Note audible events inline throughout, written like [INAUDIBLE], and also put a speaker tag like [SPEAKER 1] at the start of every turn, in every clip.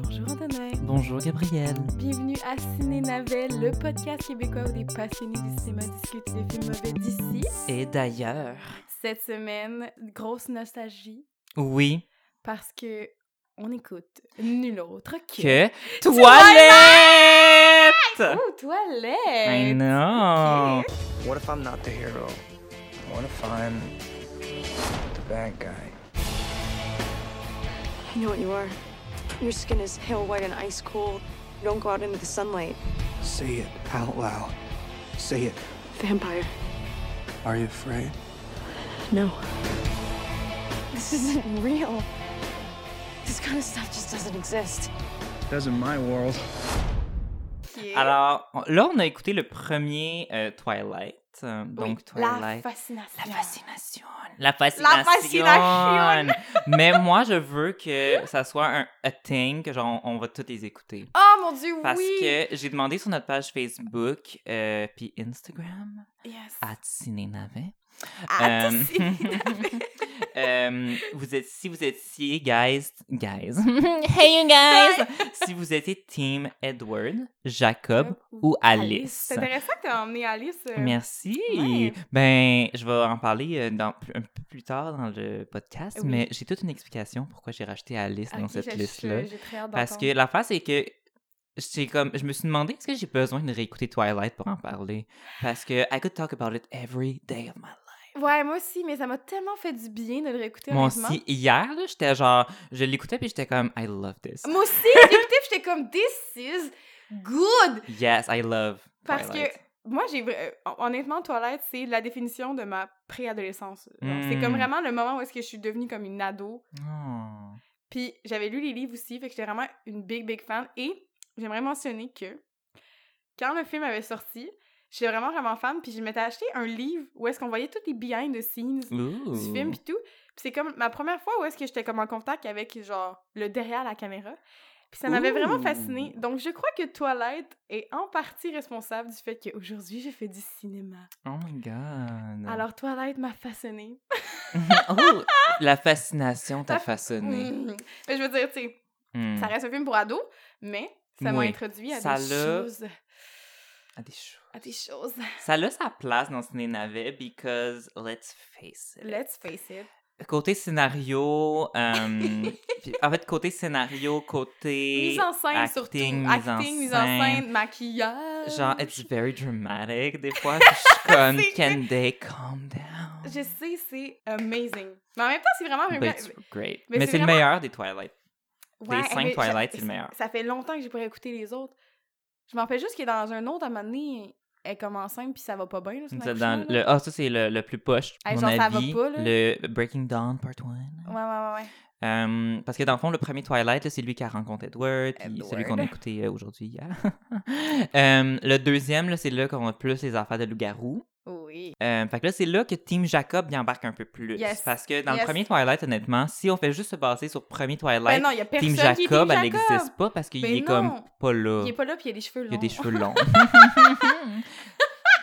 [SPEAKER 1] Romain.
[SPEAKER 2] Bonjour Gabriel.
[SPEAKER 1] Bienvenue à Ciné Navel, le podcast québécois où des passionnés du cinéma discutent des films mauvais d'ici.
[SPEAKER 2] Et d'ailleurs.
[SPEAKER 1] Cette semaine, grosse nostalgie
[SPEAKER 2] Oui.
[SPEAKER 1] parce que on écoute nul autre que
[SPEAKER 2] Que toilette.
[SPEAKER 1] Oh,
[SPEAKER 2] I
[SPEAKER 1] toilette.
[SPEAKER 2] know.
[SPEAKER 3] What if I'm not the hero? What if I'm the bad guy?
[SPEAKER 4] I know what you are. Your skin is pale white and ice cold. You don't go out into the sunlight.
[SPEAKER 3] Say it out loud. Say it.
[SPEAKER 4] Vampire.
[SPEAKER 3] Are you afraid?
[SPEAKER 4] No. This isn't real. This kind of stuff just doesn't exist.
[SPEAKER 3] Does in my world.
[SPEAKER 1] Ok.
[SPEAKER 2] Alors on- là, on a écouté le premier euh, Twilight. euh,
[SPEAKER 1] Oui,
[SPEAKER 2] donc
[SPEAKER 1] la
[SPEAKER 2] Twilight.
[SPEAKER 1] fascination.
[SPEAKER 2] La fascination. La fascination.
[SPEAKER 1] La fascination.
[SPEAKER 2] Mais moi, je veux que ça soit un a thing, que genre on, on va toutes les écouter.
[SPEAKER 1] Oh mon dieu,
[SPEAKER 2] Parce
[SPEAKER 1] oui.
[SPEAKER 2] que j'ai demandé sur notre page Facebook euh, puis Instagram
[SPEAKER 1] Yes.
[SPEAKER 2] à Cinénavet.
[SPEAKER 1] Ah,
[SPEAKER 2] Euh,
[SPEAKER 1] tu sais.
[SPEAKER 2] Euh, vous êtes, si vous étiez, guys, guys, hey you guys, [LAUGHS] si vous étiez Team Edward, Jacob ou [LAUGHS] Alice.
[SPEAKER 1] C'est intéressant que tu emmené Alice. euh,
[SPEAKER 2] Merci.
[SPEAKER 1] Ouais.
[SPEAKER 2] Ben, je vais en parler euh, dans, un peu plus tard dans le podcast,
[SPEAKER 1] Oui.
[SPEAKER 2] mais j'ai toute une explication pourquoi j'ai racheté Alice dans
[SPEAKER 1] ok,
[SPEAKER 2] cette
[SPEAKER 1] je-
[SPEAKER 2] liste-là.
[SPEAKER 1] je- J'ai très hâte
[SPEAKER 2] Parce que
[SPEAKER 1] d'entendre.
[SPEAKER 2] l'affaire, c'est que j'ai comme, je me suis demandé est-ce que j'ai besoin de réécouter Twilight pour en parler. Parce que I could talk about it every day of my life.
[SPEAKER 1] Ouais, moi aussi, mais ça m'a tellement fait du bien de le réécouter.
[SPEAKER 2] Moi
[SPEAKER 1] honnêtement.
[SPEAKER 2] aussi, hier, là, j'étais genre, je l'écoutais puis j'étais comme, I love this.
[SPEAKER 1] Moi aussi, j'ai écouté puis j'étais comme This is good!
[SPEAKER 2] Yes, I love.
[SPEAKER 1] Parce
[SPEAKER 2] Twilight.
[SPEAKER 1] que moi, j'ai. vra- euh, Honnêtement, Toilette, c'est la définition de ma préadolescence. Genre, C'est
[SPEAKER 2] Mm.
[SPEAKER 1] comme vraiment le moment où est-ce que je suis devenue comme une ado.
[SPEAKER 2] Oh.
[SPEAKER 1] Puis j'avais lu les livres aussi, fait que j'étais vraiment une big, big fan. Et j'aimerais mentionner que quand le film avait sorti, j'étais vraiment, vraiment fan. Puis je m'étais acheté un livre où est-ce qu'on voyait toutes les behind the scenes
[SPEAKER 2] Ooh.
[SPEAKER 1] du film puis tout. Puis c'est comme ma première fois où est-ce que j'étais comme en contact avec genre le derrière la caméra. Puis ça m'avait vraiment
[SPEAKER 2] Ouh.
[SPEAKER 1] fascinée. Donc je crois que Twilight est en partie responsable du fait qu'aujourd'hui j'ai fait du cinéma.
[SPEAKER 2] Oh my god. [LAUGHS]
[SPEAKER 1] Alors Twilight m'a façonnée.
[SPEAKER 2] oh, la fascination t'a façonné.
[SPEAKER 1] Mm. [LAUGHS] Mais je veux dire, tu sais,
[SPEAKER 2] Mm.
[SPEAKER 1] ça reste un film pour ados, mais ça m'a
[SPEAKER 2] Oui.
[SPEAKER 1] introduit à
[SPEAKER 2] Ça
[SPEAKER 1] des
[SPEAKER 2] l'a-
[SPEAKER 1] choses.
[SPEAKER 2] Ah, des choses.
[SPEAKER 1] À des choses.
[SPEAKER 2] Ça a sa place dans Ciné Navet because let's face it.
[SPEAKER 1] Let's face it.
[SPEAKER 2] Côté scénario, euh,
[SPEAKER 1] [LAUGHS]
[SPEAKER 2] puis en fait côté scénario, côté
[SPEAKER 1] Mise en scène
[SPEAKER 2] acting,
[SPEAKER 1] surtout.
[SPEAKER 2] mise en
[SPEAKER 1] Acting, mise en
[SPEAKER 2] scène.
[SPEAKER 1] scène, maquillage.
[SPEAKER 2] genre it's very dramatic des fois. puis Je
[SPEAKER 1] [LAUGHS]
[SPEAKER 2] suis comme
[SPEAKER 1] Euh, C'est-
[SPEAKER 2] can they calm down?
[SPEAKER 1] Je sais, c'est amazing. Mais en même temps, c'est vraiment un-
[SPEAKER 2] But it's great.
[SPEAKER 1] mais
[SPEAKER 2] Mais,
[SPEAKER 1] c'est
[SPEAKER 2] c'est
[SPEAKER 1] vraiment-
[SPEAKER 2] le meilleur des Twilight.
[SPEAKER 1] Ouais,
[SPEAKER 2] des cinq
[SPEAKER 1] mais j'a-
[SPEAKER 2] Twilight, c'est le
[SPEAKER 1] ça-
[SPEAKER 2] meilleur.
[SPEAKER 1] Ça fait longtemps que j'ai pas écouté les autres. Je m'en rappelle juste que dans un autre, à un moment donné, elle comme enceinte, puis ça va pas bien. Là, son
[SPEAKER 2] Dans
[SPEAKER 1] accouchement,
[SPEAKER 2] le,
[SPEAKER 1] là.
[SPEAKER 2] ah, ça, c'est le, le plus poche, à
[SPEAKER 1] Hey,
[SPEAKER 2] mon
[SPEAKER 1] genre, ça va
[SPEAKER 2] avis.
[SPEAKER 1] pas, là.
[SPEAKER 2] Le Breaking Dawn Part 1.
[SPEAKER 1] Ouais, ouais, ouais, ouais.
[SPEAKER 2] parce que dans le fond, le premier Twilight, là, c'est lui qui a rencontré Edward, puis
[SPEAKER 1] Edward.
[SPEAKER 2] celui qu'on a écouté euh, aujourd'hui hier. [LAUGHS] Euh, le deuxième, là, c'est là qu'on a plus les affaires de loup-garou.
[SPEAKER 1] Oui.
[SPEAKER 2] Euh, fait que là, c'est là que Team Jacob y embarque un peu plus.
[SPEAKER 1] Yes.
[SPEAKER 2] Parce que dans
[SPEAKER 1] Yes.
[SPEAKER 2] le premier Twilight, honnêtement, si on fait juste se baser sur le premier
[SPEAKER 1] Ben
[SPEAKER 2] Twilight,
[SPEAKER 1] non, il y a personne
[SPEAKER 2] Team
[SPEAKER 1] qui est
[SPEAKER 2] Jacob,
[SPEAKER 1] Team
[SPEAKER 2] elle
[SPEAKER 1] Jacob.
[SPEAKER 2] n'existe pas parce qu'il
[SPEAKER 1] Ben
[SPEAKER 2] est
[SPEAKER 1] non.
[SPEAKER 2] comme pas là.
[SPEAKER 1] Il est pas là, puis il a des cheveux longs.
[SPEAKER 2] Il a des
[SPEAKER 1] [LAUGHS]
[SPEAKER 2] cheveux longs.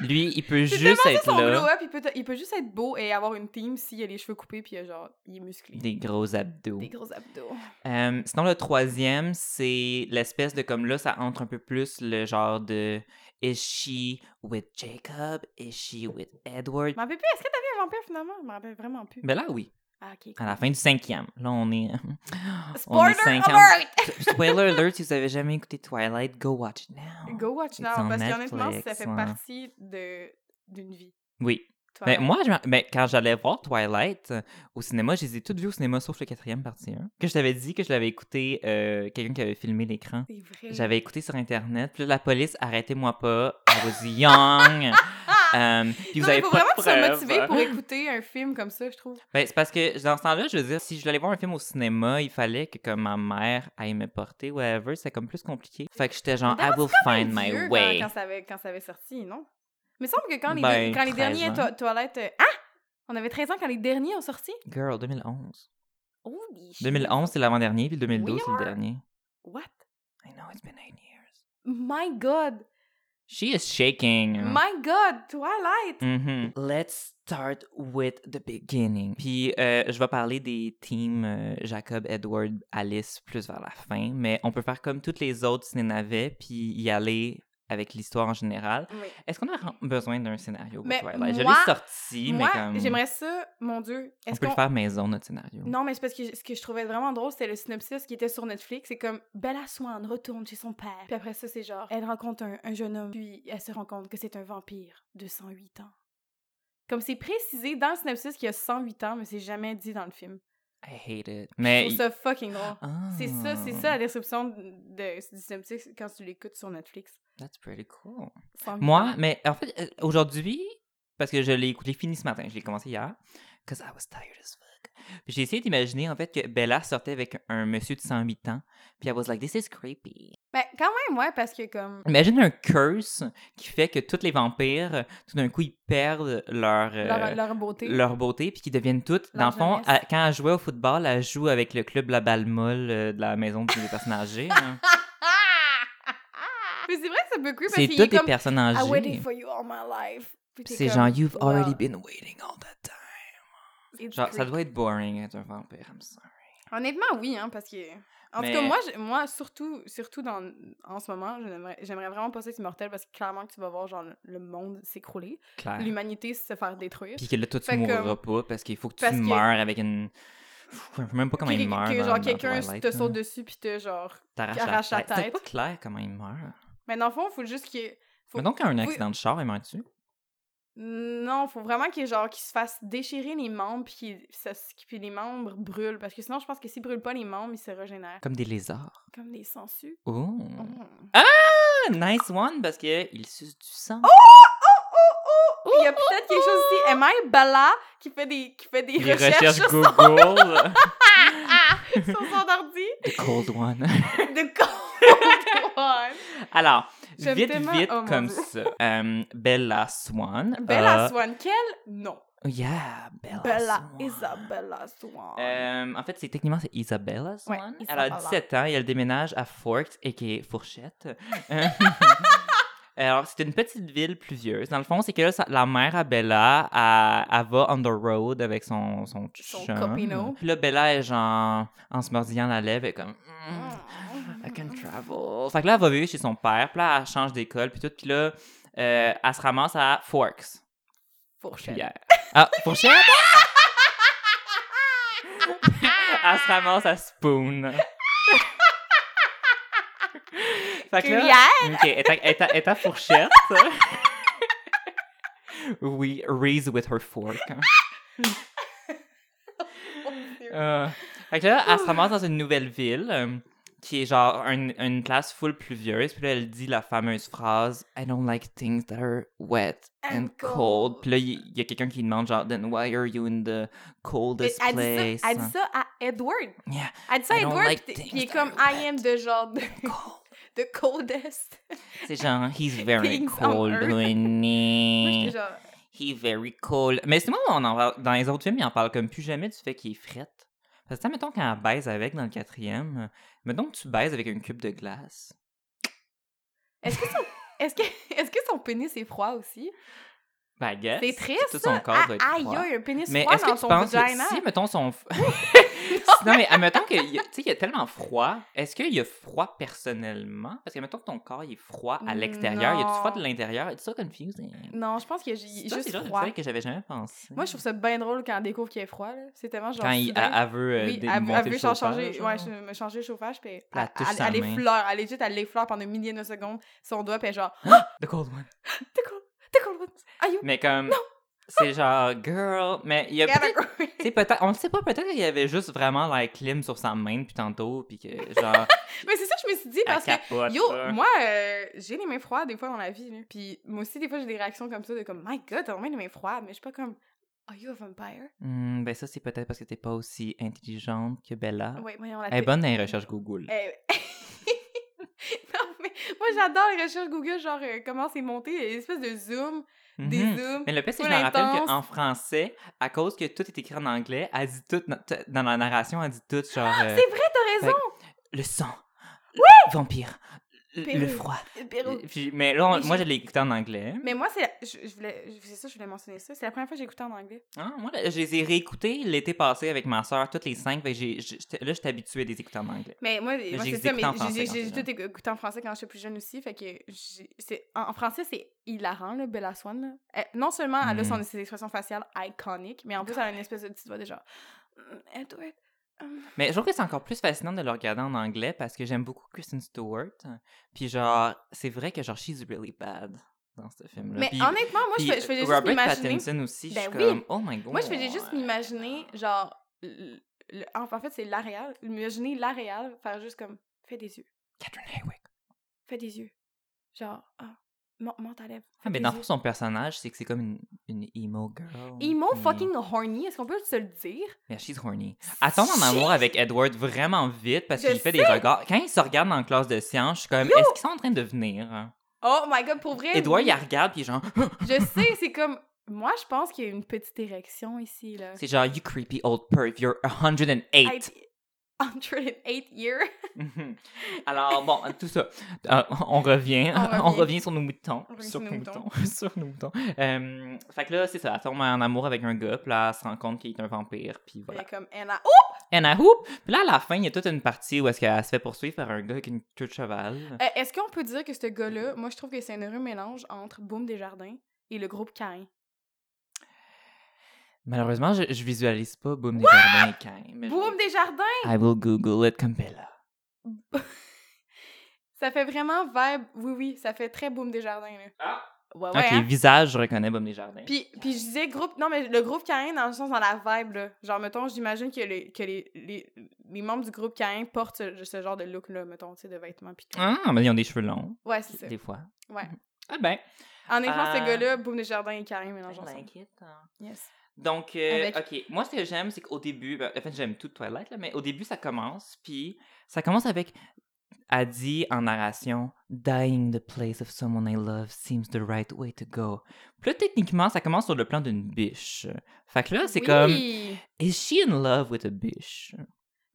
[SPEAKER 2] Lui, il peut
[SPEAKER 1] J'ai
[SPEAKER 2] juste
[SPEAKER 1] tellement vu
[SPEAKER 2] être
[SPEAKER 1] son
[SPEAKER 2] là.
[SPEAKER 1] glow-up, il, peut t- il peut juste être beau et avoir une team s'il a les cheveux coupés, puis il a genre, il est musclé. Des,
[SPEAKER 2] Des gros abdos.
[SPEAKER 1] gros abdos.
[SPEAKER 2] Euh, sinon, le troisième, c'est l'espèce de comme là, ça entre un peu plus le genre de Is she with Jacob? Is she with Edward?
[SPEAKER 1] Je m'en rappelle plus. Est-ce que t'avais un vampire finalement? Je m'en rappelle vraiment plus.
[SPEAKER 2] Ben là, oui.
[SPEAKER 1] Ah, ok.
[SPEAKER 2] À la fin du cinquième. Là, on est.
[SPEAKER 1] [LAUGHS]
[SPEAKER 2] Ah, on est
[SPEAKER 1] Spoiler
[SPEAKER 2] 50.
[SPEAKER 1] alert!
[SPEAKER 2] Spoiler alert, si vous avez jamais écouté Twilight, go watch it now.
[SPEAKER 1] Go watch
[SPEAKER 2] It's
[SPEAKER 1] now,
[SPEAKER 2] on
[SPEAKER 1] parce qu'honnêtement, ça
[SPEAKER 2] Netflix,
[SPEAKER 1] fait
[SPEAKER 2] ouais.
[SPEAKER 1] partie de- d'une vie.
[SPEAKER 2] Oui.
[SPEAKER 1] Toi,
[SPEAKER 2] Ben, moi, je m'en- ben, quand j'allais voir Twilight euh, au cinéma, je les ai toutes vues au cinéma sauf le quatrième partie 1. Que je t'avais dit que je l'avais écouté, euh, quelqu'un qui avait filmé l'écran.
[SPEAKER 1] c'est vrai.
[SPEAKER 2] J'avais écouté sur Internet. Puis là, la police, arrêtez-moi pas. I
[SPEAKER 1] [LAUGHS]
[SPEAKER 2] was young. Euh, puis vous
[SPEAKER 1] Ah! non, mais
[SPEAKER 2] avez
[SPEAKER 1] faut
[SPEAKER 2] pas
[SPEAKER 1] vraiment
[SPEAKER 2] de
[SPEAKER 1] se
[SPEAKER 2] preuves. hein.
[SPEAKER 1] motiver pour écouter un film comme ça, je trouve.
[SPEAKER 2] Ben, c'est parce que dans ce temps-là, je veux dire, si je voulais aller voir un film au cinéma, il fallait que comme ma mère aille me porter, whatever. C'était comme plus compliqué. Fait que j'étais genre, I will find my
[SPEAKER 1] Dieu, quand-
[SPEAKER 2] way.
[SPEAKER 1] Quand, ça avait, quand ça avait sorti, non? Mais il semble que quand les,
[SPEAKER 2] Ben,
[SPEAKER 1] deux- quand les
[SPEAKER 2] 13
[SPEAKER 1] derniers
[SPEAKER 2] ans.
[SPEAKER 1] to- toilettes. euh, Ah! On avait 13 ans quand les derniers ont sorti?
[SPEAKER 2] Girl, 2011.
[SPEAKER 1] Oh,
[SPEAKER 2] 2011, c'est l'avant-dernier, puis le 2012, c'est le dernier.
[SPEAKER 1] What?
[SPEAKER 2] I know, it's been eight years.
[SPEAKER 1] My God!
[SPEAKER 2] She is shaking.
[SPEAKER 1] My God, Twilight!
[SPEAKER 2] Mhm. Let's start with the beginning. Puis euh, je vais parler des teams euh, Jacob, Edward, Alice plus vers la fin, mais on peut faire comme toutes les autres ciné-navets puis y aller avec l'histoire en général.
[SPEAKER 1] Oui.
[SPEAKER 2] Est-ce qu'on a ra- besoin d'un scénario pour
[SPEAKER 1] Mais
[SPEAKER 2] Twilight? Je
[SPEAKER 1] moi-
[SPEAKER 2] l'ai sorti,
[SPEAKER 1] Moi,
[SPEAKER 2] mais comme...
[SPEAKER 1] j'aimerais ça, mon Dieu.
[SPEAKER 2] On
[SPEAKER 1] Est-ce
[SPEAKER 2] peut
[SPEAKER 1] qu'on
[SPEAKER 2] le faire maison, notre scénario.
[SPEAKER 1] Non, mais c'est parce que je- ce que je trouvais vraiment drôle, c'était le synopsis qui était sur Netflix. C'est comme Bella Swan retourne chez son père. Puis après ça, c'est genre, elle rencontre un, un jeune homme, puis elle se rend compte que c'est un vampire de 108 ans. Comme c'est précisé dans le synopsis qu'il y a 108 ans, mais c'est jamais dit dans le film.
[SPEAKER 2] I hate it.
[SPEAKER 1] Je
[SPEAKER 2] Mais...
[SPEAKER 1] trouve ça fucking drôle.
[SPEAKER 2] Ah.
[SPEAKER 1] C'est ça, c'est ça la description de, du synopsis quand tu l'écoutes sur Netflix.
[SPEAKER 2] That's pretty cool.
[SPEAKER 1] 108
[SPEAKER 2] Moi,
[SPEAKER 1] ans.
[SPEAKER 2] mais en fait, euh, aujourd'hui, parce que je l'ai écouté, je l'ai fini ce matin, je l'ai commencé hier, because I was tired as fuck. Puis j'ai essayé d'imaginer, en fait, que Bella sortait avec un monsieur de 108 ans, puis I was like, this is creepy.
[SPEAKER 1] Ben, quand même, ouais, parce que comme.
[SPEAKER 2] Imagine un curse qui fait que tous les vampires, tout d'un coup, ils perdent leur... euh,
[SPEAKER 1] leur, leur beauté.
[SPEAKER 2] leur beauté, puis qu'ils deviennent toutes. Dans
[SPEAKER 1] Leur
[SPEAKER 2] le fond,
[SPEAKER 1] jeunesse.
[SPEAKER 2] elle- quand elle jouait au football, elle joue avec le club La Balle Molle euh, de la maison des personnes âgées. hein.
[SPEAKER 1] [LAUGHS] Mais c'est vrai que c'est un peu creep parce
[SPEAKER 2] C'est
[SPEAKER 1] qu'il est
[SPEAKER 2] toutes des
[SPEAKER 1] comme ah
[SPEAKER 2] personnes
[SPEAKER 1] I waited
[SPEAKER 2] âgées.
[SPEAKER 1] for you all my life. Puis t'es
[SPEAKER 2] C'est
[SPEAKER 1] comme,
[SPEAKER 2] genre, you've
[SPEAKER 1] wow,
[SPEAKER 2] already been waiting all that time.
[SPEAKER 1] it's
[SPEAKER 2] Genre, ça
[SPEAKER 1] creep.
[SPEAKER 2] doit être boring être un vampire, I'm sorry.
[SPEAKER 1] Honnêtement, oui, hein, parce que. En
[SPEAKER 2] Mais-
[SPEAKER 1] tout cas, moi, je- moi surtout, surtout dans, en ce moment, je n'aimerais- j'aimerais vraiment pas ça être immortel parce que clairement que tu vas voir genre le- le monde s'écrouler,
[SPEAKER 2] Clair.
[SPEAKER 1] l'humanité se faire détruire.
[SPEAKER 2] Puis que là, toi, tu
[SPEAKER 1] Fait
[SPEAKER 2] mourras pas parce qu'il faut que
[SPEAKER 1] parce
[SPEAKER 2] tu
[SPEAKER 1] que-
[SPEAKER 2] meurs avec une. Pff, Je sais même pas comment
[SPEAKER 1] Puis
[SPEAKER 2] il meurt.
[SPEAKER 1] que,
[SPEAKER 2] dans-
[SPEAKER 1] genre
[SPEAKER 2] dans
[SPEAKER 1] quelqu'un
[SPEAKER 2] Twilight,
[SPEAKER 1] te
[SPEAKER 2] là.
[SPEAKER 1] saute dessus puis te genre.
[SPEAKER 2] T'arraches
[SPEAKER 1] arrache
[SPEAKER 2] la
[SPEAKER 1] la
[SPEAKER 2] tête. C'est
[SPEAKER 1] tête.
[SPEAKER 2] pas clair comment il meurt.
[SPEAKER 1] Mais dans le fond, faut juste qu'il. Faut...
[SPEAKER 2] Mais donc, un
[SPEAKER 1] faut-
[SPEAKER 2] accident de char, il meurt-tu?
[SPEAKER 1] Non, faut vraiment qu'il genre qu'il se fasse déchirer les membres puis qu'il- ça- puis les membres brûlent parce que sinon, je pense que s'il brûle pas les membres, il se régénère
[SPEAKER 2] Comme des lézards.
[SPEAKER 1] comme des sangsues.
[SPEAKER 2] Oh!
[SPEAKER 1] Mm.
[SPEAKER 2] Ah, nice one parce qu'il suce du sang.
[SPEAKER 1] Il y a peut-être quelque chose ici. Emma Bala qui fait des, qui fait des
[SPEAKER 2] Il
[SPEAKER 1] recherches,
[SPEAKER 2] recherche
[SPEAKER 1] sur,
[SPEAKER 2] [LAUGHS] Google.
[SPEAKER 1] son, Ah! sur son ordi. [LAUGHS]
[SPEAKER 2] The cold one.
[SPEAKER 1] De quoi?
[SPEAKER 2] Alors,
[SPEAKER 1] J'aime
[SPEAKER 2] vite,
[SPEAKER 1] tellement-
[SPEAKER 2] vite,
[SPEAKER 1] oh mon
[SPEAKER 2] comme
[SPEAKER 1] Dieu.
[SPEAKER 2] ça. Euh, Bella Swan.
[SPEAKER 1] [LAUGHS] Bella
[SPEAKER 2] a-
[SPEAKER 1] Swan. Quel nom?
[SPEAKER 2] Yeah, Euh. Bella,
[SPEAKER 1] Bella
[SPEAKER 2] Swan.
[SPEAKER 1] Isabella Swan.
[SPEAKER 2] Euh, en fait, c'est techniquement c'est Isabella Swan.
[SPEAKER 1] Ouais,
[SPEAKER 2] Elle a
[SPEAKER 1] Isabella.
[SPEAKER 2] 17 ans et elle déménage à Forks et qui est Fourchette.
[SPEAKER 1] [LAUGHS]
[SPEAKER 2] Euh, Alors, c'est une petite ville pluvieuse. Dans le fond, c'est que là, sa- la mère à Bella, elle, elle va on the road avec son son
[SPEAKER 1] Son
[SPEAKER 2] chum.
[SPEAKER 1] copino.
[SPEAKER 2] Puis là, Bella est genre, en se mordillant la lèvre, elle est comme... Mm,
[SPEAKER 1] Mm.
[SPEAKER 2] I can travel. Fait que là, elle va vivre chez son père, puis là, elle change d'école, puis tout. Puis là, euh, elle se ramasse à Forks.
[SPEAKER 1] Fourchette. [LAUGHS]
[SPEAKER 2] Hier. Ah, fourchette? Elle se ramasse
[SPEAKER 1] [LAUGHS]
[SPEAKER 2] à spoon. fait que là,
[SPEAKER 1] Cuillère.
[SPEAKER 2] ok, elle est à- elle est à- elle est à fourchette. oui, Reese with
[SPEAKER 1] [LAUGHS]
[SPEAKER 2] her fork. Euh, fait que là, elle se ramasse dans une nouvelle ville euh, qui est genre un- une classe full pluvieuse. Puis là, elle dit la fameuse phrase I don't like things that are wet and,
[SPEAKER 1] And
[SPEAKER 2] cold.
[SPEAKER 1] cold.
[SPEAKER 2] Puis là, il il y, a quelqu'un qui demande genre Then why are you in
[SPEAKER 1] Mais
[SPEAKER 2] the coldest
[SPEAKER 1] Elle dit,
[SPEAKER 2] place?
[SPEAKER 1] ça, elle dit ça à Edward.
[SPEAKER 2] Yeah,
[SPEAKER 1] Elle dit ça à
[SPEAKER 2] I don't
[SPEAKER 1] Edward,
[SPEAKER 2] like
[SPEAKER 1] pis t'es-
[SPEAKER 2] things
[SPEAKER 1] pis il est
[SPEAKER 2] that
[SPEAKER 1] comme
[SPEAKER 2] are
[SPEAKER 1] I am de genre de,
[SPEAKER 2] cold.
[SPEAKER 1] [LAUGHS] de coldest. [LAUGHS]
[SPEAKER 2] C'est genre hein, He's very
[SPEAKER 1] Things on
[SPEAKER 2] cold,
[SPEAKER 1] earth. [LAUGHS] Moi,
[SPEAKER 2] honey.
[SPEAKER 1] j'étais genre,
[SPEAKER 2] He's very cold. Mais sinon, on en parle- dans les autres films, ils en parlent comme plus jamais du fait qu'il est frette. Parce que, tu sais, mettons, quand elle baise avec dans le quatrième, euh, mettons que tu baises avec un cube de glace.
[SPEAKER 1] Est-ce que son, est-ce que, est-ce que son pénis est froid aussi?
[SPEAKER 2] Ben, I guess.
[SPEAKER 1] C'est triste.
[SPEAKER 2] Tout son
[SPEAKER 1] ça.
[SPEAKER 2] corps doit être
[SPEAKER 1] Ah, aïe,
[SPEAKER 2] froid.
[SPEAKER 1] aïe, un pénis
[SPEAKER 2] Mais
[SPEAKER 1] froid
[SPEAKER 2] est-ce
[SPEAKER 1] dans
[SPEAKER 2] que tu
[SPEAKER 1] son
[SPEAKER 2] penses
[SPEAKER 1] vagina.
[SPEAKER 2] que si, mettons,
[SPEAKER 1] [LAUGHS]
[SPEAKER 2] son... [LAUGHS] non, mais admettons qu'il y, a- tu sais, il y a tellement froid, est-ce qu'il y a froid personnellement? Parce que, mettons, que ton corps il est froid à l'extérieur, il y a du
[SPEAKER 1] Non.
[SPEAKER 2] froid de l'intérieur. It's so confusing.
[SPEAKER 1] Non, je pense que
[SPEAKER 2] C'est
[SPEAKER 1] j'ai
[SPEAKER 2] ça,
[SPEAKER 1] juste
[SPEAKER 2] c'est genre une
[SPEAKER 1] froid.
[SPEAKER 2] affaire que j'avais jamais pensé.
[SPEAKER 1] Moi, je trouve ça bien drôle quand on découvre qu'il est froid. là. C'est tellement genre.
[SPEAKER 2] Quand il,
[SPEAKER 1] soudain.
[SPEAKER 2] elle, elle veut euh,
[SPEAKER 1] oui,
[SPEAKER 2] dé-
[SPEAKER 1] elle, elle
[SPEAKER 2] monter
[SPEAKER 1] veut
[SPEAKER 2] le
[SPEAKER 1] genre
[SPEAKER 2] chauffage,
[SPEAKER 1] changer,
[SPEAKER 2] genre.
[SPEAKER 1] ouais, je- me changer le chauffage, puis elle,
[SPEAKER 2] Elle
[SPEAKER 1] elle,
[SPEAKER 2] touche sa
[SPEAKER 1] elle
[SPEAKER 2] main.
[SPEAKER 1] effleure, elle est elle l'effleure pendant des milliers de secondes, son doigt, puis elle est genre,
[SPEAKER 2] The cold one.
[SPEAKER 1] t'es con, t'es con, are you [LAUGHS]
[SPEAKER 2] Mais comme, c'est genre, girl, mais il y a
[SPEAKER 1] gotta
[SPEAKER 2] peut-être,
[SPEAKER 1] go.
[SPEAKER 2] tu sais, peut-être, on le sait pas, peut-être qu'il y avait juste vraiment la clim sur sa main depuis tantôt, puis que
[SPEAKER 1] [LAUGHS]
[SPEAKER 2] genre,
[SPEAKER 1] Mais c'est ça, que je me suis dit,
[SPEAKER 2] elle
[SPEAKER 1] parce que
[SPEAKER 2] capote,
[SPEAKER 1] Yo,
[SPEAKER 2] là.
[SPEAKER 1] moi, euh, j'ai les mains froides des fois dans la vie. là. Puis moi aussi, des fois, j'ai des réactions comme ça de comme, My God, t'as vraiment les mains froides. Mais je suis pas comme, Are you a vampire?
[SPEAKER 2] Hmm, ben ça, c'est peut-être parce que t'es pas aussi intelligente que Bella.
[SPEAKER 1] Ouais, voyons la
[SPEAKER 2] Ah. Elle est
[SPEAKER 1] tête.
[SPEAKER 2] bonne dans les recherches Google.
[SPEAKER 1] Eh, [LAUGHS] non, mais moi, j'adore les recherches Google, genre, euh, comment c'est monté, l'espèce de zoom,
[SPEAKER 2] Mhm.
[SPEAKER 1] des zooms.
[SPEAKER 2] Mais le pire, c'est que
[SPEAKER 1] full
[SPEAKER 2] je me rappelle
[SPEAKER 1] intense.
[SPEAKER 2] qu'en français, à cause que tout est écrit en anglais, elle dit tout, dans- dans
[SPEAKER 1] Ah,
[SPEAKER 2] la narration, elle dit tout genre... euh,
[SPEAKER 1] C'est vrai, t'as raison!
[SPEAKER 2] le sang, le vampire, le
[SPEAKER 1] Pérou.
[SPEAKER 2] froid.
[SPEAKER 1] Le Pérou.
[SPEAKER 2] Puis- mais là, on-
[SPEAKER 1] Mais
[SPEAKER 2] moi,
[SPEAKER 1] j'ai-
[SPEAKER 2] je l'ai écouté en anglais. hein.
[SPEAKER 1] Mais moi, c'est la... je, je voulais... je- C'est ça, je voulais mentionner ça. C'est la première fois que j'ai écouté en anglais.
[SPEAKER 2] Ah, moi, là, je les ai réécoutés l'été passé avec ma soeur, toutes les cinq. fait que j'ai- j'ai- j'étais- là, j'étais habituée à les écouter en anglais.
[SPEAKER 1] Mais moi, moi,
[SPEAKER 2] j'ai
[SPEAKER 1] c'est ça,
[SPEAKER 2] écouté
[SPEAKER 1] mais
[SPEAKER 2] en
[SPEAKER 1] j'ai-
[SPEAKER 2] français
[SPEAKER 1] j'ai
[SPEAKER 2] quand
[SPEAKER 1] j'ai
[SPEAKER 2] j'étais
[SPEAKER 1] tout écouté en français quand j'étais plus jeune aussi, fait que j'ai- c'est en, en français, c'est hilarant, là, Bella Swan, là. Elle- non seulement elle a
[SPEAKER 2] Mhm.
[SPEAKER 1] son, ses expressions faciales iconiques, mais en plus, elle a une espèce de petite voix de genre... Hum, Elle doit être... hum.
[SPEAKER 2] Mais je trouve que c'est encore plus fascinant de le regarder en anglais parce que j'aime beaucoup Kristen Stewart. Puis genre, c'est vrai que genre, she's really bad dans ce film-là.
[SPEAKER 1] Mais
[SPEAKER 2] Puis-
[SPEAKER 1] honnêtement, moi, je
[SPEAKER 2] puis
[SPEAKER 1] fais- je faisais juste
[SPEAKER 2] Robert
[SPEAKER 1] m'imaginer...
[SPEAKER 2] Pattinson aussi, je suis
[SPEAKER 1] Ben oui.
[SPEAKER 2] comme, oh my god.
[SPEAKER 1] Moi, je faisais juste m'imaginer, genre... le- le- en en fait, c'est l'Aréal. M'imaginer l'Aréal faire juste comme... Fais des yeux.
[SPEAKER 2] Catherine Haywick.
[SPEAKER 1] Fais des yeux. Genre... Ah, mon- monte à lèvres.
[SPEAKER 2] Ah, mais
[SPEAKER 1] des
[SPEAKER 2] dans le
[SPEAKER 1] yeux.
[SPEAKER 2] fond, son personnage, c'est que c'est comme une, une emo girl.
[SPEAKER 1] Emo
[SPEAKER 2] Mais-
[SPEAKER 1] fucking horny, est-ce qu'on peut se le dire?
[SPEAKER 2] Yeah, she's horny. Elle tombe en
[SPEAKER 1] She's-
[SPEAKER 2] amour avec Edward vraiment vite parce
[SPEAKER 1] Je
[SPEAKER 2] qu'il fait des
[SPEAKER 1] sais.
[SPEAKER 2] regards. Quand ils se regardent en classe de science, je suis comme, est-ce qu'ils sont en train de venir? hein?
[SPEAKER 1] Oh my god, pour vrai!
[SPEAKER 2] Edward,
[SPEAKER 1] oui.
[SPEAKER 2] il la regarde, puis genre, [GASPS] [LAUGHS]
[SPEAKER 1] Je sais, c'est comme... Moi, je pense qu'il y a une petite érection ici, là.
[SPEAKER 2] c'est genre, you creepy old perv, you're 108.
[SPEAKER 1] [LAUGHS] I- 108 years. [LAUGHS]
[SPEAKER 2] Mhm. [LAUGHS] Alors, bon, tout ça. Euh, on revient.
[SPEAKER 1] On revient.
[SPEAKER 2] [LAUGHS] On revient sur nos moutons.
[SPEAKER 1] On revient sur
[SPEAKER 2] Sur
[SPEAKER 1] nos
[SPEAKER 2] nos moutons. [LAUGHS] Sur nos moutons. Euh, fait que là, c'est ça. Elle tombe en amour avec un gars, puis là, elle se rend compte qu'il est un vampire, puis
[SPEAKER 1] Il y
[SPEAKER 2] voilà.
[SPEAKER 1] a comme Anna. Oh!
[SPEAKER 2] Anna Hoop! Puis là, à la fin, il y a toute une partie où est-ce qu'elle se fait poursuivre par un gars avec une queue de cheval.
[SPEAKER 1] Euh, Est-ce qu'on peut dire que ce
[SPEAKER 2] Mm-hmm.
[SPEAKER 1] gars-là, moi, je trouve que c'est un heureux mélange entre Boom Desjardins et le groupe Cain.
[SPEAKER 2] Malheureusement, je, je visualise pas Boom des Jardins et Cain, mais je-
[SPEAKER 1] Boom Desjardins!
[SPEAKER 2] I will Google it comme Bella.
[SPEAKER 1] Ça fait vraiment vibe. Oui, oui, ça fait très Boom Desjardins, là.
[SPEAKER 2] Ah.
[SPEAKER 1] Ouais, ouais.
[SPEAKER 2] Ok,
[SPEAKER 1] hein?
[SPEAKER 2] visage, je reconnais Boom des Jardins.
[SPEAKER 1] Puis, puis je disais groupe, non mais le groupe Caïn dans le sens dans la vibe là. Genre mettons, j'imagine que, les, que les, les, les membres du groupe Caïn portent ce, ce genre de look là, mettons, tu sais, de vêtements puis tout.
[SPEAKER 2] Ah, mais ils ont des cheveux longs,
[SPEAKER 1] Ouais, c'est ça.
[SPEAKER 2] des fois.
[SPEAKER 1] Ouais.
[SPEAKER 2] Ah ben.
[SPEAKER 1] En effet, ce
[SPEAKER 2] Euh,
[SPEAKER 1] gars-là, Boom Desjardins et Caïn mélangent ensemble.
[SPEAKER 2] hein.
[SPEAKER 1] Yes.
[SPEAKER 2] Donc, euh,
[SPEAKER 1] Avec-
[SPEAKER 2] ok, moi ce que j'aime, c'est qu'au début, ben, en fait j'aime tout Twilight, là, mais au début ça commence, puis ça commence avec, a dit en narration, Dying the place of someone I love seems the right way to go. Puis là, techniquement, ça commence sur le plan d'une biche. Fait que là, c'est
[SPEAKER 1] Oui!
[SPEAKER 2] comme, Is she in love with a biche?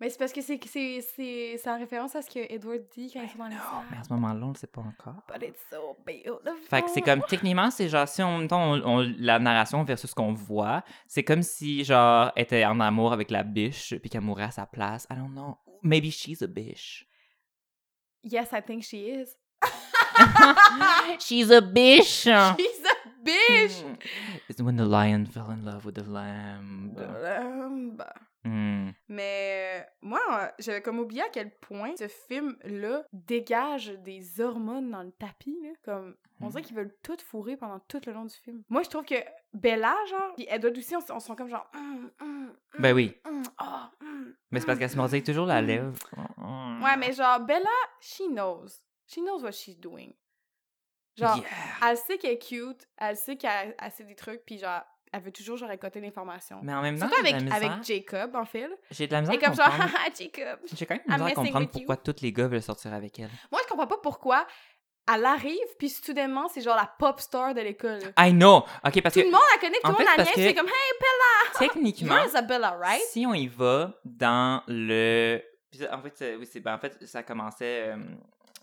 [SPEAKER 1] Mais c'est parce que c'est c'est c'est c'est en référence à ce que Edward dit quand ils sont dans les
[SPEAKER 2] Mais à ce moment-là, on le sait pas encore.
[SPEAKER 1] But it's so beautiful.
[SPEAKER 2] Fait que c'est comme, techniquement, c'est genre, si on, on- on- la narration versus ce qu'on voit, c'est comme si, genre, elle était en amour avec la biche, puis qu'elle mourait à sa place. I don't know. Maybe she's a biche.
[SPEAKER 1] Yes, I think she is.
[SPEAKER 2] she's a biche!
[SPEAKER 1] She's a bitch.
[SPEAKER 2] Mm. It's when the lion fell in love with the lamb.
[SPEAKER 1] Caramba.
[SPEAKER 2] Mm.
[SPEAKER 1] Mais euh, moi, euh, j'avais comme oublié à quel point ce film-là dégage des hormones dans le tapis, là. Comme, on
[SPEAKER 2] Mm.
[SPEAKER 1] dirait qu'ils veulent tout fourrer pendant tout le long du film. Moi, je trouve que Bella, genre, pis Edward aussi, on, s- on se sent comme genre... Hum, hum, hum,
[SPEAKER 2] Ben oui.
[SPEAKER 1] hum, ah, hum,
[SPEAKER 2] Mais c'est parce
[SPEAKER 1] hum.
[SPEAKER 2] qu'elle se mordait toujours la lèvre. Hmm.
[SPEAKER 1] Ouais, mais genre, Bella, she knows. She knows what she's doing. Genre,
[SPEAKER 2] Yeah.
[SPEAKER 1] elle sait qu'elle est cute, elle sait qu'elle elle sait des trucs, puis genre, elle veut toujours genre récolter l'information.
[SPEAKER 2] Mais en même temps,
[SPEAKER 1] Surtout
[SPEAKER 2] j'ai
[SPEAKER 1] avec,
[SPEAKER 2] de la
[SPEAKER 1] avec
[SPEAKER 2] misère-
[SPEAKER 1] Jacob, en fait. là.
[SPEAKER 2] j'ai de la misère
[SPEAKER 1] Et
[SPEAKER 2] à
[SPEAKER 1] comme genre,
[SPEAKER 2] comprendre-
[SPEAKER 1] [LAUGHS] haha, Jacob,
[SPEAKER 2] J'ai quand même
[SPEAKER 1] I'm
[SPEAKER 2] misère à
[SPEAKER 1] messing
[SPEAKER 2] comprendre
[SPEAKER 1] with you.
[SPEAKER 2] pourquoi tous les gars veulent sortir avec elle.
[SPEAKER 1] Moi, je comprends pas pourquoi elle arrive, puis soudainement, c'est genre la pop star de l'école. là.
[SPEAKER 2] I know! Ok, parce
[SPEAKER 1] Tout
[SPEAKER 2] Ah, que
[SPEAKER 1] le monde la connaît, tout
[SPEAKER 2] en
[SPEAKER 1] le monde
[SPEAKER 2] fait,
[SPEAKER 1] la
[SPEAKER 2] parce
[SPEAKER 1] niaise, c'est
[SPEAKER 2] que-
[SPEAKER 1] comme « Hey,
[SPEAKER 2] techniquement,
[SPEAKER 1] you're Isabella, right?
[SPEAKER 2] si on y va dans le. Puis ça, En fait, c'est- oui, c'est ben, en fait, ça commençait. euh,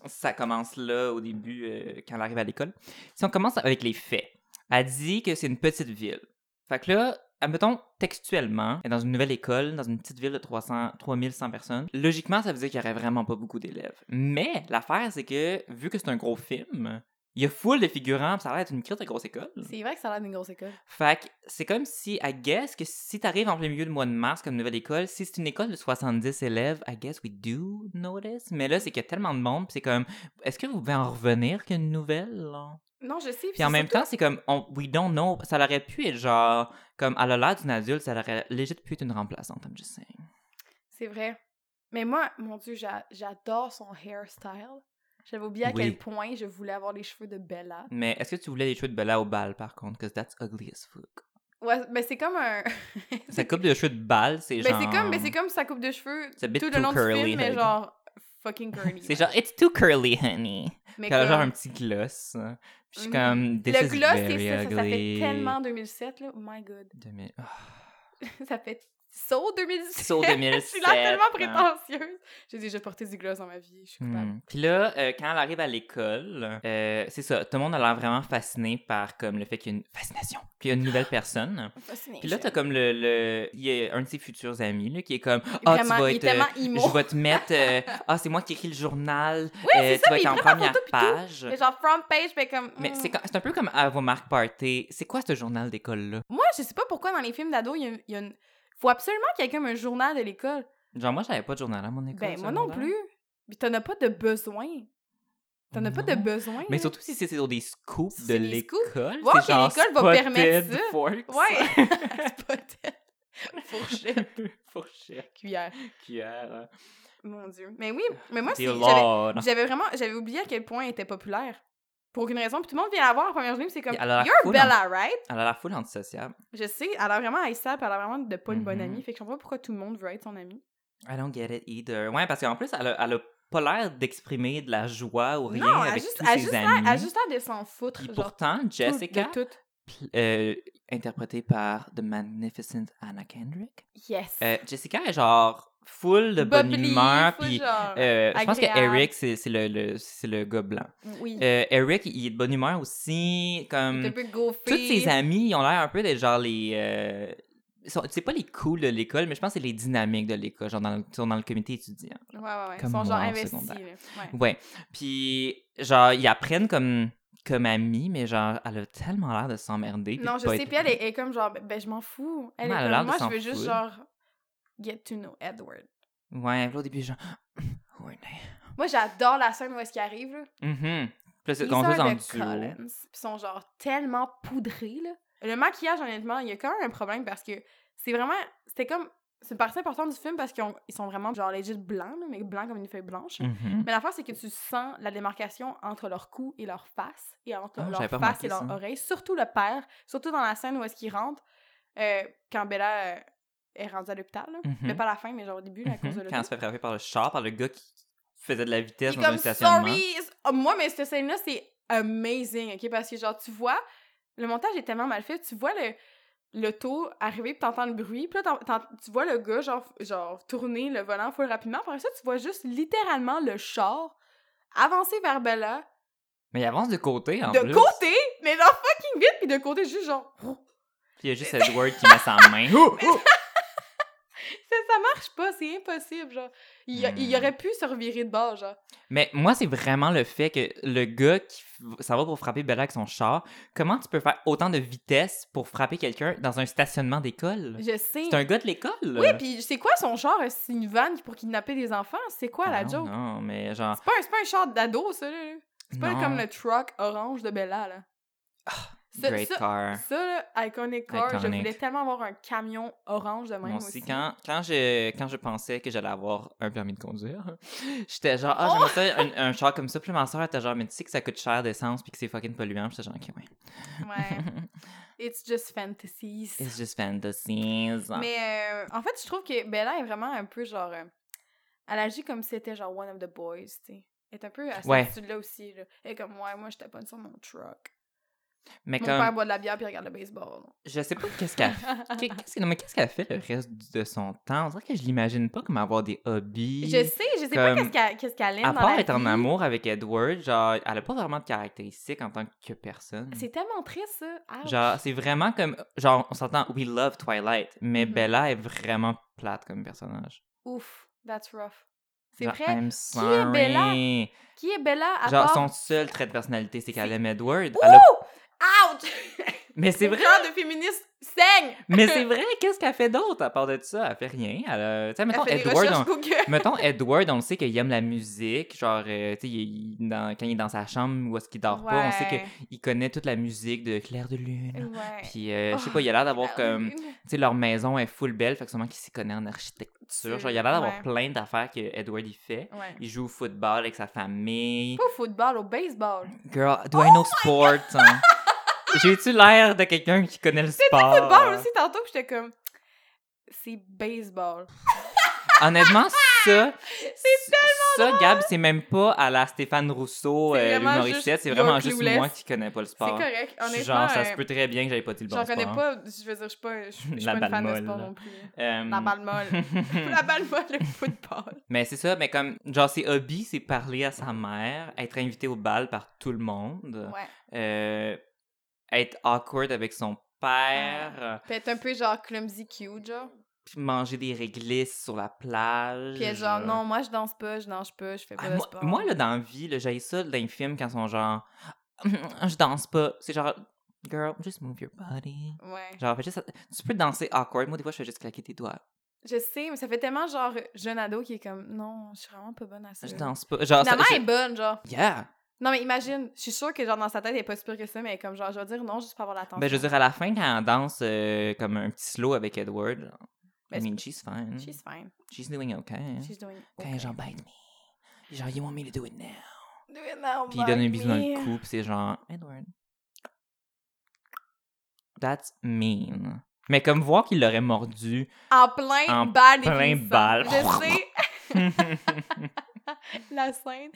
[SPEAKER 2] ça commence là au début euh, quand elle arrive à l'école. Si on commence avec les faits, elle dit que c'est une petite ville. Fait que là, admettons textuellement, elle est dans une nouvelle école, dans une petite ville de 300, 3100 personnes. Logiquement, ça veut dire qu'il y aurait vraiment pas beaucoup d'élèves. Mais l'affaire, c'est que vu que c'est un gros film, il y a full de figurants, puis ça a l'air d'être une crise de grosse école. »
[SPEAKER 1] C'est vrai que ça a l'air d'une grosse école.
[SPEAKER 2] Fait que c'est comme si, I guess, que si t'arrives en plein milieu du mois de mars comme nouvelle école, si c'est une école de 70 élèves, I guess we do notice. Mais là, c'est qu'il y a tellement de monde, puis c'est comme, est-ce que vous pouvez en revenir qu'une nouvelle? là?
[SPEAKER 1] Non, je sais.
[SPEAKER 2] Puis en même temps, c'est comme, on, we don't know. Ça aurait pu être genre, comme, à l'air d'une adulte, ça aurait légit pu être une remplaçante, I'm just saying.
[SPEAKER 1] C'est vrai. Mais moi, mon Dieu, j'a- j'adore son hairstyle. J'avais oublié à
[SPEAKER 2] Oui.
[SPEAKER 1] quel point je voulais avoir les cheveux de Bella.
[SPEAKER 2] Mais est-ce que tu voulais des cheveux de Bella au bal, par contre? Because that's ugly as fuck.
[SPEAKER 1] Ouais, mais c'est comme un...
[SPEAKER 2] Sa coupe de cheveux de bal,
[SPEAKER 1] [LAUGHS]
[SPEAKER 2] c'est
[SPEAKER 1] mais
[SPEAKER 2] genre...
[SPEAKER 1] c'est comme, mais c'est comme sa coupe de cheveux
[SPEAKER 2] It's a bit
[SPEAKER 1] tout le
[SPEAKER 2] too
[SPEAKER 1] long du
[SPEAKER 2] curly,
[SPEAKER 1] film, mais
[SPEAKER 2] honey.
[SPEAKER 1] genre fucking curly.
[SPEAKER 2] C'est genre, it's too curly, honey.
[SPEAKER 1] Mais
[SPEAKER 2] Puis elle a genre
[SPEAKER 1] comme-
[SPEAKER 2] un petit gloss. hein. Puis je suis
[SPEAKER 1] Mhm.
[SPEAKER 2] comme, this
[SPEAKER 1] Le
[SPEAKER 2] is
[SPEAKER 1] gloss, c'est
[SPEAKER 2] very
[SPEAKER 1] ça, ça, ça fait [LAUGHS]
[SPEAKER 2] ugly.
[SPEAKER 1] tellement 2007, là. Oh my God.
[SPEAKER 2] De mes- Ah.
[SPEAKER 1] ça fait Saut 2017.
[SPEAKER 2] Saut 2017.
[SPEAKER 1] [LAUGHS] Je suis là tellement
[SPEAKER 2] hein.
[SPEAKER 1] prétentieuse. J'ai déjà porté du gloss dans ma vie. Je suis coupable.
[SPEAKER 2] Hmm. Puis là, euh, quand elle arrive à l'école, euh, c'est ça, tout le monde a l'air vraiment fasciné par comme le fait qu'il y a une fascination, qu'il y a une [GASPS] nouvelle personne.
[SPEAKER 1] Fascinée,
[SPEAKER 2] Hmm. Puis là,
[SPEAKER 1] je-
[SPEAKER 2] t'as comme le, le- Il y a un de ses futurs amis là, qui est comme Ah, tu
[SPEAKER 1] Vraiment,
[SPEAKER 2] vas
[SPEAKER 1] il est
[SPEAKER 2] être.
[SPEAKER 1] tellement
[SPEAKER 2] euh,
[SPEAKER 1] imo.
[SPEAKER 2] je
[SPEAKER 1] [LAUGHS]
[SPEAKER 2] vais te mettre. euh, Ah, c'est moi qui écris le journal.
[SPEAKER 1] c'est
[SPEAKER 2] euh,
[SPEAKER 1] ça,
[SPEAKER 2] tu vas
[SPEAKER 1] mais
[SPEAKER 2] être
[SPEAKER 1] il
[SPEAKER 2] en
[SPEAKER 1] prend la
[SPEAKER 2] première
[SPEAKER 1] photo, puis tout.
[SPEAKER 2] page.
[SPEAKER 1] Mais genre, front page, mais comme.
[SPEAKER 2] Mais
[SPEAKER 1] hmm.
[SPEAKER 2] c'est quand- c'est un peu comme à vos marques party. C'est quoi ce journal d'école-là?
[SPEAKER 1] Moi, je sais pas pourquoi dans les films d'ados, il y a, une- il y a une. Faut absolument qu'il y ait comme un journal de l'école.
[SPEAKER 2] Genre, moi, j'avais pas de journal à mon école.
[SPEAKER 1] Ben, moi non
[SPEAKER 2] secondaire.
[SPEAKER 1] plus. Puis t'en as pas de besoin. T'en as pas de
[SPEAKER 2] Non.
[SPEAKER 1] besoin.
[SPEAKER 2] Mais
[SPEAKER 1] là.
[SPEAKER 2] surtout
[SPEAKER 1] [LAUGHS]
[SPEAKER 2] si c'est sur des scoops
[SPEAKER 1] Si
[SPEAKER 2] de
[SPEAKER 1] c'est des scoops,
[SPEAKER 2] l'école.
[SPEAKER 1] voir
[SPEAKER 2] c'est
[SPEAKER 1] que
[SPEAKER 2] genre
[SPEAKER 1] l'école va permettre
[SPEAKER 2] spotted
[SPEAKER 1] ça.
[SPEAKER 2] forks.
[SPEAKER 1] Ouais. C'est pas tel.
[SPEAKER 2] [LAUGHS]
[SPEAKER 1] Fourchette,
[SPEAKER 2] Fourchette,
[SPEAKER 1] cuillère.
[SPEAKER 2] cuillère. hein.
[SPEAKER 1] Mon Dieu. Mais oui, mais moi, c'est.
[SPEAKER 2] Dear
[SPEAKER 1] j'avais-
[SPEAKER 2] Lord.
[SPEAKER 1] J'avais vraiment. J'avais oublié à quel point elle était populaire. Pour aucune raison. Puis tout le monde vient la voir en première journée, puis c'est comme.
[SPEAKER 2] Elle a l'air hein.
[SPEAKER 1] You're
[SPEAKER 2] cool,
[SPEAKER 1] Bella, right?
[SPEAKER 2] Elle a l'air full antisociable.
[SPEAKER 1] Je sais, elle a l'air vraiment haïssable, puis elle a l'air vraiment de pas une bonne
[SPEAKER 2] Mhm.
[SPEAKER 1] amie. Fait que je comprends pas pourquoi tout le monde veut être son amie.
[SPEAKER 2] I don't get it either. Ouais, parce qu'en plus, elle a, elle a pas l'air d'exprimer de la joie ou rien
[SPEAKER 1] non, elle a
[SPEAKER 2] avec
[SPEAKER 1] juste,
[SPEAKER 2] tous
[SPEAKER 1] elle a
[SPEAKER 2] ses
[SPEAKER 1] juste l'air-
[SPEAKER 2] amis.
[SPEAKER 1] elle a juste l'air de s'en foutre.
[SPEAKER 2] Mm-hmm. Puis
[SPEAKER 1] genre,
[SPEAKER 2] pourtant,
[SPEAKER 1] tout- de
[SPEAKER 2] Jessica,
[SPEAKER 1] tout.
[SPEAKER 2] pl- euh, interprétée par The Magnificent Anna Kendrick,
[SPEAKER 1] Yes.
[SPEAKER 2] euh, Jessica est genre full de bonne
[SPEAKER 1] Bubbly,
[SPEAKER 2] humeur.
[SPEAKER 1] full
[SPEAKER 2] Puis
[SPEAKER 1] genre,
[SPEAKER 2] euh, je pense que
[SPEAKER 1] agréable.
[SPEAKER 2] Eric, c'est c'est le, le, c'est le gars blanc.
[SPEAKER 1] oui.
[SPEAKER 2] Euh, Eric, il est de bonne humeur aussi.
[SPEAKER 1] Il est un
[SPEAKER 2] Comme
[SPEAKER 1] peu gaufré.
[SPEAKER 2] tous ses amis, ils ont l'air un peu de genre les. euh, ils sont- c'est pas les cools de l'école, mais je pense que c'est les dynamiques de l'école, genre dans le, ils sont dans le comité étudiant.
[SPEAKER 1] Ouais, ouais, ouais. Ils
[SPEAKER 2] Comme
[SPEAKER 1] sont genre
[SPEAKER 2] moi en
[SPEAKER 1] investis. là.
[SPEAKER 2] secondaire.
[SPEAKER 1] Ouais.
[SPEAKER 2] Ouais. Puis, genre, ils apprennent comme, comme amis, mais genre, elle a tellement l'air de s'emmerder. puis
[SPEAKER 1] Non,
[SPEAKER 2] de
[SPEAKER 1] je
[SPEAKER 2] pas
[SPEAKER 1] sais.
[SPEAKER 2] être-
[SPEAKER 1] Puis elle est, elle est comme genre, ben, ben, je m'en fous. Elle
[SPEAKER 2] Ouais,
[SPEAKER 1] est
[SPEAKER 2] elle a
[SPEAKER 1] comme,
[SPEAKER 2] l'air de
[SPEAKER 1] moi, je
[SPEAKER 2] s'en
[SPEAKER 1] veux juste
[SPEAKER 2] foutre.
[SPEAKER 1] genre get to know Edward.
[SPEAKER 2] Ouais, puis là, au début, genre. [CLEARS THROAT] Who are they?
[SPEAKER 1] Moi, j'adore la scène où est-ce qu'il arrive, là.
[SPEAKER 2] Mhm. Puis là, c'est
[SPEAKER 1] Les
[SPEAKER 2] qu'on joue
[SPEAKER 1] sœurs
[SPEAKER 2] en
[SPEAKER 1] de
[SPEAKER 2] duo.
[SPEAKER 1] Collins. Puis ils sont genre tellement poudrés, là. Le maquillage, honnêtement, il y a quand même un problème parce que c'est vraiment. C'était comme. C'est une partie importante du film parce qu'ils ont- ils sont vraiment genre legit blancs, là, mais blancs comme une feuille blanche.
[SPEAKER 2] Mhm.
[SPEAKER 1] Mais l'affaire, c'est que tu sens la démarcation entre leur cou et leur face, et entre
[SPEAKER 2] Ah,
[SPEAKER 1] leur
[SPEAKER 2] j'avais pas
[SPEAKER 1] face et
[SPEAKER 2] remarqué
[SPEAKER 1] leur
[SPEAKER 2] ça.
[SPEAKER 1] oreille, surtout le père, surtout dans la scène où est-ce qu'il rentre, euh, quand Bella euh, est rendue à l'hôpital. là.
[SPEAKER 2] Mhm.
[SPEAKER 1] Mais pas à la fin, mais genre au début, là, à cause de
[SPEAKER 2] Mhm. Quand elle
[SPEAKER 1] l'auto.
[SPEAKER 2] se fait frapper par le char, par le gars qui faisait de la vitesse
[SPEAKER 1] Il est
[SPEAKER 2] dans un
[SPEAKER 1] comme,
[SPEAKER 2] stationnement.
[SPEAKER 1] sorry! Ah, Moi, mais cette scène-là, c'est amazing, OK? Parce que genre, tu vois, le montage est tellement mal fait, tu vois le l'auto arriver, puis t'entends le bruit, puis là, t'en- t'en- tu vois le gars, genre, genre, tourner le volant full rapidement, après ça, tu vois juste littéralement le char avancer vers Bella,
[SPEAKER 2] Mais il avance de côté, en
[SPEAKER 1] de
[SPEAKER 2] plus.
[SPEAKER 1] côté, mais genre fucking vite, puis de côté, juste genre.
[SPEAKER 2] Puis il y a juste Edward qui met sa main.
[SPEAKER 1] [LAUGHS]
[SPEAKER 2] Ouh, ouh.
[SPEAKER 1] Ça, ça marche pas, c'est impossible, genre. Il, y a-
[SPEAKER 2] Hmm.
[SPEAKER 1] il aurait pu se revirer de bord, genre.
[SPEAKER 2] Mais moi, c'est vraiment le fait que le gars qui f- ça va pour frapper Bella avec son char, comment tu peux faire autant de vitesse pour frapper quelqu'un dans un stationnement d'école?
[SPEAKER 1] Je sais.
[SPEAKER 2] C'est un gars de l'école?
[SPEAKER 1] Oui, puis c'est quoi son genre, euh, c'est une vanne pour kidnapper des enfants? C'est quoi la
[SPEAKER 2] Ah Non,
[SPEAKER 1] joke?
[SPEAKER 2] Non, mais genre...
[SPEAKER 1] C'est pas, un- c'est pas un char d'ado, ça, là. C'est pas
[SPEAKER 2] Ah. non. Ah,
[SPEAKER 1] comme le truck orange de Bella, là. Ça-
[SPEAKER 2] Great
[SPEAKER 1] ça-
[SPEAKER 2] car.
[SPEAKER 1] Ça, là, Iconic Car, je
[SPEAKER 2] Iconic.
[SPEAKER 1] voulais tellement avoir un camion orange de même
[SPEAKER 2] Moi aussi, quand, quand, je, quand je pensais que j'allais avoir un permis de conduire, [LAUGHS] j'étais genre, ah,
[SPEAKER 1] Oh!
[SPEAKER 2] j'aimerais ça, un, un char comme ça. Puis ma soeur était genre, mais tu sais que ça coûte cher d'essence puis que c'est fucking polluant. Puis j'étais genre, ok, ouais.
[SPEAKER 1] [LAUGHS]
[SPEAKER 2] [LAUGHS]
[SPEAKER 1] Ouais. It's just fantasies.
[SPEAKER 2] It's just fantasies.
[SPEAKER 1] Mais euh, en fait, je trouve que Bella est vraiment un peu genre. euh, elle agit comme si c'était genre one of the boys, tu sais. Elle est un peu à cette
[SPEAKER 2] Ouais.
[SPEAKER 1] attitude-là aussi. Là. Elle est comme, ouais, moi, je taponne sur mon truck.
[SPEAKER 2] Mais
[SPEAKER 1] Mon
[SPEAKER 2] comme,
[SPEAKER 1] père boit de la bière puis regarde le baseball.
[SPEAKER 2] je sais pas
[SPEAKER 1] [LAUGHS]
[SPEAKER 2] qu'est-ce qu'elle Qu'est- Qu'est-ce que- non, mais qu'est-ce qu'elle fait le reste de son temps? On dirait que je l'imagine pas comme avoir des hobbies.
[SPEAKER 1] je sais, je sais pas qu'est-ce
[SPEAKER 2] comme-
[SPEAKER 1] qu'elle qu'est-ce qu'elle aime.
[SPEAKER 2] à
[SPEAKER 1] dans
[SPEAKER 2] part
[SPEAKER 1] la
[SPEAKER 2] être en
[SPEAKER 1] vie.
[SPEAKER 2] amour avec Edward, genre, elle a pas vraiment de caractéristiques en tant que personne.
[SPEAKER 1] C'est tellement triste, ça. Ouch.
[SPEAKER 2] Genre, c'est vraiment comme. Genre, on s'entend, we love Twilight, mais
[SPEAKER 1] Mhm.
[SPEAKER 2] Bella est vraiment plate comme personnage.
[SPEAKER 1] Ouf, that's rough. C'est
[SPEAKER 2] Genre,
[SPEAKER 1] vrai.
[SPEAKER 2] I'm
[SPEAKER 1] est Bella?
[SPEAKER 2] sorry.
[SPEAKER 1] Qui est Bella à
[SPEAKER 2] Genre,
[SPEAKER 1] part.
[SPEAKER 2] son seul trait de personnalité, c'est qu'elle
[SPEAKER 1] C'est-
[SPEAKER 2] aime Edward. Elle a-
[SPEAKER 1] Ouh! Ouch!
[SPEAKER 2] Mais [LAUGHS] c'est vrai!
[SPEAKER 1] genre de féministe saigne! [LAUGHS]
[SPEAKER 2] Mais c'est vrai! Qu'est-ce qu'elle fait d'autre à part de ça? Elle fait rien. Elle a- Tu sais,
[SPEAKER 1] Elle
[SPEAKER 2] mettons,
[SPEAKER 1] fait des
[SPEAKER 2] Edward, hein. on-
[SPEAKER 1] recherches Google.
[SPEAKER 2] Mettons, Edward, on le sait qu'il aime la musique. Genre, euh, tu sais, il- il- dans- quand il est dans sa chambre ou est-ce qu'il dort pas, on sait
[SPEAKER 1] Ouais.
[SPEAKER 2] qu'il connaît toute la musique de Claire de Lune.
[SPEAKER 1] Ouais.
[SPEAKER 2] Puis, euh, je sais
[SPEAKER 1] Oh,
[SPEAKER 2] pas, il a l'air d'avoir
[SPEAKER 1] [LAUGHS] Claire de
[SPEAKER 2] comme. Tu
[SPEAKER 1] Lune.
[SPEAKER 2] sais, leur maison est full belle, fait que sûrement qu'il s'y connaît en architecture. Genre, il a l'air d'avoir
[SPEAKER 1] Ouais.
[SPEAKER 2] plein d'affaires que Edward il fait.
[SPEAKER 1] Ouais.
[SPEAKER 2] Il joue au football avec sa famille.
[SPEAKER 1] Pas au football, au baseball.
[SPEAKER 2] Girl, do
[SPEAKER 1] Oh
[SPEAKER 2] I know sports? hein? J'ai-tu l'air de quelqu'un qui Ah. connaît le sport?
[SPEAKER 1] football aussi tantôt, puis j'étais comme [LAUGHS] c'est baseball.
[SPEAKER 2] Honnêtement, ça,
[SPEAKER 1] C'est
[SPEAKER 2] ça, Gab, c'est même pas à la Stéphane Rousseau,
[SPEAKER 1] C'est
[SPEAKER 2] euh,
[SPEAKER 1] vraiment
[SPEAKER 2] l'humoriste,
[SPEAKER 1] juste
[SPEAKER 2] c'est vraiment
[SPEAKER 1] you're
[SPEAKER 2] juste
[SPEAKER 1] clueless.
[SPEAKER 2] moi qui connais pas le
[SPEAKER 1] C'est
[SPEAKER 2] sport.
[SPEAKER 1] correct.
[SPEAKER 2] Je suis
[SPEAKER 1] Honnêtement,
[SPEAKER 2] genre, ça se
[SPEAKER 1] euh,
[SPEAKER 2] peut très bien que j'avais pas dit le bon
[SPEAKER 1] j'en
[SPEAKER 2] sport.
[SPEAKER 1] connais pas. Je veux dire, je suis pas, je, je suis pas
[SPEAKER 2] La
[SPEAKER 1] une
[SPEAKER 2] balle
[SPEAKER 1] fan de
[SPEAKER 2] molle,
[SPEAKER 1] sport
[SPEAKER 2] là.
[SPEAKER 1] non plus.
[SPEAKER 2] Euh,
[SPEAKER 1] La balle
[SPEAKER 2] [LAUGHS]
[SPEAKER 1] molle. [LAUGHS] la balle molle, le football.
[SPEAKER 2] mais c'est ça, mais comme, genre, ses hobbies, c'est parler à sa mère, être invité au bal par tout le monde,
[SPEAKER 1] Ouais.
[SPEAKER 2] euh, être awkward avec son père,
[SPEAKER 1] Puis être un peu genre clumsy cute, genre.
[SPEAKER 2] puis manger des réglisses sur la plage.
[SPEAKER 1] Puis être genre, non, moi je danse pas, je danse pas, je fais pas
[SPEAKER 2] Ah,
[SPEAKER 1] de
[SPEAKER 2] moi,
[SPEAKER 1] sport.
[SPEAKER 2] moi, là, dans la vie, là, j'ai ça dans les films quand ils sont genre, [CLEARS THROAT] je danse pas. C'est genre, girl, just move your body.
[SPEAKER 1] Ouais.
[SPEAKER 2] Genre, fais juste- tu peux danser awkward. Moi, des fois, je fais juste claquer tes doigts.
[SPEAKER 1] Je sais, mais ça fait tellement genre jeune ado qui est comme, non, je suis vraiment pas bonne à ça.
[SPEAKER 2] Je danse pas. Genre,
[SPEAKER 1] La
[SPEAKER 2] ça-
[SPEAKER 1] mère
[SPEAKER 2] je-
[SPEAKER 1] est bonne, genre.
[SPEAKER 2] Yeah!
[SPEAKER 1] Non, mais imagine, je suis sûre que genre dans sa tête, elle est pas super que ça, mais elle est comme genre, je vais dire non juste pour avoir l'attention.
[SPEAKER 2] Ben, je veux dire, à la fin, quand elle danse euh, comme un petit slow avec Edward, genre, I
[SPEAKER 1] Ben,
[SPEAKER 2] mean, she's fine. She's,
[SPEAKER 1] She's fine.
[SPEAKER 2] doing okay.
[SPEAKER 1] She's doing
[SPEAKER 2] Quand
[SPEAKER 1] okay.
[SPEAKER 2] hmm. Ben, genre, bite me. Genre, you want me to do it now.
[SPEAKER 1] Do it now,
[SPEAKER 2] Puis il donne un
[SPEAKER 1] bite
[SPEAKER 2] bisou dans
[SPEAKER 1] me.
[SPEAKER 2] le cou, puis c'est genre, Edward. That's mean. Mais comme voir qu'il l'aurait mordu.
[SPEAKER 1] En plein
[SPEAKER 2] En
[SPEAKER 1] bal.
[SPEAKER 2] plein
[SPEAKER 1] définissant.
[SPEAKER 2] bal.
[SPEAKER 1] Je
[SPEAKER 2] [LAUGHS]
[SPEAKER 1] sais. La scène.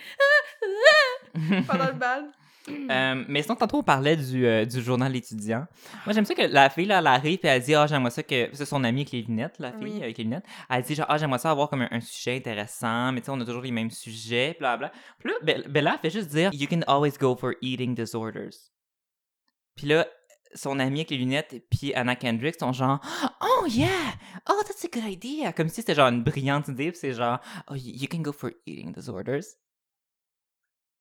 [SPEAKER 1] Pendant le bal.
[SPEAKER 2] [LAUGHS] Euh, mais sinon, tantôt, on parlait du, euh, du journal étudiant. Moi, j'aime ça que la fille, là, elle arrive et elle dit Ah, j'aimerais ça que. C'est son amie avec les lunettes, la fille
[SPEAKER 1] Oui.
[SPEAKER 2] avec les lunettes. Elle dit genre, Ah, j'aimerais ça avoir comme un, un sujet intéressant, mais tu sais, on a toujours les mêmes sujets, blablabla. Puis là, Be- Bella elle fait juste dire You can always go for eating disorders. Puis là, son amie avec les lunettes et puis Anna Kendrick sont genre Oh yeah! Oh, that's a good idea! Comme si c'était genre une brillante idée, puis c'est genre Oh, you can go for eating disorders.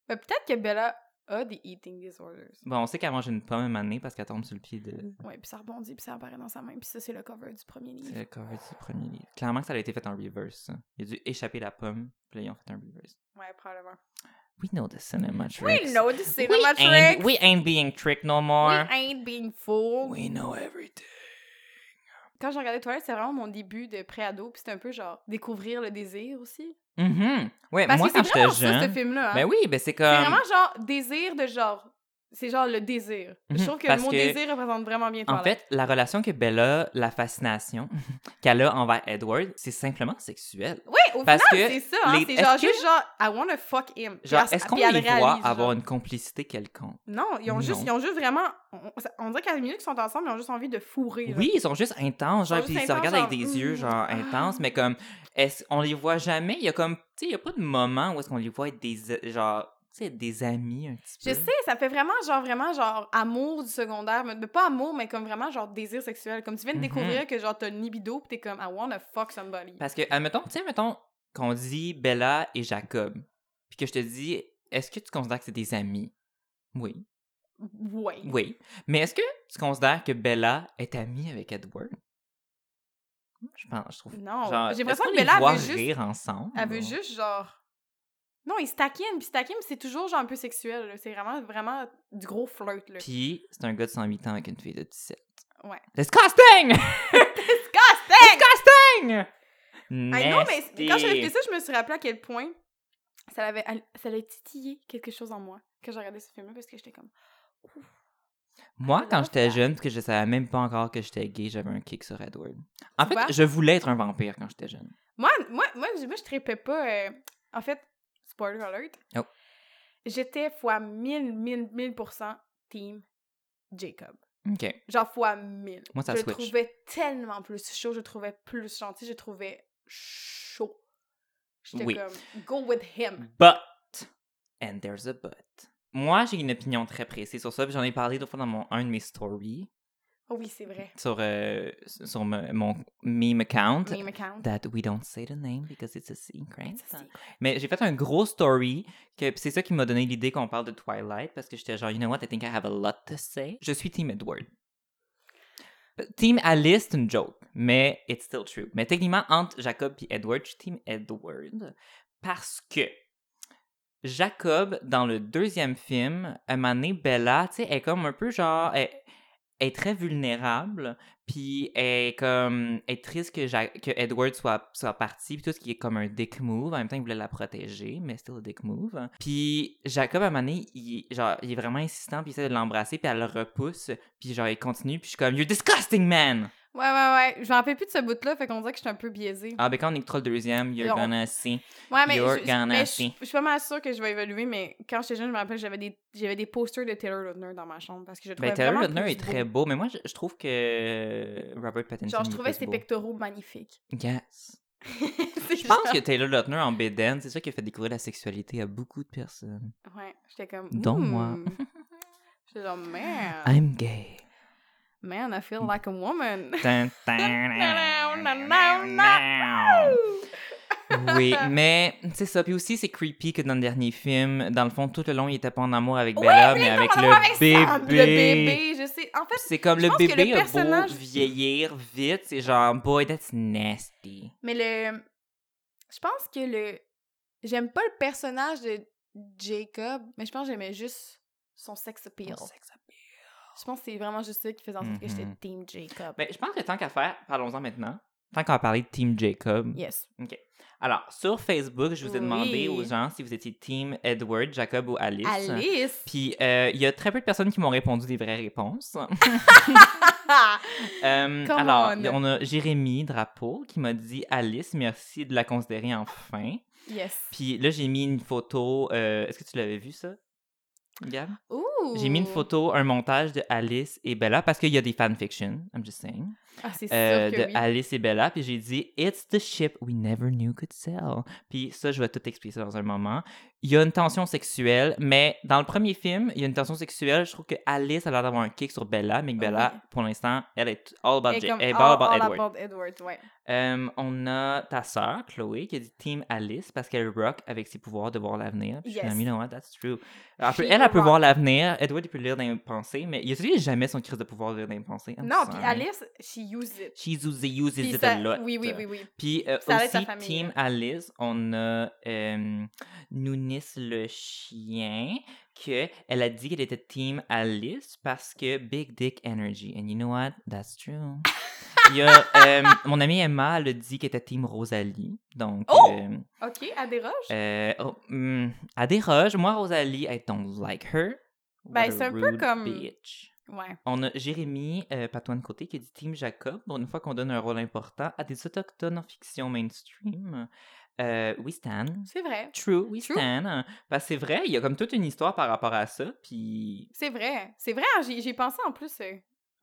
[SPEAKER 1] Mais peut-être que Bella a des eating
[SPEAKER 2] [LAUGHS]
[SPEAKER 1] disorders.
[SPEAKER 2] Bon, on sait qu'elle mange une pomme à un moment donné parce qu'elle tombe sur le pied de.
[SPEAKER 1] Ouais, puis ça rebondit, puis ça apparaît dans sa main, puis ça, c'est le cover du premier
[SPEAKER 2] C'est
[SPEAKER 1] livre.
[SPEAKER 2] le cover du premier livre. Clairement que ça a été fait en reverse. ça. Il a dû échapper la pomme, puis là, ils ont fait un reverse.
[SPEAKER 1] Ouais, probablement.
[SPEAKER 2] We know the cinema
[SPEAKER 1] We
[SPEAKER 2] tricks.
[SPEAKER 1] know this is
[SPEAKER 2] We
[SPEAKER 1] cinema
[SPEAKER 2] ain't-
[SPEAKER 1] trick.
[SPEAKER 2] We ain't being tricked no
[SPEAKER 1] We
[SPEAKER 2] more.
[SPEAKER 1] ain't being fooled.
[SPEAKER 2] We know everything.
[SPEAKER 1] Quand j'ai regardé Twilight, c'était vraiment mon début de pré-ado, puis c'était un peu genre découvrir le désir aussi.
[SPEAKER 2] Mhm. Ouais,
[SPEAKER 1] Parce
[SPEAKER 2] moi,
[SPEAKER 1] que
[SPEAKER 2] quand
[SPEAKER 1] c'est
[SPEAKER 2] j'étais
[SPEAKER 1] vraiment ça, ce
[SPEAKER 2] jeune...
[SPEAKER 1] film-là. hein.
[SPEAKER 2] Ben oui, ben c'est
[SPEAKER 1] C'est
[SPEAKER 2] comme...
[SPEAKER 1] vraiment genre désir de genre. C'est genre le désir.
[SPEAKER 2] Mhm,
[SPEAKER 1] Je trouve que
[SPEAKER 2] parce
[SPEAKER 1] le mot
[SPEAKER 2] que-
[SPEAKER 1] désir représente vraiment bien
[SPEAKER 2] En
[SPEAKER 1] Twilight.
[SPEAKER 2] fait, la relation que Bella, la fascination [LAUGHS] qu'elle a envers Edward, c'est simplement sexuel.
[SPEAKER 1] Oui, au
[SPEAKER 2] Parce
[SPEAKER 1] final,
[SPEAKER 2] que
[SPEAKER 1] c'est ça. hein.
[SPEAKER 2] les-
[SPEAKER 1] C'est
[SPEAKER 2] est-ce
[SPEAKER 1] genre
[SPEAKER 2] que-
[SPEAKER 1] juste genre, I wanna fuck him. Puis
[SPEAKER 2] Genre,
[SPEAKER 1] elle-
[SPEAKER 2] est-ce qu'on
[SPEAKER 1] puis
[SPEAKER 2] les
[SPEAKER 1] elle
[SPEAKER 2] voit
[SPEAKER 1] réalise, genre.
[SPEAKER 2] avoir une complicité quelconque?
[SPEAKER 1] Non, ils ont, juste,
[SPEAKER 2] Non.
[SPEAKER 1] ils ont juste vraiment. On, on dirait qu'à la minute qu'ils sont ensemble, ils ont juste envie de fourrer. là.
[SPEAKER 2] Oui, ils sont juste intenses, genre,
[SPEAKER 1] sont
[SPEAKER 2] puis
[SPEAKER 1] juste
[SPEAKER 2] ils se
[SPEAKER 1] intenses,
[SPEAKER 2] regardent avec des
[SPEAKER 1] genre,
[SPEAKER 2] yeux,
[SPEAKER 1] Mm.
[SPEAKER 2] genre, intenses, mais comme, est-ce, on les voit jamais, il y a comme, tu sais, il y a pas de moment où est-ce qu'on les voit être des, euh, genre, tu sais, être des amis un petit
[SPEAKER 1] Je
[SPEAKER 2] peu.
[SPEAKER 1] sais, ça fait vraiment genre vraiment genre amour du secondaire, mais mais pas amour, mais comme vraiment genre désir sexuel. Comme tu viens de
[SPEAKER 2] Mhm.
[SPEAKER 1] découvrir que genre t'as une libido pis t'es comme I wanna fuck somebody.
[SPEAKER 2] Parce que, admettons, tu sais, mettons qu'on dit Bella et Jacob, puis que je te dis, est-ce que tu considères que c'est des amis? Oui.
[SPEAKER 1] Ouais.
[SPEAKER 2] Oui. Mais est-ce que tu considères que Bella est amie avec Edward? Je pense, je trouve.
[SPEAKER 1] Non.
[SPEAKER 2] genre,
[SPEAKER 1] J'ai
[SPEAKER 2] est-ce
[SPEAKER 1] l'impression
[SPEAKER 2] qu'on
[SPEAKER 1] que
[SPEAKER 2] les
[SPEAKER 1] Bella
[SPEAKER 2] voit
[SPEAKER 1] elle veut juste.
[SPEAKER 2] rire ensemble?
[SPEAKER 1] Elle veut juste genre. Non, il se taquine, pis se taquine, c'est toujours genre un peu sexuel. là. C'est vraiment vraiment du gros flirt là.
[SPEAKER 2] Puis, c'est un gars de 108 ans avec une fille de 17.
[SPEAKER 1] Ouais.
[SPEAKER 2] Disgusting!
[SPEAKER 1] Disgusting!
[SPEAKER 2] Disgusting!
[SPEAKER 1] Hey, non, mais c- quand j'avais fait ça, je me suis rappelé à quel point ça l'avait ça l'avait titillé quelque chose en moi quand j'ai regardé ce film-là parce que j'étais comme
[SPEAKER 2] Moi, quand
[SPEAKER 1] Là,
[SPEAKER 2] j'étais
[SPEAKER 1] ça-
[SPEAKER 2] jeune, parce que je savais même pas encore que j'étais gay, j'avais un kick sur Edward. En
[SPEAKER 1] Tu vois?
[SPEAKER 2] fait, je voulais être un vampire quand j'étais jeune.
[SPEAKER 1] Moi, moi, moi, je- moi, je tripais pas. euh, En fait, spoiler alert.
[SPEAKER 2] Oh.
[SPEAKER 1] J'étais fois 1000, 1000, 1000% team Jacob.
[SPEAKER 2] OK.
[SPEAKER 1] Genre fois 1000.
[SPEAKER 2] Moi, ça
[SPEAKER 1] je
[SPEAKER 2] switch.
[SPEAKER 1] le trouvais tellement plus chaud, je le trouvais plus gentil, je le trouvais chaud. J'étais
[SPEAKER 2] Oui. Mm.
[SPEAKER 1] comme, go with him.
[SPEAKER 2] But, and there's a but. Moi, j'ai une opinion très précise sur ça, puis j'en ai parlé deux fois dans mon, un de mes stories,
[SPEAKER 1] Oh oui, c'est
[SPEAKER 2] [LAUGHS]
[SPEAKER 1] vrai.
[SPEAKER 2] sur, euh, sur me- mon meme account,
[SPEAKER 1] Name account.
[SPEAKER 2] that we don't say the name because it's a secret.
[SPEAKER 1] It's a secret.
[SPEAKER 2] Mais j'ai fait un gros story, que pis c'est ça qui m'a donné l'idée qu'on parle de Twilight, parce que j'étais genre, you know what, I think I have a lot to say. Je suis Team Edward. Team Alice, c'est une joke, mais it's still true. Mais techniquement, entre Jacob et Edward, je suis Team Edward, parce que Jacob, dans le deuxième film, à un moment donné, Bella, tu sais, elle est comme un peu genre... Elle, elle est très vulnérable, puis elle est comme... Elle est triste que, Ja- que Edward soit, soit parti, puis tout ce qui est comme un dick move. En même temps, il voulait la protéger, mais still a dick move. Puis Jacob, à un moment donné, il, genre, il est vraiment insistant, puis il essaie de l'embrasser, puis elle le repousse, puis genre, il continue, puis je suis comme « You're disgusting, man!
[SPEAKER 1] Ouais, ouais, ouais. Je m'en rappelle plus de ce bout-là, fait qu'on dirait que je suis un peu biaisée.
[SPEAKER 2] Ah, ben quand on écoutera le deuxième, You're
[SPEAKER 1] Non.
[SPEAKER 2] Gonna See.
[SPEAKER 1] Ouais, mais,
[SPEAKER 2] You're
[SPEAKER 1] je,
[SPEAKER 2] gonna
[SPEAKER 1] mais je-
[SPEAKER 2] see.
[SPEAKER 1] je suis pas mal sûre que je vais évoluer, mais quand j'étais jeune, je me rappelle, j'avais des, j'avais des posters de Taylor Lautner dans ma chambre parce que je trouvais
[SPEAKER 2] Ben, Taylor
[SPEAKER 1] vraiment
[SPEAKER 2] Lautner est
[SPEAKER 1] plus
[SPEAKER 2] très
[SPEAKER 1] beau.
[SPEAKER 2] beau, mais moi, je, je trouve que Robert Pattinson.
[SPEAKER 1] Genre, je
[SPEAKER 2] est
[SPEAKER 1] trouvais
[SPEAKER 2] plus
[SPEAKER 1] ses
[SPEAKER 2] beau.
[SPEAKER 1] pectoraux magnifiques. [LAUGHS]
[SPEAKER 2] Yes.
[SPEAKER 1] je
[SPEAKER 2] Je pense que Taylor Lautner en Beden, c'est ça qui a fait découvrir la sexualité à beaucoup de personnes.
[SPEAKER 1] Ouais, j'étais comme.
[SPEAKER 2] Dont moi.
[SPEAKER 1] hmm. [LAUGHS] J'étais genre, man.
[SPEAKER 2] I'm gay.
[SPEAKER 1] Man, I feel like a woman. [LAUGHS]
[SPEAKER 2] Tan,
[SPEAKER 1] Non, non, non, non,
[SPEAKER 2] tan. Oui,
[SPEAKER 1] [LAUGHS]
[SPEAKER 2] mais c'est ça. Puis aussi, c'est creepy que dans le dernier film, dans le fond, tout le long, il était pas en amour avec
[SPEAKER 1] Oui,
[SPEAKER 2] Bella,
[SPEAKER 1] puis
[SPEAKER 2] mais
[SPEAKER 1] là, il
[SPEAKER 2] avec
[SPEAKER 1] tombe en
[SPEAKER 2] le,
[SPEAKER 1] amour avec Sam, Le
[SPEAKER 2] bébé.
[SPEAKER 1] bébé, je sais. En fait,
[SPEAKER 2] C'est comme
[SPEAKER 1] Je
[SPEAKER 2] le
[SPEAKER 1] pense que le
[SPEAKER 2] bébé a
[SPEAKER 1] personnage-
[SPEAKER 2] beau vieillir vite, c'est genre, boy, that's nasty.
[SPEAKER 1] mais le. Je pense que le. J'aime pas le personnage de Jacob, mais je pense que j'aimais juste son sex appeal.
[SPEAKER 2] Son
[SPEAKER 1] Je pense que c'est vraiment juste ça qui faisait en sorte que j'étais
[SPEAKER 2] Mhm.
[SPEAKER 1] Team Jacob.
[SPEAKER 2] Mais je pense que tant qu'à faire, parlons-en maintenant. Tant qu'on a parlé de Team Jacob.
[SPEAKER 1] Yes.
[SPEAKER 2] Alors, sur Facebook, je vous ai
[SPEAKER 1] Oui.
[SPEAKER 2] demandé aux gens si vous étiez Team Edward, Jacob ou Alice.
[SPEAKER 1] Alice!
[SPEAKER 2] Puis, euh, il y a très peu de personnes qui m'ont répondu des vraies réponses. [LAUGHS] Euh,
[SPEAKER 1] Come
[SPEAKER 2] alors,
[SPEAKER 1] on.
[SPEAKER 2] y- on a Jérémy Drapeau qui m'a dit Alice, merci de la considérer enfin.
[SPEAKER 1] yes.
[SPEAKER 2] Puis là, j'ai mis une photo. euh, Est-ce que tu l'avais vu ça, Gab?
[SPEAKER 1] Ouh!
[SPEAKER 2] J'ai mis une photo, un montage de Alice et Bella parce qu'il y a des fanfictions, I'm just saying,
[SPEAKER 1] Ah, c'est
[SPEAKER 2] euh,
[SPEAKER 1] sûr
[SPEAKER 2] de
[SPEAKER 1] que oui.
[SPEAKER 2] Alice et Bella. Puis j'ai dit It's the ship we never knew could sell. Puis ça, je vais tout expliquer ça dans un moment. Il y a une tension sexuelle, mais dans le premier film, il y a une tension sexuelle. Je trouve que Alice a l'air d'avoir un kick sur Bella, mais que Bella,
[SPEAKER 1] Ah Oui.
[SPEAKER 2] pour l'instant, elle est all about,
[SPEAKER 1] Et
[SPEAKER 2] Ja-
[SPEAKER 1] comme oh,
[SPEAKER 2] elle est all
[SPEAKER 1] all-
[SPEAKER 2] about
[SPEAKER 1] all
[SPEAKER 2] Edward.
[SPEAKER 1] about Edward, ouais.
[SPEAKER 2] Euh, on a ta sœur, Chloé, qui a dit Team Alice parce qu'elle rock avec ses pouvoirs de voir l'avenir. Puis Je suis
[SPEAKER 1] Yes.
[SPEAKER 2] comme, you know what, that's true. Elle, peut,
[SPEAKER 1] She
[SPEAKER 2] elle, elle peut
[SPEAKER 1] rock.
[SPEAKER 2] voir l'avenir. Edward, il peut lire dans les pensées, mais il y a celui qui a jamais son crise de pouvoir de lire dans les pensées. I'm
[SPEAKER 1] Non,
[SPEAKER 2] sorry.
[SPEAKER 1] puis Alice, she used it.
[SPEAKER 2] She uses, uses
[SPEAKER 1] Puis
[SPEAKER 2] it
[SPEAKER 1] ça-
[SPEAKER 2] a lot.
[SPEAKER 1] Oui, oui, oui, oui.
[SPEAKER 2] Puis euh,
[SPEAKER 1] Ça aide sa
[SPEAKER 2] aussi,
[SPEAKER 1] famille, hein.
[SPEAKER 2] Team Alice, on a euh, Nounis le chien, que elle a dit qu'elle était Team Alice parce que Big Dick Energy. And you know what? That's
[SPEAKER 1] [LAUGHS]
[SPEAKER 2] true. Il y a, euh, mon amie Emma, elle a dit qu'elle était Team Rosalie. Donc,
[SPEAKER 1] Oh!
[SPEAKER 2] euh,
[SPEAKER 1] OK, elle déroge?
[SPEAKER 2] euh, oh, hmm, elle déroge. Moi, Rosalie, I don't like her.
[SPEAKER 1] Ben,
[SPEAKER 2] What a
[SPEAKER 1] c'est un peu
[SPEAKER 2] rude
[SPEAKER 1] comme-
[SPEAKER 2] bitch.
[SPEAKER 1] Ouais.
[SPEAKER 2] On a Jérémy euh, Patouin de côté qui a dit Team Jacob. Bon, une fois qu'on donne un rôle important à des autochtones en fiction mainstream, euh, we stand.
[SPEAKER 1] C'est vrai.
[SPEAKER 2] True, we
[SPEAKER 1] True.
[SPEAKER 2] stand. Parce que Ben, c'est vrai, il y a comme toute une histoire par rapport à ça. Puis
[SPEAKER 1] C'est vrai. C'est vrai, hein, j'y j'y ai pensé en plus. euh,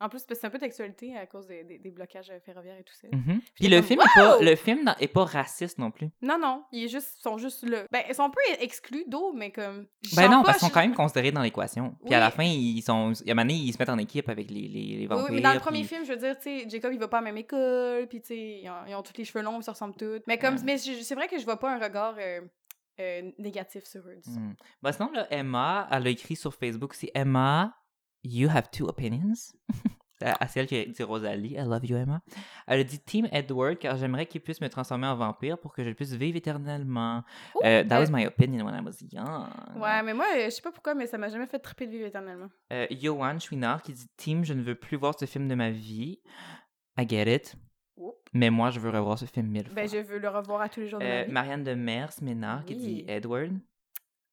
[SPEAKER 1] En plus, parce que c'est un peu d'actualité à cause des, des- des blocages euh, ferroviaires et tout ça.
[SPEAKER 2] Mhm. Puis
[SPEAKER 1] J'étais
[SPEAKER 2] le
[SPEAKER 1] comme,
[SPEAKER 2] film, est pas,
[SPEAKER 1] Wow!
[SPEAKER 2] le film dans- est pas raciste non plus.
[SPEAKER 1] Non, non, ils juste, sont juste là. Ben, ils sont un peu exclus d'eau, mais comme... je
[SPEAKER 2] Ben
[SPEAKER 1] sens
[SPEAKER 2] non,
[SPEAKER 1] pas,
[SPEAKER 2] parce qu'ils
[SPEAKER 1] je-
[SPEAKER 2] sont quand même considérés dans l'équation. Puis à
[SPEAKER 1] Oui.
[SPEAKER 2] la fin, ils sont. Il y a un moment donné, ils se mettent en équipe avec les, les, les
[SPEAKER 1] Oui,
[SPEAKER 2] vampires.
[SPEAKER 1] oui, mais dans le premier
[SPEAKER 2] puis-
[SPEAKER 1] film, je veux dire, tu sais, Jacob, il va pas à la même école, puis tu sais, ils, ont- ils ont tous les cheveux longs, ils se ressemblent tous. Mais comme,
[SPEAKER 2] Ouais.
[SPEAKER 1] mais je- c'est vrai que je vois pas un regard euh, euh, négatif sur eux, disons.
[SPEAKER 2] Hmm. Ben sinon, là, Emma, elle a écrit sur Facebook aussi Emma, you have two opinions. [LAUGHS] Ah, à à celle qui a dit Rosalie, I love you, Emma. Elle a dit Team Edward, car j'aimerais qu'il puisse me transformer en vampire pour que je puisse vivre éternellement.
[SPEAKER 1] Oh,
[SPEAKER 2] Euh, that
[SPEAKER 1] euh,
[SPEAKER 2] was my opinion when I was young.
[SPEAKER 1] Ouais, mais moi, euh, je sais pas pourquoi, mais ça m'a jamais fait triper de vivre éternellement.
[SPEAKER 2] Euh, Johan Chouinard qui dit Team, je ne veux plus voir ce film de ma vie. I get it.
[SPEAKER 1] Oups.
[SPEAKER 2] Mais moi, je veux revoir ce film mille fois.
[SPEAKER 1] Ben, je veux le revoir à tous les jours de ma
[SPEAKER 2] Euh,
[SPEAKER 1] vie.
[SPEAKER 2] Marianne de Mers, Ménard, qui
[SPEAKER 1] Oui.
[SPEAKER 2] dit Edward.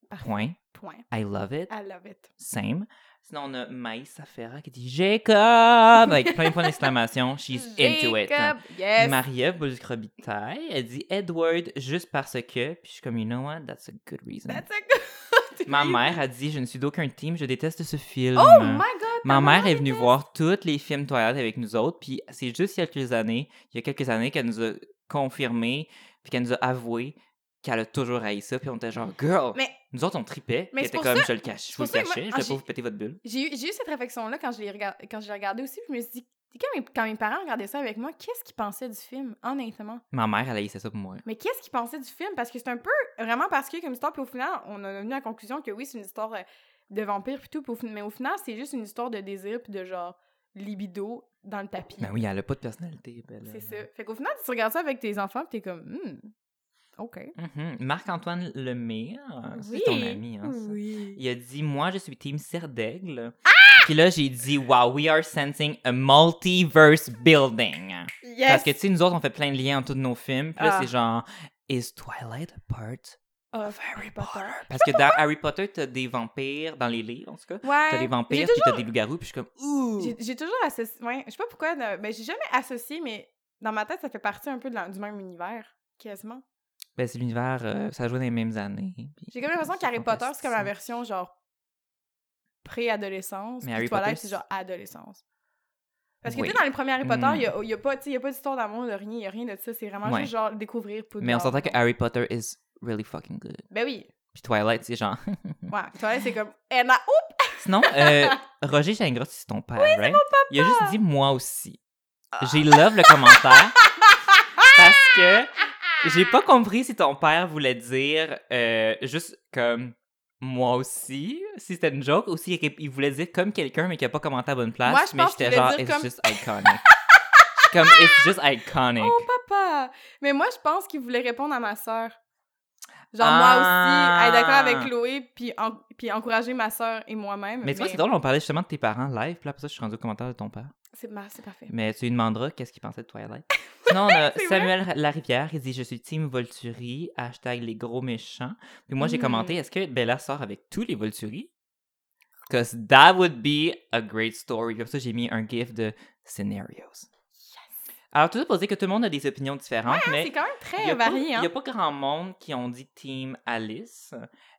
[SPEAKER 1] Parfait.
[SPEAKER 2] Point.
[SPEAKER 1] Point.
[SPEAKER 2] I love it.
[SPEAKER 1] I love it.
[SPEAKER 2] Same. Sinon, on a Maïs Safera qui dit Jacob avec plein de points d'exclamation. She's into it.
[SPEAKER 1] Jacob,
[SPEAKER 2] hein.
[SPEAKER 1] Yes.
[SPEAKER 2] Marie-Ève Boulcrobitaille, elle dit Edward juste parce que. Puis je suis comme, you know what, that's a good reason.
[SPEAKER 1] That's
[SPEAKER 2] [LAUGHS]
[SPEAKER 1] a good
[SPEAKER 2] Ma
[SPEAKER 1] reason.
[SPEAKER 2] mère a dit Je ne suis d'aucun team, je déteste ce film.
[SPEAKER 1] Oh my god.
[SPEAKER 2] Ma
[SPEAKER 1] ta
[SPEAKER 2] mère est venue voir tous les films Twilight avec nous autres, puis c'est juste il y a quelques années, il y a quelques années qu'elle nous a confirmé, puis qu'elle nous a avoué qu'elle a toujours haï ça, puis on était genre, girl!
[SPEAKER 1] Mais-
[SPEAKER 2] nous autres, on tripait,
[SPEAKER 1] Mais
[SPEAKER 2] puis elle
[SPEAKER 1] c'est
[SPEAKER 2] était
[SPEAKER 1] pour
[SPEAKER 2] comme,
[SPEAKER 1] ça-
[SPEAKER 2] je le cache,
[SPEAKER 1] c'est
[SPEAKER 2] je vous le
[SPEAKER 1] pour ça que moi-
[SPEAKER 2] cachais, je
[SPEAKER 1] ah,
[SPEAKER 2] vais pas
[SPEAKER 1] j'ai-
[SPEAKER 2] vous péter votre bulle.
[SPEAKER 1] J'ai eu, j'ai eu cette réflexion-là quand je l'ai regard- quand je l'ai regardé aussi, puis je me suis dit, quand mes, quand mes parents regardaient ça avec moi, qu'est-ce qu'ils pensaient du film, honnêtement?
[SPEAKER 2] Ma mère, elle haïssait ça pour moi.
[SPEAKER 1] Mais qu'est-ce qu'ils pensaient du film? Parce que c'est un peu vraiment particulier comme histoire, puis au final, on en est venu à la conclusion que oui, c'est une histoire euh, de vampire, puis tout, puis au fin- mais au final, c'est juste une histoire de désir, puis de genre libido dans le tapis.
[SPEAKER 2] Ben oui, elle a pas de personnalité, belle.
[SPEAKER 1] C'est ça. Fait qu'au final, tu regardes ça avec tes enfants, puis t'es comme, hmm, OK.
[SPEAKER 2] Mhm. Marc-Antoine Lemire,
[SPEAKER 1] Oui.
[SPEAKER 2] Ah, c'est ton ami, hein, ça.
[SPEAKER 1] Oui.
[SPEAKER 2] Il a dit, moi, je suis team Serdaigle.
[SPEAKER 1] Ah!
[SPEAKER 2] Puis là, j'ai dit, wow, we are sensing a multiverse building.
[SPEAKER 1] Yes!
[SPEAKER 2] Parce que, tu sais, nous autres, on fait plein de liens entre tous nos films. Puis là,
[SPEAKER 1] Ah.
[SPEAKER 2] c'est genre, is Twilight a part
[SPEAKER 1] of Harry Potter.
[SPEAKER 2] Parce
[SPEAKER 1] [LAUGHS]
[SPEAKER 2] que dans Harry Potter, t'as des vampires, dans les livres en tout cas. T'as des
[SPEAKER 1] Ouais.
[SPEAKER 2] vampires,
[SPEAKER 1] J'ai
[SPEAKER 2] puis t'as des loups-garous, puis je suis comme ouh!
[SPEAKER 1] J'ai j'ai toujours associé. Ouais, je sais pas pourquoi. Mais j'ai jamais associé, mais dans ma tête, ça fait partie un peu de la- du même univers, quasiment.
[SPEAKER 2] Ben, c'est l'univers, euh, ça joue dans les mêmes années. puis-
[SPEAKER 1] J'ai comme l'impression
[SPEAKER 2] c'est
[SPEAKER 1] qu'Harry Potter, c'est comme la
[SPEAKER 2] fantastique.
[SPEAKER 1] version genre pré-adolescence.
[SPEAKER 2] Mais
[SPEAKER 1] Mais
[SPEAKER 2] Harry
[SPEAKER 1] Twilight,
[SPEAKER 2] Potter,
[SPEAKER 1] c'est genre adolescence. Parce que
[SPEAKER 2] Oui.
[SPEAKER 1] tu sais, dans les premiers Harry Potter,
[SPEAKER 2] Mm.
[SPEAKER 1] il y a, y a pas, tu sais, y a pas d'histoire d'amour, de rien, il y a rien de ça. C'est vraiment
[SPEAKER 2] Ouais.
[SPEAKER 1] juste genre découvrir Poudlard.
[SPEAKER 2] Mais on s'entend que Harry Potter is really fucking good.
[SPEAKER 1] Ben oui.
[SPEAKER 2] Puis Twilight, c'est genre. [LAUGHS]
[SPEAKER 1] Ouais. Twilight, c'est comme. oh, Anna, ouh! [LAUGHS]
[SPEAKER 2] Sinon, euh, Roger Gingras, c'est ton père, right? Il a juste dit moi aussi.
[SPEAKER 1] Ah.
[SPEAKER 2] J'ai love le
[SPEAKER 1] [LAUGHS]
[SPEAKER 2] commentaire parce que j'ai pas compris si ton père voulait dire euh, juste comme moi aussi, si c'était une joke, ou s'il il voulait dire comme quelqu'un mais qui a pas commenté à bonne place.
[SPEAKER 1] Moi, je
[SPEAKER 2] mais
[SPEAKER 1] pense qu'il
[SPEAKER 2] j'étais
[SPEAKER 1] voulait
[SPEAKER 2] genre,
[SPEAKER 1] dire
[SPEAKER 2] it's
[SPEAKER 1] comme-
[SPEAKER 2] just iconic. comme, it's just iconic.
[SPEAKER 1] [LAUGHS] Oh, papa! Mais moi, je pense qu'il voulait répondre à ma sœur. Genre,
[SPEAKER 2] Ah.
[SPEAKER 1] moi aussi, être d'accord avec Chloé, puis, en- puis encourager ma sœur et moi-même.
[SPEAKER 2] Mais tu vois, c'est drôle, on parlait justement de tes parents live, puis là, après ça, je suis rendu au commentaire de ton père.
[SPEAKER 1] C'est ma- c'est parfait.
[SPEAKER 2] Mais tu lui demanderas qu'est-ce qu'il pensait
[SPEAKER 1] [LAUGHS]
[SPEAKER 2] de Twilight. Sinon, on a
[SPEAKER 1] C'est vrai.
[SPEAKER 2] Samuel Larivière qui dit Je suis Team Volturi, hashtag les gros méchants. Puis moi, j'ai
[SPEAKER 1] Mm.
[SPEAKER 2] commenté Est-ce que Bella sort avec tous les Volturi Because that would be a great story. Comme ça, j'ai mis un gif de scenarios. Alors, tout ça pour dire que tout le monde a des opinions différentes,
[SPEAKER 1] C'est
[SPEAKER 2] mais
[SPEAKER 1] quand même très
[SPEAKER 2] il n'y a, pas-
[SPEAKER 1] varié,
[SPEAKER 2] il y a
[SPEAKER 1] hein?
[SPEAKER 2] pas grand monde qui ont dit Team Alice.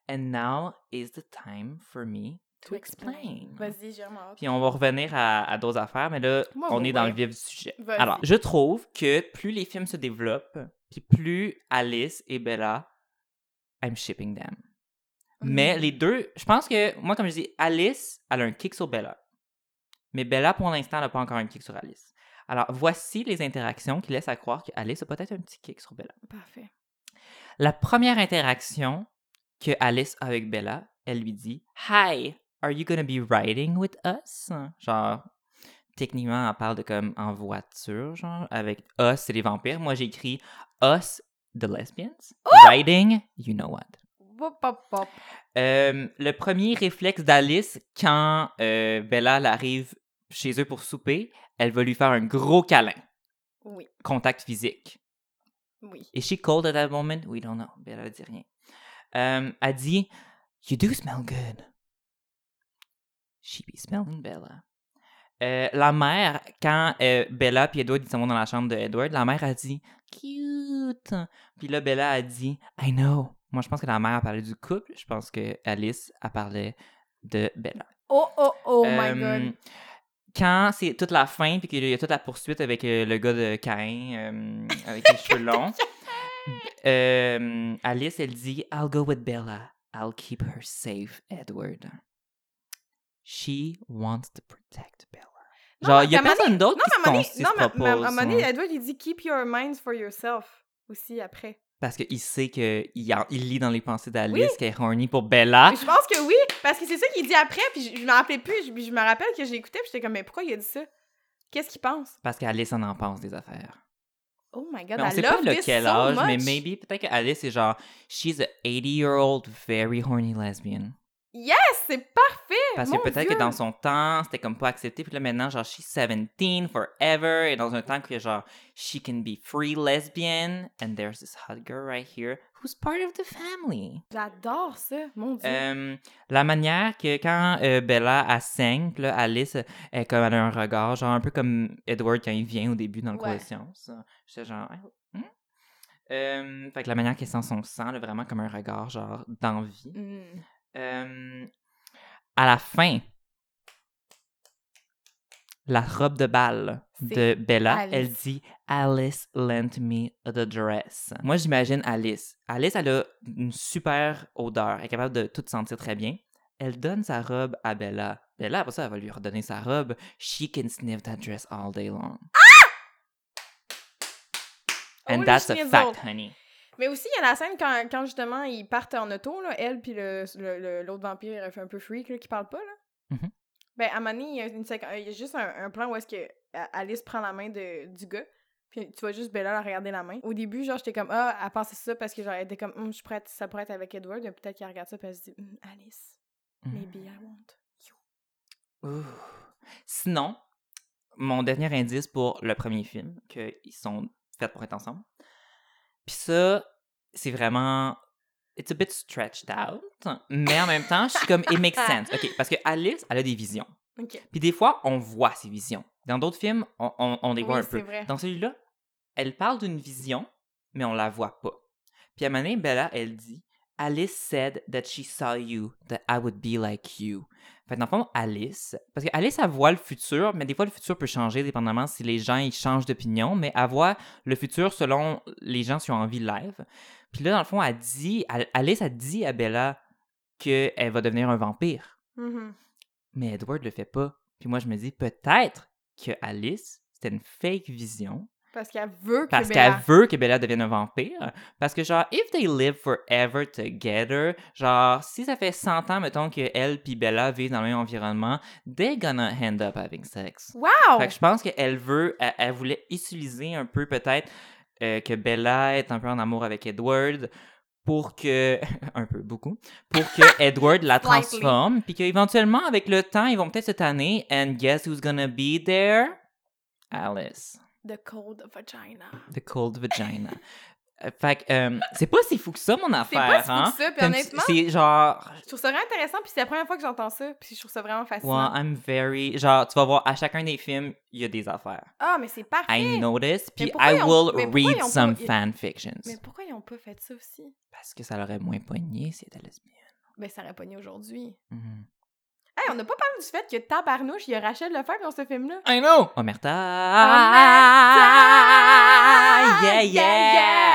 [SPEAKER 2] And now is the time for me to explain.
[SPEAKER 1] Vas-y, j'ai vraiment hâte.
[SPEAKER 2] Puis on va revenir à, à d'autres affaires, mais là,
[SPEAKER 1] Moi,
[SPEAKER 2] on
[SPEAKER 1] vous,
[SPEAKER 2] est dans
[SPEAKER 1] ouais.
[SPEAKER 2] le vif du sujet.
[SPEAKER 1] Vas-y.
[SPEAKER 2] Alors, je trouve que plus les films se développent, puis plus Alice et Bella, I'm shipping them. Mais les deux, je pense que, moi, comme je dis, Alice, elle a un kick sur Bella. Mais Bella, pour l'instant, n'a pas encore un kick sur Alice. Alors, voici les interactions qui laissent à croire qu'Alice a peut-être un petit kick sur Bella.
[SPEAKER 1] Parfait.
[SPEAKER 2] La première interaction que Alice a avec Bella, elle lui dit Hi, are you gonna be riding with us? Genre, techniquement, elle parle de comme en voiture, genre, avec us, c'est les vampires. Moi, j'écris us, the lesbians. Riding, you know what.
[SPEAKER 1] Pop, pop, pop.
[SPEAKER 2] Euh, le premier réflexe d'Alice quand euh, Bella elle arrive chez eux pour souper, elle va lui faire un gros câlin,
[SPEAKER 1] Oui,
[SPEAKER 2] contact physique.
[SPEAKER 1] oui.
[SPEAKER 2] Is she cold at that moment? We don't know. Bella dit rien. Euh, elle dit, You do smell good. She be smelling Bella. Euh, la mère, quand euh, Bella puis Edward ils sont dans la chambre de Edward, la mère a dit cute. Puis là Bella a dit I know. Moi je pense que la mère a parlé du couple. Je pense que Alice a parlé de Bella.
[SPEAKER 1] Oh, oh, oh my
[SPEAKER 2] Euh,
[SPEAKER 1] god.
[SPEAKER 2] Quand c'est toute la fin, puis qu'il y a toute la poursuite avec euh, le gars de Cain, euh, avec
[SPEAKER 1] [LAUGHS]
[SPEAKER 2] les cheveux longs, euh, Alice, elle dit I'll go with Bella. I'll keep her safe, Edward. She wants to protect Bella.
[SPEAKER 1] Non,
[SPEAKER 2] Genre,
[SPEAKER 1] mais
[SPEAKER 2] il y a
[SPEAKER 1] à un moment
[SPEAKER 2] personne d'autre
[SPEAKER 1] Non,
[SPEAKER 2] qui se
[SPEAKER 1] mais à un moment donné- non,
[SPEAKER 2] con- qui
[SPEAKER 1] mais à-
[SPEAKER 2] se
[SPEAKER 1] mais à un
[SPEAKER 2] propose.
[SPEAKER 1] moment donné,
[SPEAKER 2] hein.
[SPEAKER 1] Edward, il dit Keep your minds for yourself aussi après.
[SPEAKER 2] Parce qu'il sait qu'il il lit dans les pensées d'Alice qu'elle est horny pour Bella.
[SPEAKER 1] Mais je pense que oui, parce que c'est ça qu'il dit après, puis je, je m'en rappelais plus. Je, je me rappelle que je l'écoutais, puis j'étais comme, mais pourquoi il a dit ça? Qu'est-ce qu'il pense?
[SPEAKER 2] Parce qu'Alice en en pense des affaires.
[SPEAKER 1] Oh my god,
[SPEAKER 2] Mais on
[SPEAKER 1] I
[SPEAKER 2] sait pas
[SPEAKER 1] love this
[SPEAKER 2] lequel
[SPEAKER 1] so
[SPEAKER 2] âge, mais
[SPEAKER 1] much.
[SPEAKER 2] maybe peut-être qu'Alice est genre she's a 80-year-old very horny lesbian.
[SPEAKER 1] Yes, c'est parfait!
[SPEAKER 2] Parce
[SPEAKER 1] mon
[SPEAKER 2] que peut-être
[SPEAKER 1] Dieu.
[SPEAKER 2] que dans son temps, c'était comme pas accepté, puis là maintenant genre she's 17 forever et dans un temps que genre she can be free lesbian and there's this hot girl right here who's part of the family.
[SPEAKER 1] J'adore ça, mon Dieu.
[SPEAKER 2] Euh, la manière que quand euh, Bella elle saigne, puis là, Alice euh, elle, comme elle a un regard, genre un peu comme Edward quand il vient au début dans le cours
[SPEAKER 1] Ouais.
[SPEAKER 2] de sciences. J'étais genre. Ah, hmm? Euh, fait que la manière qu'elle sent son sang, là, vraiment comme un regard genre d'envie.
[SPEAKER 1] Mm.
[SPEAKER 2] Euh, à la fin, la robe de bal de
[SPEAKER 1] C'est
[SPEAKER 2] Bella,
[SPEAKER 1] Alice.
[SPEAKER 2] elle dit Alice lent me the dress. Moi, j'imagine Alice. Alice, elle a une super odeur. Elle est capable de tout sentir très bien. Elle donne sa robe à Bella. Bella, après ça, elle va lui redonner sa robe. She can sniff that dress all day long.
[SPEAKER 1] Ah!
[SPEAKER 2] And
[SPEAKER 1] Holy
[SPEAKER 2] that's a
[SPEAKER 1] schnitzel.
[SPEAKER 2] fact, honey.
[SPEAKER 1] Mais aussi, il y a la scène quand, quand justement ils partent en auto, là, elle puis l'autre le, le- l'autre vampire euh, fait un peu freak là, qui parle pas. Là.
[SPEAKER 2] Mhm.
[SPEAKER 1] Ben, à un moment donné, il y a, une séqu- euh, il y a juste un, un plan où est-ce que euh, Alice prend la main de, du gars. Puis tu vois juste Bella la regarder la main. Au début, genre, j'étais comme, ah, elle pensait ça parce que genre, elle était comme, Hum, je pourrais être- ça pourrait être avec Edward. mais Peut-être qu'elle regarde ça puis elle se dit, Hum, Alice,
[SPEAKER 2] Mm.
[SPEAKER 1] maybe I won't.
[SPEAKER 2] Ouh. Sinon, mon dernier indice pour le premier film, qu'ils sont faits pour être ensemble. Puis ça, c'est vraiment it's a bit stretched out, mais en même temps, je suis comme, it makes sense. OK, parce que Alice, elle a des visions.
[SPEAKER 1] OK.
[SPEAKER 2] Puis des fois, on voit ses visions. Dans d'autres films, on, on- on les voit
[SPEAKER 1] Oui,
[SPEAKER 2] un peu.
[SPEAKER 1] c'est vrai.
[SPEAKER 2] Dans celui-là, elle parle d'une vision, mais on la voit pas. Puis à un moment donné, Bella, elle dit Alice said that she saw you, that I would be like you. Fait que dans le fond, Alice, parce que Alice, elle voit le futur, mais des fois, le futur peut changer dépendamment si les gens ils changent d'opinion, mais elle voit le futur selon les gens qui ont envie live. Puis là, dans le fond, elle dit, elle- Alice, elle dit à Bella qu'elle va devenir un vampire.
[SPEAKER 1] Mhm.
[SPEAKER 2] Mais Edward le fait pas. Puis moi, je me dis peut-être que Alice, c'était une fake vision
[SPEAKER 1] Parce qu'elle veut que
[SPEAKER 2] parce
[SPEAKER 1] Bella...
[SPEAKER 2] qu'elle veut que Bella devienne un vampire. Parce que, genre, if they live forever together, genre, si ça fait 100 ans, mettons, que elle puis Bella vivent dans le même environnement, they're gonna end up having sex.
[SPEAKER 1] Wow!
[SPEAKER 2] Fait que je pense qu'elle veut, elle, elle voulait utiliser un peu, peut-être, euh, que Bella est un peu en amour avec Edward pour que, [LAUGHS] un peu, beaucoup, pour
[SPEAKER 1] [LAUGHS]
[SPEAKER 2] que Edward la
[SPEAKER 1] Slightly.
[SPEAKER 2] transforme, puis qu'éventuellement, avec le temps, ils vont peut-être se tanner, and guess who's gonna be there? Alice.
[SPEAKER 1] The cold vagina.
[SPEAKER 2] The cold vagina. Euh, fait que, euh, c'est pas si fou que ça, mon
[SPEAKER 1] C'est pas
[SPEAKER 2] affaire,
[SPEAKER 1] si fou
[SPEAKER 2] hein?
[SPEAKER 1] que ça, puis
[SPEAKER 2] Comme
[SPEAKER 1] honnêtement,
[SPEAKER 2] si- C'est genre,
[SPEAKER 1] je trouve ça vraiment intéressant, puis c'est la première fois que j'entends ça, puis je trouve ça vraiment
[SPEAKER 2] well,
[SPEAKER 1] fascinant.
[SPEAKER 2] I'm very. Genre, tu vas voir, à chacun des films, il y a des affaires.
[SPEAKER 1] Ah, mais c'est parfait!
[SPEAKER 2] I noticed, puis
[SPEAKER 1] pourquoi
[SPEAKER 2] I
[SPEAKER 1] ils ont-
[SPEAKER 2] will
[SPEAKER 1] mais pourquoi ils
[SPEAKER 2] read
[SPEAKER 1] ont
[SPEAKER 2] some
[SPEAKER 1] pas-
[SPEAKER 2] fanfictions.
[SPEAKER 1] Mais pourquoi ils ont pas fait ça aussi?
[SPEAKER 2] Parce que ça l'aurait moins pogné si elle était lesbienne.
[SPEAKER 1] Ben, ça aurait pogné aujourd'hui.
[SPEAKER 2] Mhm.
[SPEAKER 1] Hey, on n'a pas parlé du fait que Tabarnouche, il y a Rachel Lefebvre dans ce film-là.
[SPEAKER 2] I know! Omerta!
[SPEAKER 1] Omerta!
[SPEAKER 2] Ah, Yeah, yeah!
[SPEAKER 1] Oh Yeah,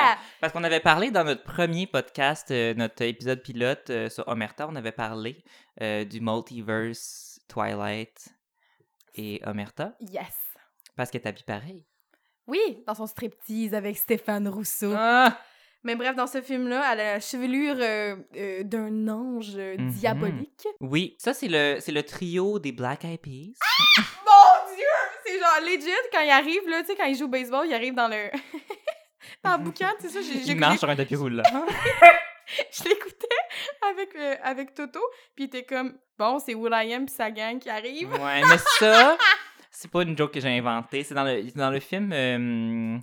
[SPEAKER 1] yeah!
[SPEAKER 2] Parce qu'on avait parlé dans notre premier podcast, euh, notre épisode pilote euh, sur Omerta, on avait parlé euh, du multiverse Twilight et Omerta.
[SPEAKER 1] Yes!
[SPEAKER 2] Parce qu'elle t'habille pareil.
[SPEAKER 1] Oui, dans son striptease avec Stéphane Rousseau.
[SPEAKER 2] Ah!
[SPEAKER 1] Mais bref, dans ce film-là, elle a la chevelure euh, euh, d'un ange euh,
[SPEAKER 2] Mhm.
[SPEAKER 1] diabolique.
[SPEAKER 2] Oui, ça c'est le c'est le trio des Black Eyed Peas.
[SPEAKER 1] Mon Dieu! C'est genre legit, quand il arrive, là, tu sais, quand il joue au baseball, il arrive dans le... [LAUGHS]
[SPEAKER 2] [LAUGHS]
[SPEAKER 1] dans le bouquin, tu sais ça, j'ai- j'ai
[SPEAKER 2] Ils
[SPEAKER 1] écouté-
[SPEAKER 2] marchent sur un tapis roulant.
[SPEAKER 1] [LAUGHS] je l'écoutais avec, euh, avec Toto, puis il était comme, bon, c'est Will.i.am puis sa gang qui arrive.
[SPEAKER 2] ouais, mais ça c'est pas une joke que j'ai inventée. C'est dans le c'est dans le film. euh,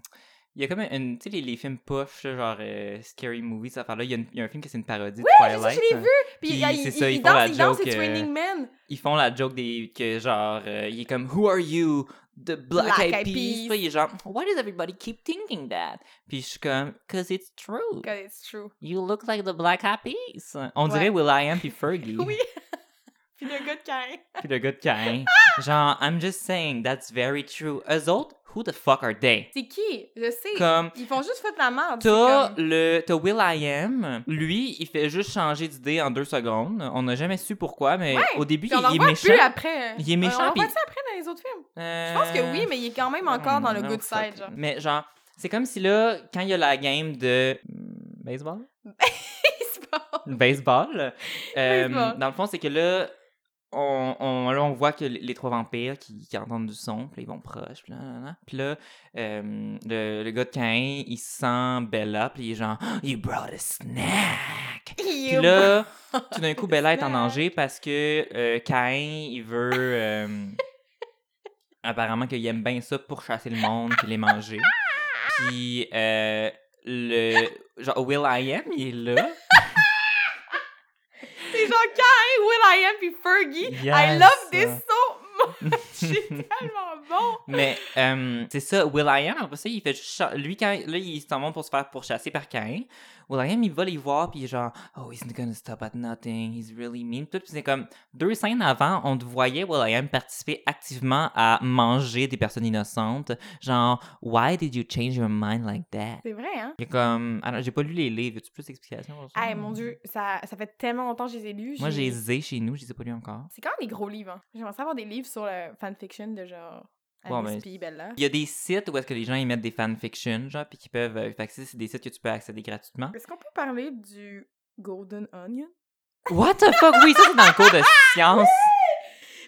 [SPEAKER 2] il y a comme une tu sais les, les films poches là, genre euh, scary movie ça là. Il y, a une- il y a un film qui c'est une parodie de
[SPEAKER 1] Ça,
[SPEAKER 2] Twilight.
[SPEAKER 1] Ah, je l'ai vu! Puis
[SPEAKER 2] Puis
[SPEAKER 1] il,
[SPEAKER 2] c'est
[SPEAKER 1] il-
[SPEAKER 2] ça,
[SPEAKER 1] il
[SPEAKER 2] ils font la
[SPEAKER 1] danse, il danse,
[SPEAKER 2] joke,
[SPEAKER 1] c'est
[SPEAKER 2] euh,
[SPEAKER 1] Training Man!
[SPEAKER 2] Ils font la joke des que genre euh, il est comme Who are you? The Black,
[SPEAKER 1] Black
[SPEAKER 2] Eyed
[SPEAKER 1] Eyed
[SPEAKER 2] Peas.
[SPEAKER 1] Peas.
[SPEAKER 2] Puis là, il est genre Why does everybody keep thinking that? Puis je suis comme Cause it's true.
[SPEAKER 1] God, it's true.
[SPEAKER 2] You look like the Black Eyed Peas. On
[SPEAKER 1] Ouais.
[SPEAKER 2] dirait Will.i.am puis Fergie.
[SPEAKER 1] [LAUGHS] Oui! puis le gars de Cain.
[SPEAKER 2] Puis le gars de Cain. Genre, I'm just saying, that's very true. Eux autres, who the fuck are they?
[SPEAKER 1] [LAUGHS] C'est qui? Je sais.
[SPEAKER 2] Comme,
[SPEAKER 1] Ils font juste foutre la merde. c'est
[SPEAKER 2] t'as
[SPEAKER 1] comme-
[SPEAKER 2] le, t'as Will.i.am. Lui, il fait juste changer d'idée en deux secondes. On n'a jamais su pourquoi, mais
[SPEAKER 1] Ouais,
[SPEAKER 2] au début,
[SPEAKER 1] Puis
[SPEAKER 2] il,
[SPEAKER 1] on en
[SPEAKER 2] il est
[SPEAKER 1] voit
[SPEAKER 2] méchant.
[SPEAKER 1] plus après. hein.
[SPEAKER 2] Il est méchant,
[SPEAKER 1] On en voit
[SPEAKER 2] puis-
[SPEAKER 1] ça après dans les autres films. Je pense
[SPEAKER 2] Euh,
[SPEAKER 1] que oui, mais il est quand même encore dans le good side. Genre. [LAUGHS]
[SPEAKER 2] Mais genre, c'est comme si là, quand il y a la game de... hmm, Baseball?
[SPEAKER 1] Il se passe. [LAUGHS]
[SPEAKER 2] baseball. Euh,
[SPEAKER 1] Baseball.
[SPEAKER 2] Dans le fond, c'est que là, on, on- là, on voit que les les trois vampires qui, qui entendent du son, puis là, ils vont proche, puis là, là, là. Puis là, euh, le, le gars de Cain, il sent Bella, puis il est genre [GASPS] « You brought a snack! » Puis là, tout d'un coup, Bella est en danger parce que euh, Cain, il veut... euh, apparemment qu'il aime bien ça pour chasser le monde puis les manger. Puis, euh, le... Genre, Will.i.am, il est là.
[SPEAKER 1] C'est genre Cain, Will I Am, puis Fergie. I
[SPEAKER 2] Yes.
[SPEAKER 1] love this so [LAUGHS] much. C'est tellement bon.
[SPEAKER 2] Mais euh, c'est ça, Will.i.am, après ça, il fait juste... cha- Lui, quand, là, il s'en va pour se faire pourchasser par Cain. Will.i.am, il va les voir, puis il est genre « Oh, he's not gonna stop at nothing, he's really mean. » Puis c'est comme, deux scènes avant, on te voyait Will.i.am participer activement à manger des personnes innocentes. Genre « Why did you change your mind like that?
[SPEAKER 1] C'est vrai, hein? »
[SPEAKER 2] Il est comme... Alors, j'ai pas lu les livres, as-tu plus d'explications? sur ça?
[SPEAKER 1] Hey, mon Dieu, ça, ça fait tellement longtemps que je les ai lus.
[SPEAKER 2] Ah. Moi, j'ai zé chez nous, je les ai pas lus encore.
[SPEAKER 1] C'est quand même des gros livres, hein. J'aimerais savoir des livres sur le fanfiction de genre
[SPEAKER 2] Bon,
[SPEAKER 1] Alice
[SPEAKER 2] ben,
[SPEAKER 1] puis Bella.
[SPEAKER 2] Il y a des sites où est-ce que les gens, ils mettent des fanfictions, genre, puis qu'ils peuvent... euh, Fait que ça, c'est des sites que tu peux accéder gratuitement.
[SPEAKER 1] Est-ce qu'on peut parler du Golden Onion?
[SPEAKER 2] What the fuck? Oui, ça c'est dans le cours de
[SPEAKER 1] [LAUGHS]
[SPEAKER 2] science.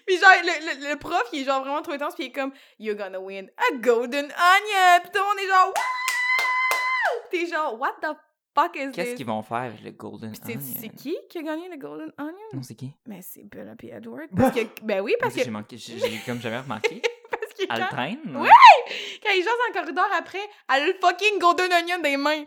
[SPEAKER 1] Puis genre, le, le- le prof, il est genre vraiment trop intense, puis il est comme « You're gonna win a golden onion! » Puis tout le monde est genre « Wouh! » T'es genre « What the fuck is
[SPEAKER 2] Qu'est-ce
[SPEAKER 1] this?
[SPEAKER 2] qu'ils vont faire avec le Golden
[SPEAKER 1] Puis tu
[SPEAKER 2] Onion?
[SPEAKER 1] sais, c'est qui qui a gagné le golden onion?
[SPEAKER 2] Non, c'est qui?
[SPEAKER 1] Mais c'est Bella puis [LAUGHS] Edward. Parce que, ben oui, parce que,
[SPEAKER 2] J'ai manqué, j'ai j'ai comme jamais remarqué.
[SPEAKER 1] parce que [LAUGHS]
[SPEAKER 2] Elle
[SPEAKER 1] quand,
[SPEAKER 2] traîne.
[SPEAKER 1] Oui! quand ils jasent dans le corridor après, elle a le fucking golden onion des mains.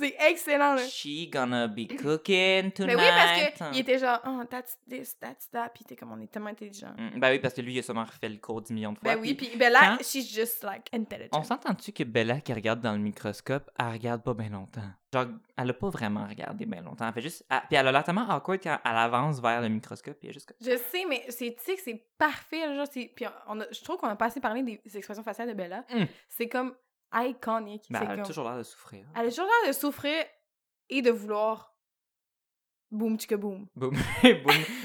[SPEAKER 1] C'est excellent, là.
[SPEAKER 2] She gonna be cooking tonight.
[SPEAKER 1] Mais Ben oui, parce qu'il était genre, oh, that's this, that's that. Puis il était comme, on est tellement intelligent.
[SPEAKER 2] Mm, Ben oui, parce que lui, il a sûrement refait le cours 10 millions de fois.
[SPEAKER 1] Ben oui,
[SPEAKER 2] puis
[SPEAKER 1] puis Bella,
[SPEAKER 2] quand-
[SPEAKER 1] she's just like intelligent.
[SPEAKER 2] On s'entend-tu que Bella qui regarde dans le microscope, elle regarde pas bien longtemps? Genre, elle a pas vraiment regardé bien longtemps. Elle fait juste. elle- puis elle a l'air tellement awkward quand elle avance vers le microscope. Puis elle est juste comme.
[SPEAKER 1] Je sais, mais c'est tu sais que c'est parfait. là, Genre, c'est- puis on a- je trouve qu'on a pas assez parlé des expressions faciales de Bella.
[SPEAKER 2] Mm.
[SPEAKER 1] C'est comme iconique.
[SPEAKER 2] Ben,
[SPEAKER 1] c'est
[SPEAKER 2] elle a
[SPEAKER 1] comme-
[SPEAKER 2] toujours l'air
[SPEAKER 1] [LAUGHS]
[SPEAKER 2] de souffrir. [LAUGHS]
[SPEAKER 1] Elle a toujours l'air de souffrir et de vouloir boom chica boom.
[SPEAKER 2] Boom. boom.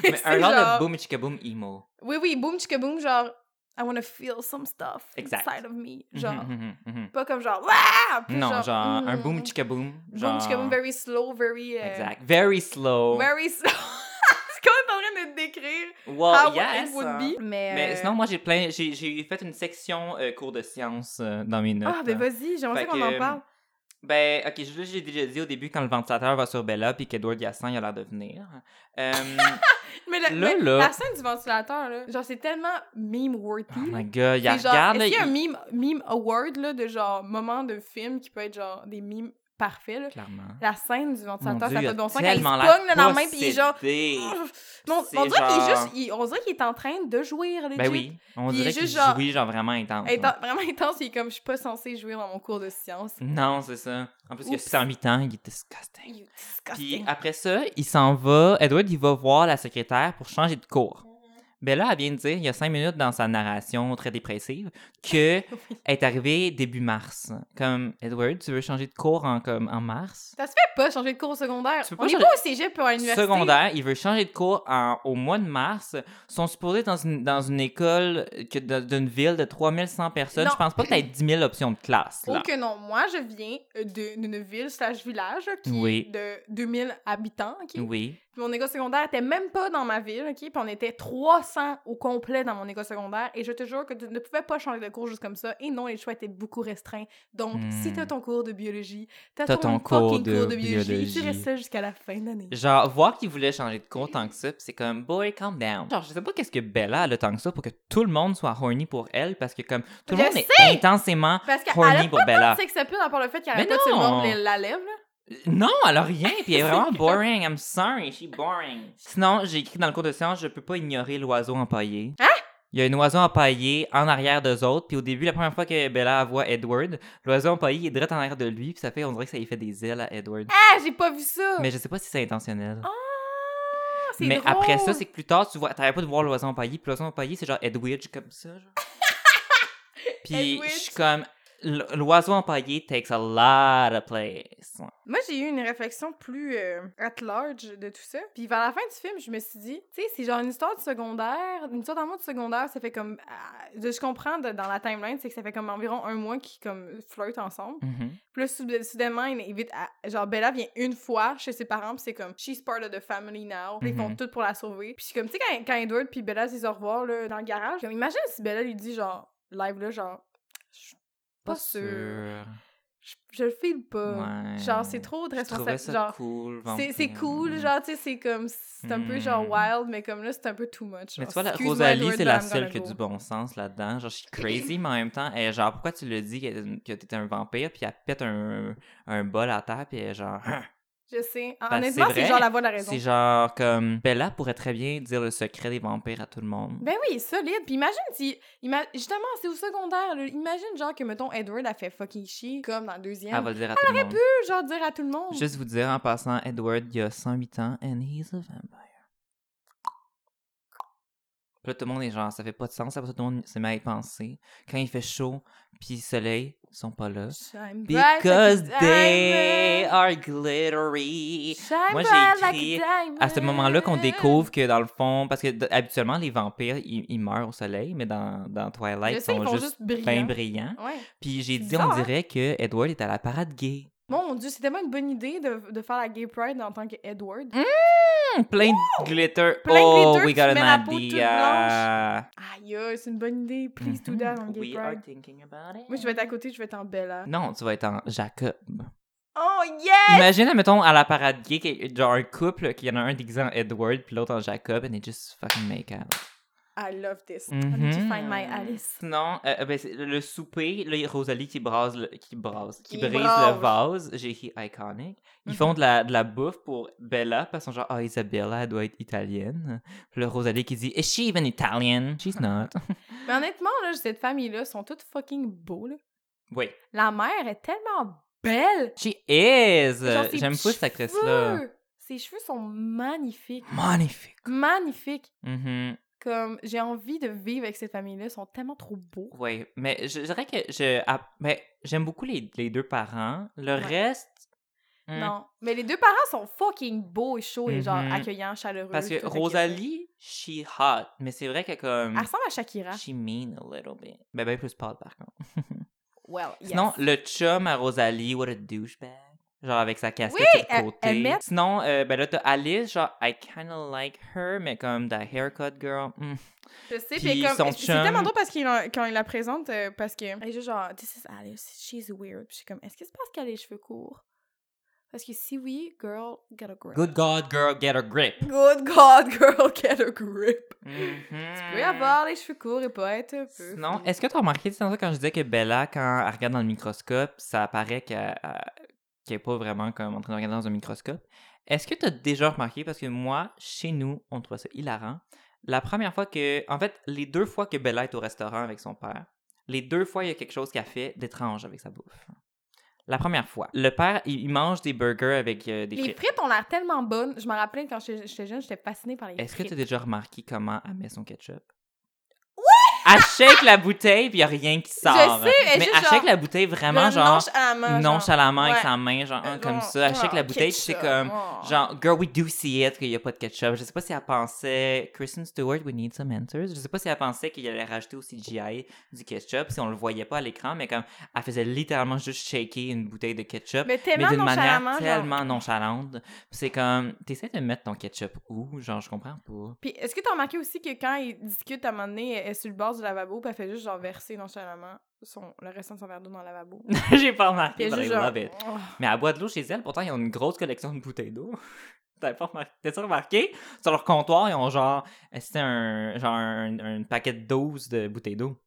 [SPEAKER 2] Mais
[SPEAKER 1] C'est
[SPEAKER 2] un genre de
[SPEAKER 1] genre-
[SPEAKER 2] boom chica boom emo.
[SPEAKER 1] Oui, oui, boom chica boom, genre I wanna feel some stuff
[SPEAKER 2] Exact.
[SPEAKER 1] inside of me. Genre,
[SPEAKER 2] Mhm, mhm, mhm.
[SPEAKER 1] pas comme genre Wah! Plus
[SPEAKER 2] Non, genre, un
[SPEAKER 1] mm,
[SPEAKER 2] boom chica boom. Genre...
[SPEAKER 1] Boom chica boom, very slow, very. euh,
[SPEAKER 2] Exact. Very slow.
[SPEAKER 1] Very [LAUGHS] slow. C'est comme t'es en train de décrire
[SPEAKER 2] Well,
[SPEAKER 1] how
[SPEAKER 2] Oh, yes.
[SPEAKER 1] it would be. Mais,
[SPEAKER 2] Mais
[SPEAKER 1] euh,
[SPEAKER 2] sinon, moi, j'ai plein. J'ai j'ai fait une section euh, cours de sciences euh, dans mes notes.
[SPEAKER 1] Ah, ben vas-y, j'aimerais
[SPEAKER 2] Fait
[SPEAKER 1] ça qu'on
[SPEAKER 2] que, euh,
[SPEAKER 1] en parle.
[SPEAKER 2] Ben, ok, je- là, j'ai déjà dit au début quand le ventilateur va sur Bella puis qu'Edward Yassin il a l'air de venir. Euh,
[SPEAKER 1] Mais, la,
[SPEAKER 2] Là,
[SPEAKER 1] mais
[SPEAKER 2] là-
[SPEAKER 1] la scène du ventilateur, là, genre, c'est tellement meme-worthy. [LAUGHS]
[SPEAKER 2] oh
[SPEAKER 1] là.
[SPEAKER 2] my god, il
[SPEAKER 1] C'est genre,
[SPEAKER 2] regarde.
[SPEAKER 1] Est-ce qu'il y a
[SPEAKER 2] il-
[SPEAKER 1] un meme, meme award, là, de genre, moment de film qui peut être genre des memes parfaits, là?
[SPEAKER 2] Clairement.
[SPEAKER 1] La scène du
[SPEAKER 2] Mon
[SPEAKER 1] ventilateur,
[SPEAKER 2] Dieu,
[SPEAKER 1] ça
[SPEAKER 2] il a
[SPEAKER 1] fait bon sens quand il se
[SPEAKER 2] tellement
[SPEAKER 1] pogne
[SPEAKER 2] l'air
[SPEAKER 1] là, dans la main pis il est
[SPEAKER 2] [LAUGHS]
[SPEAKER 1] genre. oh,
[SPEAKER 2] possédé.
[SPEAKER 1] Mon, on
[SPEAKER 2] C'est
[SPEAKER 1] dirait qu'il est
[SPEAKER 2] genre-
[SPEAKER 1] juste. il- on dirait qu'il est en train de jouir, les
[SPEAKER 2] Ben oui, on
[SPEAKER 1] Puis il est
[SPEAKER 2] dirait qu'il
[SPEAKER 1] juste genre-
[SPEAKER 2] jouit genre vraiment intense. hein.
[SPEAKER 1] Vraiment intense, il est comme, je suis pas censée jouer dans mon cours de science.
[SPEAKER 2] Non, c'est ça. En plus, il a
[SPEAKER 1] Oups.
[SPEAKER 2] 108 ans, il est disgusting.
[SPEAKER 1] You
[SPEAKER 2] Puis
[SPEAKER 1] disgusting.
[SPEAKER 2] après ça, il s'en va. Edward, il va voir la secrétaire pour changer de cours. Bella, elle vient de dire, il y a cinq minutes dans sa narration très dépressive, que
[SPEAKER 1] [LAUGHS]
[SPEAKER 2] elle est arrivée début mars. Comme, Edward, tu veux changer de cours en, comme, en mars?
[SPEAKER 1] Ça se fait pas changer de cours au secondaire.
[SPEAKER 2] Tu peux
[SPEAKER 1] On
[SPEAKER 2] pas
[SPEAKER 1] est pas au cégep pour à l'université.
[SPEAKER 2] Secondaire, il veut changer de cours en- au mois de mars. Ils sont supposés dans une, dans une école que de- d'une ville de 3100 personnes.
[SPEAKER 1] Non.
[SPEAKER 2] Je pense pas que tu 10 000 options de classe.
[SPEAKER 1] Oh
[SPEAKER 2] Là.
[SPEAKER 1] que non, moi je viens euh, de- d'une ville slash village là, qui
[SPEAKER 2] Oui.
[SPEAKER 1] est de 2000 habitants. ok?
[SPEAKER 2] Oui.
[SPEAKER 1] Puis mon école secondaire était même pas dans ma ville, ok? Puis on était 300 au complet dans mon école secondaire. Et je te jure que tu ne pouvais pas changer de cours juste comme ça. Et non, les choix étaient beaucoup restreints. Donc,
[SPEAKER 2] Hmm.
[SPEAKER 1] si t'as ton cours de biologie, t'as
[SPEAKER 2] T'as
[SPEAKER 1] ton,
[SPEAKER 2] ton
[SPEAKER 1] fucking
[SPEAKER 2] cours
[SPEAKER 1] cours
[SPEAKER 2] de
[SPEAKER 1] de, biologie,
[SPEAKER 2] biologie.
[SPEAKER 1] tu restes là jusqu'à la fin de l'année.
[SPEAKER 2] Genre, voir qu'il voulait changer de cours tant que ça, pis c'est comme, boy, calm down. Genre, je sais pas qu'est-ce que Bella elle a tant que ça pour que tout le monde soit horny pour elle, parce que comme, tout le
[SPEAKER 1] Je
[SPEAKER 2] monde est intensément
[SPEAKER 1] Parce qu'elle a
[SPEAKER 2] horny
[SPEAKER 1] pas
[SPEAKER 2] pour Bella.
[SPEAKER 1] de sexe appeal à part le fait qu'elle
[SPEAKER 2] Mais
[SPEAKER 1] a pas de se
[SPEAKER 2] non!
[SPEAKER 1] mordre les- la lèvre, là.
[SPEAKER 2] Non, elle a rien,
[SPEAKER 1] [LAUGHS]
[SPEAKER 2] puis elle est vraiment boring. I'm sorry, she's boring. Sinon, j'ai écrit dans le cours de sciences, je peux pas ignorer l'oiseau empaillé. Hein? Il y a un oiseau empaillé en arrière d'eux autres, puis au début, la première fois que Bella voit Edward, l'oiseau empaillé est direct en arrière de lui, puis ça fait, on dirait que ça lui fait des ailes à Edward.
[SPEAKER 1] Ah, j'ai pas vu ça!
[SPEAKER 2] Mais je sais pas si c'est intentionnel.
[SPEAKER 1] Ah, c'est
[SPEAKER 2] Mais
[SPEAKER 1] drôle.
[SPEAKER 2] après ça, c'est que plus tard, tu vois, t'arrêtes pas de voir l'oiseau empaillé, puis l'oiseau empaillé, c'est genre Edwidge comme ça,
[SPEAKER 1] [LAUGHS]
[SPEAKER 2] genre. puis je
[SPEAKER 1] Edwidge.
[SPEAKER 2] suis comme, l- l'oiseau empaillé takes a lot of place.
[SPEAKER 1] Moi, j'ai eu une réflexion plus euh, at large de tout ça. Puis vers la fin du film, je me suis dit, tu sais, c'est genre une histoire de secondaire, une histoire d'amour de secondaire, ça fait comme. ah, de- je comprends de- dans la timeline, c'est que ça fait comme environ un mois qu'ils comme flirtent ensemble.
[SPEAKER 2] Mhm.
[SPEAKER 1] Puis là, soud- soudainement, il évite. à- genre, Bella vient une fois chez ses parents, puis c'est comme, she's part of the family now. Puis Ils font
[SPEAKER 2] Mhm.
[SPEAKER 1] tout pour la sauver. Puis c'est comme, tu sais, quand, quand Edward puis Bella se disent au revoir là, dans le garage, comme, imagine si Bella lui dit, genre, live là, genre, je suis pas sûre. Je, je le file pas.
[SPEAKER 2] Ouais.
[SPEAKER 1] Genre, c'est trop de
[SPEAKER 2] Je trouvais
[SPEAKER 1] responsabilité.
[SPEAKER 2] ça
[SPEAKER 1] Genre,
[SPEAKER 2] cool.
[SPEAKER 1] c'est,
[SPEAKER 2] vampire.
[SPEAKER 1] c'est cool, genre, tu sais, c'est comme, c'est un peu genre
[SPEAKER 2] Mm.
[SPEAKER 1] wild, mais comme là, c'est un peu too much.
[SPEAKER 2] Mais
[SPEAKER 1] genre,
[SPEAKER 2] tu vois, la
[SPEAKER 1] excuse-moi,
[SPEAKER 2] Rosalie,
[SPEAKER 1] Edward,
[SPEAKER 2] c'est
[SPEAKER 1] but
[SPEAKER 2] la
[SPEAKER 1] I'm
[SPEAKER 2] seule
[SPEAKER 1] gonna
[SPEAKER 2] qui a
[SPEAKER 1] go.
[SPEAKER 2] du bon sens là-dedans. Genre, je suis crazy, mais en même temps, elle est genre, pourquoi tu le dis que, que t'étais un vampire, puis elle pète un, un bol à terre, puis elle est genre, Hein.
[SPEAKER 1] Je sais.
[SPEAKER 2] Bah, c'est
[SPEAKER 1] Honnêtement, c'est,
[SPEAKER 2] vrai.
[SPEAKER 1] genre la voix de la raison.
[SPEAKER 2] c'est genre comme Bella pourrait très bien dire le secret des vampires à tout le monde.
[SPEAKER 1] Ben oui, solide. Puis imagine si. ima- Justement, c'est au secondaire. là. Imagine, genre, que mettons, Edward a fait fucking chier, comme dans le deuxième.
[SPEAKER 2] Elle va le dire à tout le monde.
[SPEAKER 1] peut, genre, dire à tout le monde.
[SPEAKER 2] Ah, Juste vous dire en passant, Edward, il a 108 ans, and he's a vampire. Puis là, tout le monde est genre, ça fait pas de sens, après ça, tout le monde se met à y penser. Quand il fait chaud, puis le soleil, ils sont pas là.
[SPEAKER 1] Shine bright
[SPEAKER 2] Because
[SPEAKER 1] like a
[SPEAKER 2] they
[SPEAKER 1] diamond.
[SPEAKER 2] are glittery.
[SPEAKER 1] Shine
[SPEAKER 2] Moi, j'ai
[SPEAKER 1] bright like a
[SPEAKER 2] écrit
[SPEAKER 1] diamond.
[SPEAKER 2] À ce moment-là qu'on découvre que dans le fond, parce que d- habituellement les vampires ils, ils meurent au soleil, mais dans, dans Twilight
[SPEAKER 1] Je sais, ils
[SPEAKER 2] sont
[SPEAKER 1] font
[SPEAKER 2] juste
[SPEAKER 1] juste brillants.
[SPEAKER 2] bien brillants.
[SPEAKER 1] Ouais.
[SPEAKER 2] Puis j'ai
[SPEAKER 1] C'est
[SPEAKER 2] dit,
[SPEAKER 1] bizarre,
[SPEAKER 2] on
[SPEAKER 1] hein?
[SPEAKER 2] dirait que Edward est à la parade gay.
[SPEAKER 1] Mon dieu, c'est tellement une bonne idée de, de faire la gay pride en tant qu'Edward.
[SPEAKER 2] Hmm, plein de glitter.
[SPEAKER 1] Plein de
[SPEAKER 2] oh,
[SPEAKER 1] glitter,
[SPEAKER 2] we
[SPEAKER 1] tu
[SPEAKER 2] got
[SPEAKER 1] mets
[SPEAKER 2] an
[SPEAKER 1] la peau toute
[SPEAKER 2] idea.
[SPEAKER 1] Aïe, euh, c'est une bonne idée. Please do
[SPEAKER 2] Mhm.
[SPEAKER 1] that on Gay
[SPEAKER 2] We
[SPEAKER 1] Pride.
[SPEAKER 2] are thinking about it.
[SPEAKER 1] Moi, je vais être à côté, je vais être en Bella.
[SPEAKER 2] Non, tu vas être en Jacob.
[SPEAKER 1] Oh, yes!
[SPEAKER 2] Imagine, mettons, à la parade gay, qu'il y a- genre un couple, qu'il y en a un déguisé en Edward, puis l'autre en Jacob, and they just fucking make out.
[SPEAKER 1] I love this.
[SPEAKER 2] Mhm.
[SPEAKER 1] I need to find my Alice.
[SPEAKER 2] Sinon, euh, ben, c'est le souper, là, il y a Rosalie qui brase, le- qui brase, qui,
[SPEAKER 1] Qui
[SPEAKER 2] brise
[SPEAKER 1] brase.
[SPEAKER 2] le vase, j'ai écrit iconic. Ils
[SPEAKER 1] Mhm.
[SPEAKER 2] font de la, de la bouffe pour Bella parce qu'ils sont genre, ah, Isabella, elle doit être italienne. Puis là, Rosalie qui dit, is she even Italian? She's
[SPEAKER 1] [LAUGHS]
[SPEAKER 2] not.
[SPEAKER 1] Mais honnêtement, là, cette famille-là sont toutes fucking beaux. Là.
[SPEAKER 2] oui.
[SPEAKER 1] La mère est tellement belle.
[SPEAKER 2] She
[SPEAKER 1] Genre,
[SPEAKER 2] is!
[SPEAKER 1] ses
[SPEAKER 2] Euh, J'aime
[SPEAKER 1] petits
[SPEAKER 2] pas cette actrice-là.
[SPEAKER 1] cheveux. Ses cheveux sont magnifiques.
[SPEAKER 2] Magnifique.
[SPEAKER 1] Magnifiques.
[SPEAKER 2] Mhm.
[SPEAKER 1] Comme j'ai envie de vivre avec cette famille-là. Ils sont tellement trop beaux.
[SPEAKER 2] Oui, mais je, je dirais que je, ah, mais j'aime beaucoup les, les deux parents. Le
[SPEAKER 1] Ouais.
[SPEAKER 2] reste. hmm,
[SPEAKER 1] Non. Mais les deux parents sont fucking beaux et chauds et genre
[SPEAKER 2] Mhm.
[SPEAKER 1] accueillants, chaleureux.
[SPEAKER 2] Parce
[SPEAKER 1] tout
[SPEAKER 2] que
[SPEAKER 1] le
[SPEAKER 2] Rosalie, she hot, mais c'est vrai que
[SPEAKER 1] kit.
[SPEAKER 2] comme.
[SPEAKER 1] Elle ressemble à Shakira.
[SPEAKER 2] She mean a little bit. Ben, ben plus pâle par contre.
[SPEAKER 1] Well, yes.
[SPEAKER 2] Sinon, le chum à Rosalie, what a douchebag. Genre avec sa casquette
[SPEAKER 1] Oui,
[SPEAKER 2] sur le
[SPEAKER 1] elle-
[SPEAKER 2] côté.
[SPEAKER 1] elle met-
[SPEAKER 2] Sinon, euh, ben là, t'as Alice, genre, I kinda like her, mais comme the haircut girl. hmm.
[SPEAKER 1] Je sais,
[SPEAKER 2] Puis
[SPEAKER 1] puis comme
[SPEAKER 2] son
[SPEAKER 1] c'est
[SPEAKER 2] chum-
[SPEAKER 1] tellement drôle parce qu'il en- quand il la présente euh, parce que elle est juste genre this is Alice, she's weird. Puis je suis comme est-ce que c'est parce qu'elle a les cheveux courts Parce que si oui, girl get a grip.
[SPEAKER 2] Good God, girl, get a grip.
[SPEAKER 1] Good God, girl get a grip.
[SPEAKER 2] Mhm.
[SPEAKER 1] Tu peux avoir les cheveux courts et pas être un peu.
[SPEAKER 2] Sinon,
[SPEAKER 1] fou.
[SPEAKER 2] est-ce que tu as remarqué tu sais, tantôt quand je disais que Bella, quand elle regarde dans le microscope, ça apparaît euh, qu'elle n'est pas vraiment comme en train de regarder dans un microscope. Est-ce que tu as déjà remarqué, parce que moi, chez nous, on trouve ça hilarant, la première fois que, en fait, les deux fois que Bella est au restaurant avec son père, les deux fois, il y a quelque chose qu'elle fait d'étrange avec sa bouffe. La première fois, le père, il il mange des burgers avec euh, des
[SPEAKER 1] les
[SPEAKER 2] frites.
[SPEAKER 1] frites ont l'air tellement bonnes. Je me rappelle quand j'étais j'étais jeune, j'étais fascinée par les
[SPEAKER 2] Est-ce que
[SPEAKER 1] frites.
[SPEAKER 2] tu as déjà remarqué comment elle met son ketchup? Oui! Elle shake la bouteille, puis il a rien qui sort.
[SPEAKER 1] sais, elle est
[SPEAKER 2] mais
[SPEAKER 1] juste
[SPEAKER 2] elle shake
[SPEAKER 1] genre-
[SPEAKER 2] la bouteille vraiment,
[SPEAKER 1] Le
[SPEAKER 2] genre,
[SPEAKER 1] nonchalamment, genre,
[SPEAKER 2] nonchalamment avec
[SPEAKER 1] ouais.
[SPEAKER 2] sa main, genre, hein, comme
[SPEAKER 1] Genre,
[SPEAKER 2] ça. Elle shake
[SPEAKER 1] oh,
[SPEAKER 2] la bouteille, puis c'est
[SPEAKER 1] ketchup,
[SPEAKER 2] comme,
[SPEAKER 1] oh.
[SPEAKER 2] genre, girl, we do see it, qu'il n'y a pas de ketchup. Je sais pas si elle pensait, Kristen Stewart, we need some answers. Je sais pas si elle pensait qu'il allait rajouter au CGI du ketchup, si on le voyait pas à l'écran, mais comme, elle faisait littéralement juste shaker une bouteille de ketchup
[SPEAKER 1] mais
[SPEAKER 2] mais
[SPEAKER 1] tellement
[SPEAKER 2] d'une manière
[SPEAKER 1] nonchalamment, genre.
[SPEAKER 2] tellement nonchalante. Puis C'est comme, t'essaies de mettre ton ketchup où? Genre, je comprends pas.
[SPEAKER 1] Puis est-ce que t'as remarqué aussi que quand ils discutent à un moment donné, elle est sur le bord du lavabo, puis elle fait juste genre verser nonchalamment son, le restant de son verre d'eau dans le
[SPEAKER 2] [LAUGHS]
[SPEAKER 1] lavabo.
[SPEAKER 2] [LAUGHS] J'ai pas
[SPEAKER 1] Puis
[SPEAKER 2] remarqué,
[SPEAKER 1] elle
[SPEAKER 2] but
[SPEAKER 1] est
[SPEAKER 2] I
[SPEAKER 1] juste genre,
[SPEAKER 2] love it.
[SPEAKER 1] Oh.
[SPEAKER 2] Mais à bois de l'eau chez elle, pourtant, ils ont une grosse collection de bouteilles d'eau. [LAUGHS] T'as pas remarqué? T'as-tu remarqué? Sur leur comptoir, ils ont genre, c'était un, genre un, un paquet de 12 de bouteilles d'eau.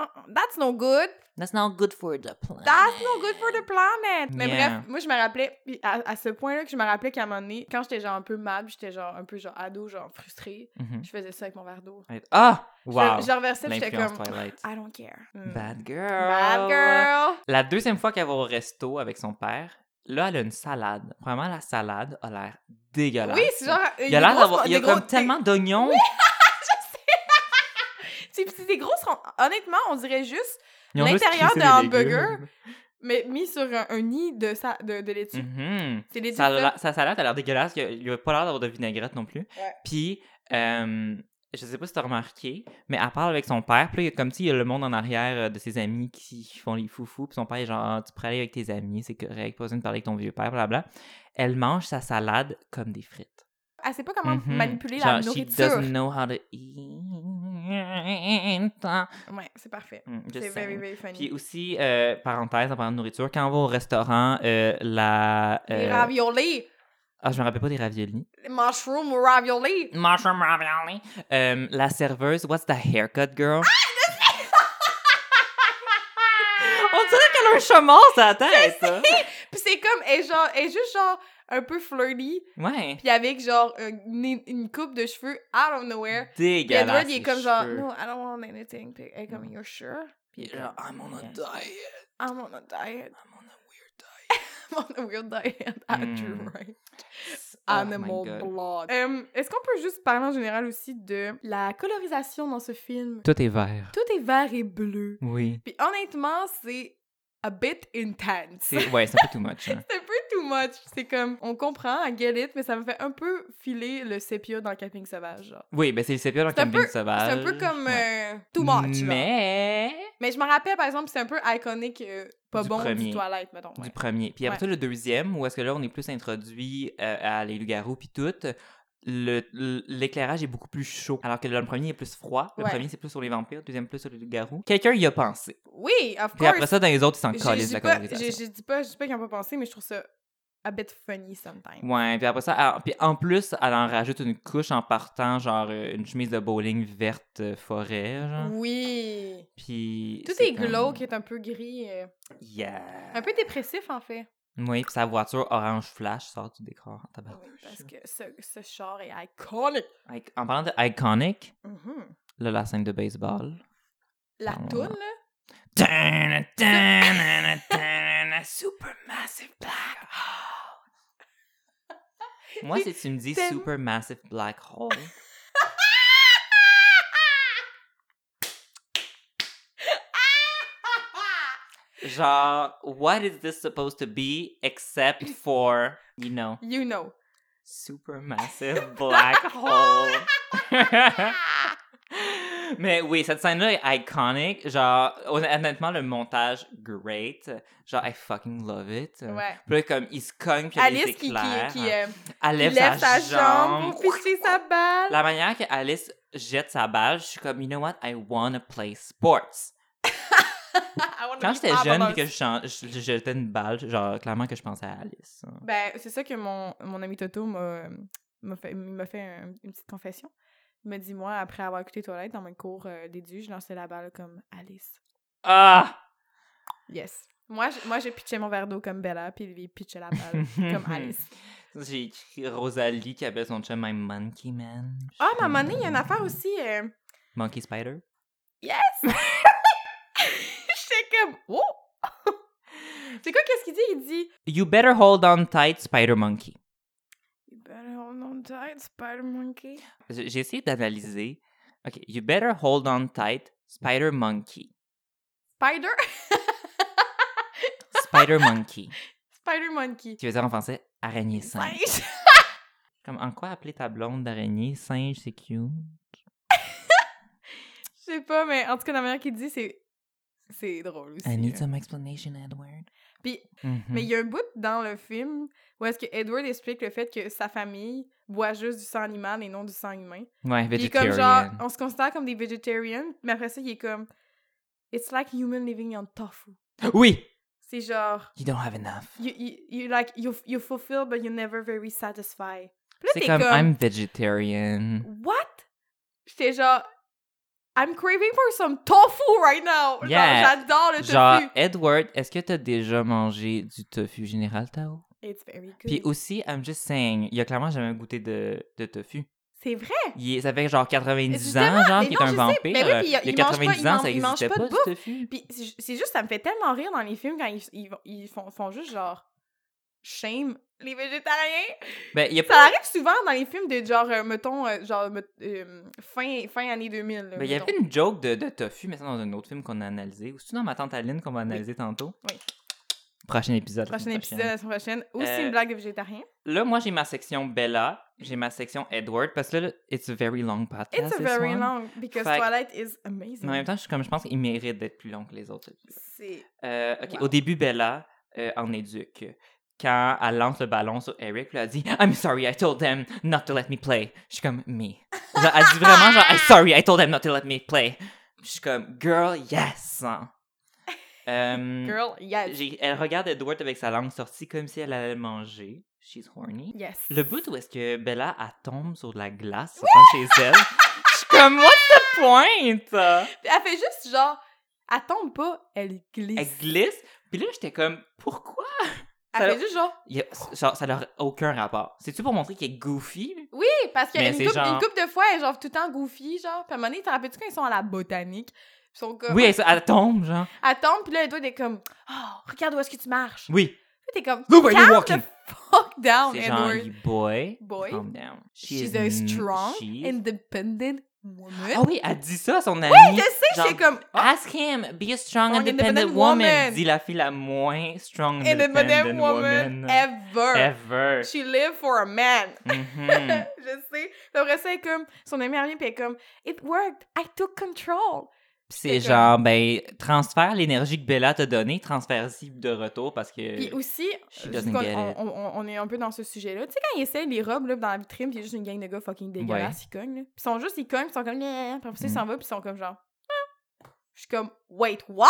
[SPEAKER 1] Oh, oh, That's no good.
[SPEAKER 2] That's not good for the planet.
[SPEAKER 1] That's no good for the planet. Mais
[SPEAKER 2] Yeah.
[SPEAKER 1] bref, moi je me rappelais puis à, à ce point-là que je me rappelais qu'à un moment donné, quand j'étais genre un peu mal, puis j'étais genre un peu genre ado, genre frustrée,
[SPEAKER 2] Mhm.
[SPEAKER 1] je faisais ça avec mon verre d'eau.
[SPEAKER 2] Ah!
[SPEAKER 1] Je-
[SPEAKER 2] Wow!
[SPEAKER 1] Je le reversais, puis j'étais
[SPEAKER 2] L'influence
[SPEAKER 1] comme
[SPEAKER 2] Twilight.
[SPEAKER 1] I don't care. Mm.
[SPEAKER 2] Bad girl!
[SPEAKER 1] Bad girl.
[SPEAKER 2] La deuxième fois qu'elle va au resto avec son père, là, elle a une salade. Vraiment, la salade a l'air dégueulasse.
[SPEAKER 1] Oui, c'est genre euh,
[SPEAKER 2] Il y a l'air d'avoir. Il y a comme tellement d'oignons.
[SPEAKER 1] c'est des grosses ron- honnêtement, on dirait juste
[SPEAKER 2] Ils ont juste
[SPEAKER 1] L'intérieur
[SPEAKER 2] crissé
[SPEAKER 1] d'un
[SPEAKER 2] des
[SPEAKER 1] hamburger.
[SPEAKER 2] légumes.
[SPEAKER 1] mais mis sur un, un nid de, sa, de, de laitue.
[SPEAKER 2] Mhm.
[SPEAKER 1] C'est les
[SPEAKER 2] Ça a l'air- Sa salade a l'air dégueulasse. Il y a- Il n'y a pas l'air d'avoir de vinaigrette non plus.
[SPEAKER 1] Ouais.
[SPEAKER 2] Puis, euh, je sais pas si tu as remarqué, mais elle parle avec son père. Puis là, il y a comme si il y a le monde en arrière euh, de ses amis qui font les foufous. Puis son père est genre, Ah, tu pourrais aller avec tes amis, c'est correct. Pas besoin de parler avec ton vieux père, blablabla. Elle mange sa salade comme des frites.
[SPEAKER 1] Elle sait Ah, pas comment
[SPEAKER 2] Mhm.
[SPEAKER 1] manipuler la
[SPEAKER 2] Genre, She
[SPEAKER 1] nourriture.
[SPEAKER 2] doesn't know how to eat.
[SPEAKER 1] Ouais, c'est parfait.
[SPEAKER 2] Mm, just
[SPEAKER 1] C'est very,
[SPEAKER 2] saying.
[SPEAKER 1] very funny.
[SPEAKER 2] Puis aussi, euh, parenthèse en parlant de nourriture, quand on va au restaurant, euh, la.
[SPEAKER 1] Les
[SPEAKER 2] euh,
[SPEAKER 1] raviolis!
[SPEAKER 2] Ah, je me rappelle pas des raviolis.
[SPEAKER 1] Les mushroom raviolis!
[SPEAKER 2] Mushroom ravioli. Euh, la serveuse, what's the haircut, girl?
[SPEAKER 1] Ah,
[SPEAKER 2] on dirait qu'elle a un chômage à la tête, [LAUGHS] ça.
[SPEAKER 1] Puis c'est comme, elle, est genre, elle est juste genre un peu flirty,
[SPEAKER 2] Ouais.
[SPEAKER 1] puis avec genre euh, une, une coupe de cheveux out of nowhere. Puis
[SPEAKER 2] Mm. Dégueulasse.
[SPEAKER 1] Edward, il est comme
[SPEAKER 2] les
[SPEAKER 1] genre,
[SPEAKER 2] cheveux. Mm.
[SPEAKER 1] no, I don't want anything. Puis elle est comme, you're sure?
[SPEAKER 2] Puis il est genre, I'm on a
[SPEAKER 1] Yeah.
[SPEAKER 2] diet.
[SPEAKER 1] I'm on a Hmm. diet.
[SPEAKER 2] I'm on a weird diet.
[SPEAKER 1] [LAUGHS] I'm on a weird diet. Andrew
[SPEAKER 2] Mm.
[SPEAKER 1] Wright.
[SPEAKER 2] Oh my
[SPEAKER 1] Animal
[SPEAKER 2] God.
[SPEAKER 1] Blood. Euh, Est-ce qu'on peut juste parler en général aussi de la colorisation dans ce film?
[SPEAKER 2] Tout est vert.
[SPEAKER 1] Tout est vert et bleu.
[SPEAKER 2] Oui.
[SPEAKER 1] Puis honnêtement, c'est a bit intense.
[SPEAKER 2] C'est-
[SPEAKER 1] [LAUGHS] C'est
[SPEAKER 2] Ouais, c'est un peu too much. hein.
[SPEAKER 1] un peu too much. C'est comme, on comprend, I get it, mais ça me fait un peu filer le sépia dans Camping Sauvage. genre.
[SPEAKER 2] Oui, ben c'est le sépia dans
[SPEAKER 1] C'est un
[SPEAKER 2] Camping
[SPEAKER 1] peu- C'est
[SPEAKER 2] Sauvage.
[SPEAKER 1] un peu comme
[SPEAKER 2] Ouais.
[SPEAKER 1] euh, too much. genre.
[SPEAKER 2] Mais.
[SPEAKER 1] Mais je me rappelle, par exemple, c'est un peu iconique, euh, pas
[SPEAKER 2] Du
[SPEAKER 1] bon
[SPEAKER 2] premier.
[SPEAKER 1] du toilette, mettons.
[SPEAKER 2] Du
[SPEAKER 1] ouais.
[SPEAKER 2] premier. Puis après
[SPEAKER 1] Ouais.
[SPEAKER 2] ça, le deuxième, où est-ce que là, on est plus introduit euh, à les loups-garous puis tout, le- le- l'éclairage est beaucoup plus chaud. Alors que là, le premier est plus froid. Le
[SPEAKER 1] Ouais.
[SPEAKER 2] premier, c'est plus sur les vampires. Le deuxième, plus sur les loups-garous. Quelqu'un y a pensé.
[SPEAKER 1] Oui, of
[SPEAKER 2] Puis après
[SPEAKER 1] course.
[SPEAKER 2] ça, dans les autres, ils s'en
[SPEAKER 1] Je-
[SPEAKER 2] collent
[SPEAKER 1] je
[SPEAKER 2] de la
[SPEAKER 1] dis pas- Je
[SPEAKER 2] colorisation.
[SPEAKER 1] je dis pas, je dis pas qu'ils n'ont pas pensé, mais je trouve ça a bit funny sometimes.
[SPEAKER 2] Ouais, puis après ça, elle- puis en plus, elle en rajoute une couche en partant, genre euh, une chemise de bowling verte euh, forêt, genre.
[SPEAKER 1] Oui.
[SPEAKER 2] Puis.
[SPEAKER 1] Tout
[SPEAKER 2] c'est
[SPEAKER 1] est glauque,
[SPEAKER 2] comme-
[SPEAKER 1] est un peu gris, euh,
[SPEAKER 2] Yeah.
[SPEAKER 1] un peu dépressif en fait.
[SPEAKER 2] Oui, puis sa voiture orange flash sort du décor. tabarnouche.
[SPEAKER 1] Parce que ce, ce char est iconique.
[SPEAKER 2] Ic- En parlant de iconic,
[SPEAKER 1] Mhm.
[SPEAKER 2] là, la scène de baseball.
[SPEAKER 1] La
[SPEAKER 2] Ah.
[SPEAKER 1] toune, là.
[SPEAKER 2] Tana, tana, tana, Supermassive black hole. Moi, si tu me dis
[SPEAKER 1] Tellement-
[SPEAKER 2] supermassive black hole, genre, what is this supposed to be except for, you know,
[SPEAKER 1] You know.
[SPEAKER 2] supermassive [LAUGHS] black hole? [LAUGHS] Mais oui, cette scène-là est iconique. Genre, hon- honnêtement, le montage, great. Genre, I fucking love it.
[SPEAKER 1] Ouais.
[SPEAKER 2] Puis là, comme, il se cogne, puis il y a des
[SPEAKER 1] Alice qui, qui,
[SPEAKER 2] éclairs. hein.
[SPEAKER 1] qui, euh,
[SPEAKER 2] Elle lève,
[SPEAKER 1] qui lève
[SPEAKER 2] sa,
[SPEAKER 1] sa, jambe
[SPEAKER 2] jambe
[SPEAKER 1] pour pitcher sa balle.
[SPEAKER 2] La manière que Alice jette sa balle, je suis comme, you know what, I wanna play sports.
[SPEAKER 1] [LAUGHS] I wanna
[SPEAKER 2] Quand
[SPEAKER 1] be
[SPEAKER 2] j'étais
[SPEAKER 1] Bob
[SPEAKER 2] jeune
[SPEAKER 1] Hoskins.
[SPEAKER 2] et que je, chan- je- je jetais une balle, genre, clairement que je pensais à Alice.
[SPEAKER 1] Ben, c'est ça que mon, mon ami Toto m'a m'a fait, il m'a fait un- une petite confession. Il m'a dit, moi, après avoir écouté Toilette dans mon cours euh, d'édu, je lançais la balle comme Alice.
[SPEAKER 2] Ah!
[SPEAKER 1] Yes. Moi, je, moi, je pitchais mon verre d'eau comme Bella, puis lui, il pitchait la balle comme Alice.
[SPEAKER 2] J'ai écrit Rosalie qui appelle son chum My Monkey Man.
[SPEAKER 1] Ah, ma monnaie, il y a une affaire aussi. euh,
[SPEAKER 2] Monkey Spider.
[SPEAKER 1] Yes! [LAUGHS] J'étais comme, oh! [LAUGHS] c'est quoi, qu'est-ce qu'il dit? Il dit,
[SPEAKER 2] You better hold on tight, Spider Monkey.
[SPEAKER 1] You better hold on tight, Spider Monkey.
[SPEAKER 2] J'ai j'ai essayé d'analyser. OK. You better hold on tight, Spider Monkey.
[SPEAKER 1] Spider? [LAUGHS]
[SPEAKER 2] Spider Monkey.
[SPEAKER 1] Spider Monkey.
[SPEAKER 2] Qui veut dire en français araignée singe.
[SPEAKER 1] Singe.
[SPEAKER 2] Comme en quoi appeler ta blonde d'araignée singe, c'est cute.
[SPEAKER 1] Je sais pas, mais en tout cas, la manière qu'il dit, c'est. C'est drôle aussi.
[SPEAKER 2] I need
[SPEAKER 1] là.
[SPEAKER 2] some explanation, Edward.
[SPEAKER 1] Puis,
[SPEAKER 2] Mhm.
[SPEAKER 1] mais il y a un bout dans le film où est-ce que Edward explique le fait que sa famille boit juste du sang animal et non du sang humain.
[SPEAKER 2] Ouais,
[SPEAKER 1] Puis il est
[SPEAKER 2] vegetarian.
[SPEAKER 1] comme genre, on se considère comme des vegetarians, mais après ça, il est comme, it's like human living on tofu.
[SPEAKER 2] Oui!
[SPEAKER 1] C'est genre,
[SPEAKER 2] You don't have enough.
[SPEAKER 1] you, you, you like, you, you fulfill, but you're never very satisfied. Puis là,
[SPEAKER 2] C'est
[SPEAKER 1] t'es
[SPEAKER 2] comme, I'm vegetarian.
[SPEAKER 1] What? J'étais genre, I'm craving for some tofu right now. Genre,
[SPEAKER 2] Yeah.
[SPEAKER 1] J'adore le tofu.
[SPEAKER 2] Genre, Edward, est-ce que t'as déjà mangé du tofu général, Tao?
[SPEAKER 1] It's very good.
[SPEAKER 2] Puis aussi, I'm just saying, il y a clairement jamais goûté de, de tofu.
[SPEAKER 1] C'est vrai.
[SPEAKER 2] Il, ça fait genre 90
[SPEAKER 1] Justement,
[SPEAKER 2] ans, genre,
[SPEAKER 1] mais
[SPEAKER 2] qu'il est
[SPEAKER 1] non,
[SPEAKER 2] un
[SPEAKER 1] je sais,
[SPEAKER 2] vampire.
[SPEAKER 1] mais oui, puis il-
[SPEAKER 2] il y a
[SPEAKER 1] il mange pas-
[SPEAKER 2] 90
[SPEAKER 1] il
[SPEAKER 2] ans,
[SPEAKER 1] mange-
[SPEAKER 2] ça
[SPEAKER 1] il mange
[SPEAKER 2] n'existait
[SPEAKER 1] pas
[SPEAKER 2] pas,
[SPEAKER 1] de
[SPEAKER 2] du tofu.
[SPEAKER 1] Puis c'est ju- c'est juste, ça me fait tellement rire dans les films quand ils, ils, vont- ils font, font juste genre shame les végétariens.
[SPEAKER 2] Ben, il y a
[SPEAKER 1] Ça
[SPEAKER 2] pas...
[SPEAKER 1] arrive souvent dans les films de genre, euh, mettons, euh, genre, me- euh, fin, fin année 2000. là,
[SPEAKER 2] Ben, il y
[SPEAKER 1] mettons.
[SPEAKER 2] avait une joke de, de tofu, mais ça, dans un autre film qu'on a analysé. Ou c'est dans Ma Tante Aline qu'on va analyser tantôt?
[SPEAKER 1] Oui.
[SPEAKER 2] Prochain épisode. la
[SPEAKER 1] Prochain
[SPEAKER 2] semaine
[SPEAKER 1] épisode,
[SPEAKER 2] prochaine.
[SPEAKER 1] la semaine prochaine. Aussi
[SPEAKER 2] Euh,
[SPEAKER 1] une blague de végétarien.
[SPEAKER 2] Là, moi, j'ai ma section Bella, j'ai ma section Edward, parce que là, it's a very long podcast.
[SPEAKER 1] It's a
[SPEAKER 2] this
[SPEAKER 1] very
[SPEAKER 2] one.
[SPEAKER 1] long, because
[SPEAKER 2] Fait-
[SPEAKER 1] Twilight is amazing.
[SPEAKER 2] Mais en même temps, je suis comme, je pense qu'il mérite d'être plus long que les autres.
[SPEAKER 1] C'est...
[SPEAKER 2] Euh, ok,
[SPEAKER 1] Wow.
[SPEAKER 2] Au début, Bella, euh, en éduque, quand elle lance le ballon sur Eric, puis elle dit I'm sorry, I told them not to let me play. Je suis comme, me. Genre, elle dit vraiment, genre, I'm sorry, I told them not to let me play. Je suis comme, girl, yes.
[SPEAKER 1] [LAUGHS]
[SPEAKER 2] Euh,
[SPEAKER 1] Girl, yes.
[SPEAKER 2] j'ai- Elle regarde Edward avec sa langue sortie comme si elle allait le manger. She's horny.
[SPEAKER 1] Yes.
[SPEAKER 2] Le bout où est-ce que Bella, elle tombe sur de la glace, dans chez elle. Je suis comme, what's the point?
[SPEAKER 1] Elle fait juste genre, elle tombe pas, elle glisse.
[SPEAKER 2] Elle glisse. Puis là, j'étais comme, pourquoi?
[SPEAKER 1] Elle
[SPEAKER 2] Ça-
[SPEAKER 1] fait juste genre,
[SPEAKER 2] Il y a- genre, ça leur a aucun rapport. C'est-tu pour montrer qu'il est goofy?
[SPEAKER 1] oui, parce qu'il y a
[SPEAKER 2] Mais
[SPEAKER 1] une
[SPEAKER 2] c'est
[SPEAKER 1] couple,
[SPEAKER 2] genre-
[SPEAKER 1] une couple de fois, elle est genre tout le temps goofy, genre. Puis à un moment donné, t'en rappelles-tu quand ils sont à la botanique? Ils sont comme,
[SPEAKER 2] Oui, elle, elle tombe, genre.
[SPEAKER 1] elle tombe, puis là, Edward est comme, oh, regarde où est-ce que tu marches.
[SPEAKER 2] Oui.
[SPEAKER 1] Puis t'es comme,
[SPEAKER 2] Look where you're
[SPEAKER 1] calm
[SPEAKER 2] walking.
[SPEAKER 1] the fuck down,
[SPEAKER 2] C'est genre,
[SPEAKER 1] Edward.
[SPEAKER 2] you boy,
[SPEAKER 1] Oh, Boy.
[SPEAKER 2] calm down. She
[SPEAKER 1] She's
[SPEAKER 2] is
[SPEAKER 1] a
[SPEAKER 2] n-
[SPEAKER 1] strong,
[SPEAKER 2] she is-
[SPEAKER 1] independent woman.
[SPEAKER 2] Ah oui, elle dit ça à son ami.
[SPEAKER 1] Je sais,
[SPEAKER 2] Genre,
[SPEAKER 1] j'étais comme, ah!
[SPEAKER 2] Ask him, be a strong,
[SPEAKER 1] Strong,
[SPEAKER 2] independent,
[SPEAKER 1] independent
[SPEAKER 2] woman.
[SPEAKER 1] woman.
[SPEAKER 2] Dit la fille la moins strong, independent,
[SPEAKER 1] independent
[SPEAKER 2] woman,
[SPEAKER 1] woman, ever. [LAUGHS]
[SPEAKER 2] ever.
[SPEAKER 1] She lived for a man.
[SPEAKER 2] Mhm.
[SPEAKER 1] je sais. Puis après ça, elle est comme, son ami revient, puis elle est comme, It worked, I took control.
[SPEAKER 2] Pis c'est
[SPEAKER 1] C'est
[SPEAKER 2] genre, ben, transfère l'énergie que Bella t'a donnée, transfère-y de retour parce
[SPEAKER 1] Puis
[SPEAKER 2] que.
[SPEAKER 1] aussi,
[SPEAKER 2] She
[SPEAKER 1] euh,
[SPEAKER 2] doesn't
[SPEAKER 1] vu qu'on-
[SPEAKER 2] get
[SPEAKER 1] on,
[SPEAKER 2] it.
[SPEAKER 1] on- on est un peu dans ce sujet-là. Tu sais, quand ils essayent les robes là, dans la vitrine, puis il y a juste une gang de gars fucking dégueulasses, ils cognent. là. Puis ils sont juste, ils cognent, puis ils sont comme, yeah, yeah, yeah. Puis après ça, ils
[SPEAKER 2] Mm.
[SPEAKER 1] s'en vont, puis ils sont comme genre, Ah. Je suis comme, wait, what?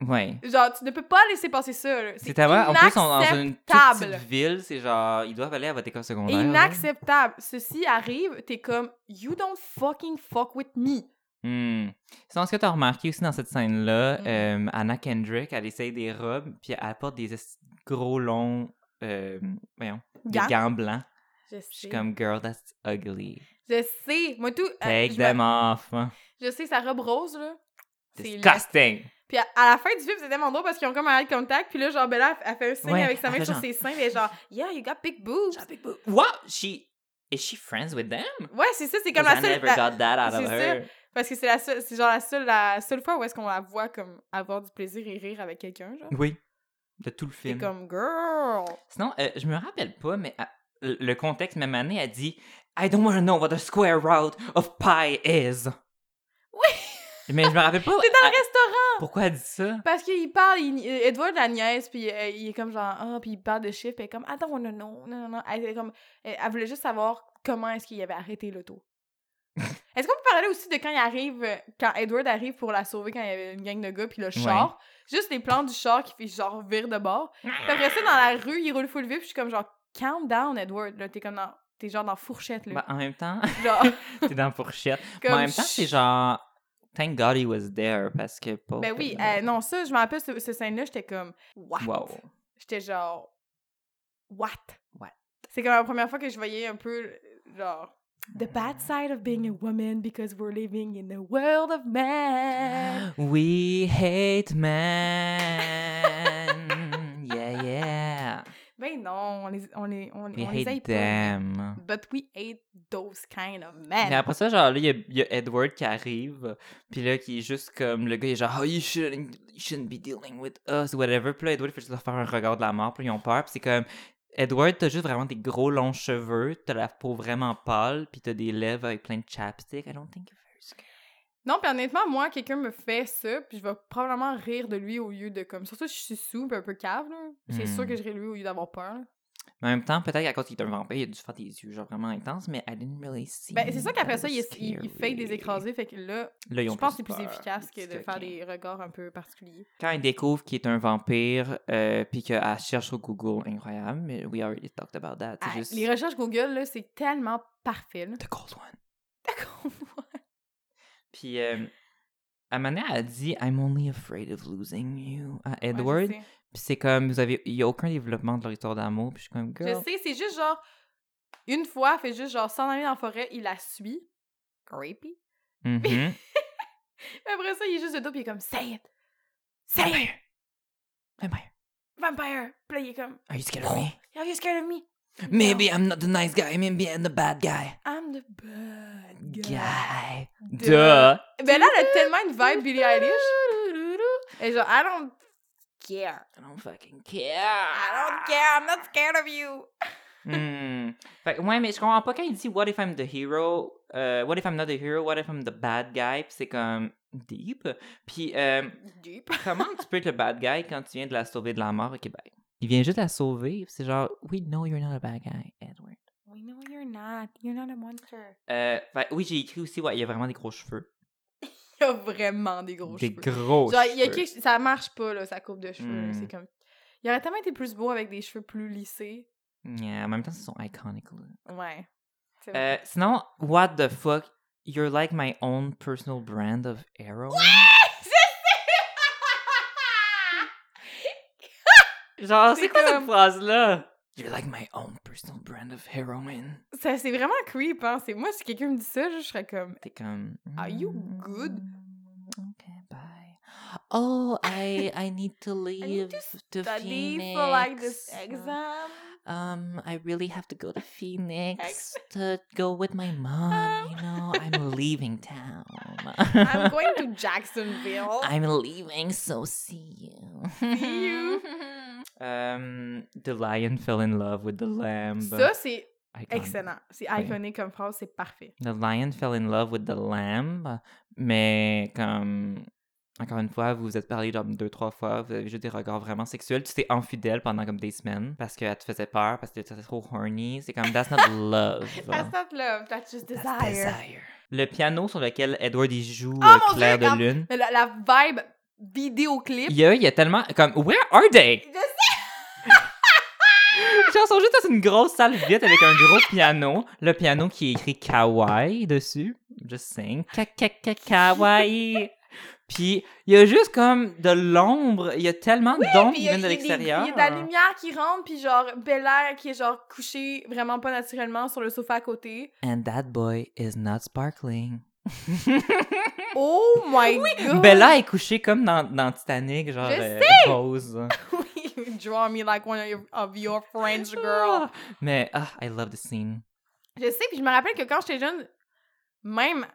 [SPEAKER 2] Ouais.
[SPEAKER 1] Genre, tu ne peux pas laisser passer ça. là.
[SPEAKER 2] C'est tellement. En plus, on est dans une toute
[SPEAKER 1] inacceptable.
[SPEAKER 2] petite ville. C'est genre, ils doivent aller à votre école secondaire. là.
[SPEAKER 1] Inacceptable. Ceci arrive, t'es comme You don't fucking fuck with me.
[SPEAKER 2] Hmm. Sinon, ce que tu as remarqué aussi dans cette scène-là,
[SPEAKER 1] Mhm.
[SPEAKER 2] euh, Anna Kendrick, elle essaye des robes, puis elle porte des esti- gros longs. euh, voyons, des
[SPEAKER 1] Gants.
[SPEAKER 2] gants blancs.
[SPEAKER 1] Je
[SPEAKER 2] Je suis
[SPEAKER 1] sais.
[SPEAKER 2] comme, girl, that's ugly.
[SPEAKER 1] Je sais. Moi, tout. euh,
[SPEAKER 2] Take
[SPEAKER 1] je, me-
[SPEAKER 2] them off. hein.
[SPEAKER 1] je sais, sa robe rose, là. C'est laid.
[SPEAKER 2] Disgusting.
[SPEAKER 1] Puis à, à la fin du film, c'était mon drôle parce qu'ils ont comme un eye contact. Puis là, genre, Bella, elle, elle fait un signe
[SPEAKER 2] Ouais,
[SPEAKER 1] avec sa
[SPEAKER 2] elle
[SPEAKER 1] main
[SPEAKER 2] fait
[SPEAKER 1] sur
[SPEAKER 2] genre-
[SPEAKER 1] ses seins. Mais genre, yeah, you got big boobs.
[SPEAKER 2] What? She. Is she friends with them?
[SPEAKER 1] Ouais, c'est ça, c'est comme
[SPEAKER 2] 'Cause
[SPEAKER 1] la
[SPEAKER 2] I
[SPEAKER 1] seule.
[SPEAKER 2] never
[SPEAKER 1] la-
[SPEAKER 2] got that out of
[SPEAKER 1] c'est ça.
[SPEAKER 2] her.
[SPEAKER 1] parce que c'est la seule, c'est genre la seule, la seule fois où est-ce qu'on la voit comme avoir du plaisir et rire avec quelqu'un, genre.
[SPEAKER 2] Oui. De tout le
[SPEAKER 1] C'est
[SPEAKER 2] film.
[SPEAKER 1] comme girl.
[SPEAKER 2] Sinon, euh, je me rappelle pas, mais euh, le le contexte même année a dit I don't want to know what the square root of pi is. Oui. Mais je me
[SPEAKER 1] [LAUGHS]
[SPEAKER 2] rappelle pas.
[SPEAKER 1] T'es dans le
[SPEAKER 2] euh,
[SPEAKER 1] restaurant
[SPEAKER 2] Pourquoi elle dit ça
[SPEAKER 1] parce qu'il parle, il, euh, Edward la nièce, puis euh, il est comme genre ah, puis il parle de chiffres, puis elle est comme attends non non non non non, elle est comme elle, elle voulait juste savoir comment est-ce qu'il avait arrêté
[SPEAKER 2] [LAUGHS]
[SPEAKER 1] l'auto. est-ce qu'on peut parler aussi de quand il arrive, euh, quand Edward arrive pour la sauver quand il y avait une gang de gars puis le char, juste les plans du char qui fait genre vire de bord. Puis après ça dans la rue, il roule full vif, puis je suis comme genre calm down Edward, là t'es comme dans t'es genre dans fourchette
[SPEAKER 2] Bah,
[SPEAKER 1] là,
[SPEAKER 2] En
[SPEAKER 1] [LAUGHS]
[SPEAKER 2] même temps, [LAUGHS]
[SPEAKER 1] genre
[SPEAKER 2] t'es dans la fourchette. Mais
[SPEAKER 1] comme
[SPEAKER 2] en même temps, c'est genre Thank God he was there parce que pauvre
[SPEAKER 1] Ben oui,
[SPEAKER 2] Edna.
[SPEAKER 1] euh, non, ça, je me rappelle, ce, ce scène-là, j'étais comme, what?
[SPEAKER 2] Wow.
[SPEAKER 1] J'étais genre, what?
[SPEAKER 2] What?
[SPEAKER 1] C'est comme la première fois que je voyais un peu, genre, the bad side of being a woman because we're living in a world of
[SPEAKER 2] Ah!
[SPEAKER 1] men.
[SPEAKER 2] We hate men. [LAUGHS] yeah, yeah.
[SPEAKER 1] Ben non, on les, on les, on,
[SPEAKER 2] We
[SPEAKER 1] on les
[SPEAKER 2] hate
[SPEAKER 1] hate pas.
[SPEAKER 2] them.
[SPEAKER 1] But we hate those kind of
[SPEAKER 2] Mais
[SPEAKER 1] men.
[SPEAKER 2] après ça, genre, là, il y, a- il y a Edward qui arrive, puis là, qui est juste comme, le gars, il est genre, oh, you shouldn't, you shouldn't be dealing with us, whatever. Puis là, Edward, il fait juste leur faire un regard de la mort, puis là, ils ont peur, puis c'est comme, Edward, t'as juste vraiment des gros longs cheveux, t'as la peau vraiment pâle, puis t'as des lèvres avec plein de chapstick. I don't think you're very scared.
[SPEAKER 1] Non, puis honnêtement, moi, quelqu'un me fait ça, puis je vais probablement rire de lui au lieu de comme. Surtout, je suis sous, puis un peu cave, là. C'est
[SPEAKER 2] Hmm.
[SPEAKER 1] sûr que je ris de lui au lieu d'avoir peur. là.
[SPEAKER 2] Mais en même temps, peut-être qu'à cause qu'il est un vampire, il a dû faire des yeux, genre, vraiment intenses, mais I didn't really see.
[SPEAKER 1] Ben, c'est sûr qu'après ça,
[SPEAKER 2] that
[SPEAKER 1] il,
[SPEAKER 2] was
[SPEAKER 1] il, il fake des
[SPEAKER 2] scary.
[SPEAKER 1] écrasés, fait que là,
[SPEAKER 2] Là, ils
[SPEAKER 1] je
[SPEAKER 2] ont
[SPEAKER 1] pense que c'est
[SPEAKER 2] plus
[SPEAKER 1] plus
[SPEAKER 2] peur.
[SPEAKER 1] efficace que de
[SPEAKER 2] C'est
[SPEAKER 1] faire
[SPEAKER 2] ok.
[SPEAKER 1] des regards un peu particuliers.
[SPEAKER 2] Quand il découvre qu'il est un vampire, euh, puis qu'elle cherche sur Google, incroyable, mais we already talked about that. C'est
[SPEAKER 1] Ah,
[SPEAKER 2] juste...
[SPEAKER 1] Les recherches Google, là, c'est tellement parfait, là. [LAUGHS]
[SPEAKER 2] The cold one. Puis, euh, Amanda a dit I'm only afraid of losing you à Edward.
[SPEAKER 1] Ouais,
[SPEAKER 2] puis c'est comme, vous avez, il n'y a aucun développement de leur histoire d'amour. Puis je suis comme,
[SPEAKER 1] je sais.
[SPEAKER 2] girl.
[SPEAKER 1] Je sais, c'est juste genre, une fois, elle fait juste genre s'en aller dans la forêt, il la suit. Creepy.
[SPEAKER 2] Mhm.
[SPEAKER 1] Après ça, il est juste de dos, puis il est comme, say it! Say it!
[SPEAKER 2] Vampire,
[SPEAKER 1] Vampire! Puis là, il est comme,
[SPEAKER 2] are you scared of me?
[SPEAKER 1] are you scared of me?
[SPEAKER 2] Maybe I'm not the nice guy, maybe I'm the bad guy.
[SPEAKER 1] I'm the bad guy.
[SPEAKER 2] Guy.
[SPEAKER 1] Duh.
[SPEAKER 2] Duh.
[SPEAKER 1] Ben là, elle a tellement une vibe Billie Eilish. Et genre, I don't care.
[SPEAKER 2] I don't fucking care.
[SPEAKER 1] I don't care, I'm not scared of you. [LAUGHS]
[SPEAKER 2] Hmm. Fait que, ouais, mais je comprends pas quand il dit What if I'm the hero? Euh, what if I'm not the hero? What if I'm the bad guy? Puis c'est comme deep. Puis euh,
[SPEAKER 1] Deep. [LAUGHS]
[SPEAKER 2] comment tu peux être le bad guy quand tu viens de la sauver de la mort au Québec? Il vient juste la sauver. puis C'est genre We know you're not a bad guy, Edward.
[SPEAKER 1] We know you're not. You're not a monster.
[SPEAKER 2] Euh, fait- oui, j'ai écrit aussi, ouais, il y a vraiment des gros cheveux.
[SPEAKER 1] Il a vraiment des gros
[SPEAKER 2] des
[SPEAKER 1] cheveux.
[SPEAKER 2] gros
[SPEAKER 1] Genre, il
[SPEAKER 2] cheveux.
[SPEAKER 1] y a quelque- ça marche pas, là, sa coupe de cheveux. là.
[SPEAKER 2] Mm.
[SPEAKER 1] C'est comme... Il aurait tellement été plus beau avec des cheveux plus lissés.
[SPEAKER 2] Yeah, en même temps, ils sont iconiques.
[SPEAKER 1] Ouais. C'est vrai.
[SPEAKER 2] Euh, sinon, what the fuck? You're like my own personal brand of arrow. Genre,
[SPEAKER 1] C'est
[SPEAKER 2] c'est quoi
[SPEAKER 1] comme-
[SPEAKER 2] cette phrase-là? um, You're like my own personal brand of heroin.
[SPEAKER 1] [LAUGHS] Ça, c'est vraiment creep, hein. C'est... Moi, si quelqu'un me dit ça, je serais comme...
[SPEAKER 2] T'es comme...
[SPEAKER 1] Are you
[SPEAKER 2] mm,
[SPEAKER 1] good?
[SPEAKER 2] Okay, bye. Oh, I, I need
[SPEAKER 1] [LAUGHS]
[SPEAKER 2] to
[SPEAKER 1] need
[SPEAKER 2] leave
[SPEAKER 1] to
[SPEAKER 2] to
[SPEAKER 1] Study
[SPEAKER 2] Phoenix.
[SPEAKER 1] for, like, this exam.
[SPEAKER 2] Um, I really have to go to Phoenix to go with my mom, you
[SPEAKER 1] [LAUGHS]
[SPEAKER 2] know. I'm leaving town.
[SPEAKER 1] Um, I'm going to Jacksonville.
[SPEAKER 2] [LAUGHS] I'm leaving, so see you. [LAUGHS]
[SPEAKER 1] [LAUGHS] See you.
[SPEAKER 2] Um, the lion fell in love with the lamb.
[SPEAKER 1] Ça, c'est
[SPEAKER 2] Iconic.
[SPEAKER 1] excellent. C'est
[SPEAKER 2] Oui.
[SPEAKER 1] iconique comme phrase, c'est parfait.
[SPEAKER 2] The lion fell in love with the lamb, mais comme encore une fois, vous vous êtes parlé genre deux trois fois, vous avez juste des regards vraiment sexuels. Tu t'es infidèle pendant comme des semaines parce qu'elle te faisait peur, parce que t'étais trop horny. C'est comme
[SPEAKER 1] [LAUGHS]
[SPEAKER 2] that's not love.
[SPEAKER 1] That's not love, that's just desire.
[SPEAKER 2] That's desire. Le piano sur lequel Edward y joue
[SPEAKER 1] Oh
[SPEAKER 2] euh,
[SPEAKER 1] mon
[SPEAKER 2] Claire
[SPEAKER 1] Dieu,
[SPEAKER 2] de
[SPEAKER 1] quand-
[SPEAKER 2] lune.
[SPEAKER 1] Mais La, la vibe vidéoclip.
[SPEAKER 2] Il y a, il y a tellement. Comme, where are they?
[SPEAKER 1] Je sais!
[SPEAKER 2] Genre, ils sont juste dans une grosse salle vide avec un gros piano. Le piano qui est écrit kawaii dessus. Just saying. Ka- ka- ka- Kawaii. [LAUGHS] Puis, il y a juste comme de l'ombre. Il y a tellement d'ombre
[SPEAKER 1] Puis
[SPEAKER 2] qui
[SPEAKER 1] il y a-
[SPEAKER 2] viennent de
[SPEAKER 1] il y a des-
[SPEAKER 2] l'extérieur.
[SPEAKER 1] Il y a de la lumière qui rentre, puis genre Bel Air qui est genre couché vraiment pas naturellement sur le sofa à côté.
[SPEAKER 2] And that boy is not sparkling.
[SPEAKER 1] Oh my god!
[SPEAKER 2] Bella est couchée comme dans, dans Titanic, genre
[SPEAKER 1] Je
[SPEAKER 2] euh, rose.
[SPEAKER 1] [LAUGHS] Oui, draw me like one of your- of your French girl.
[SPEAKER 2] Ah, Mais, ah, I love the scene.
[SPEAKER 1] Je sais, puis je me rappelle que quand j'étais jeune, même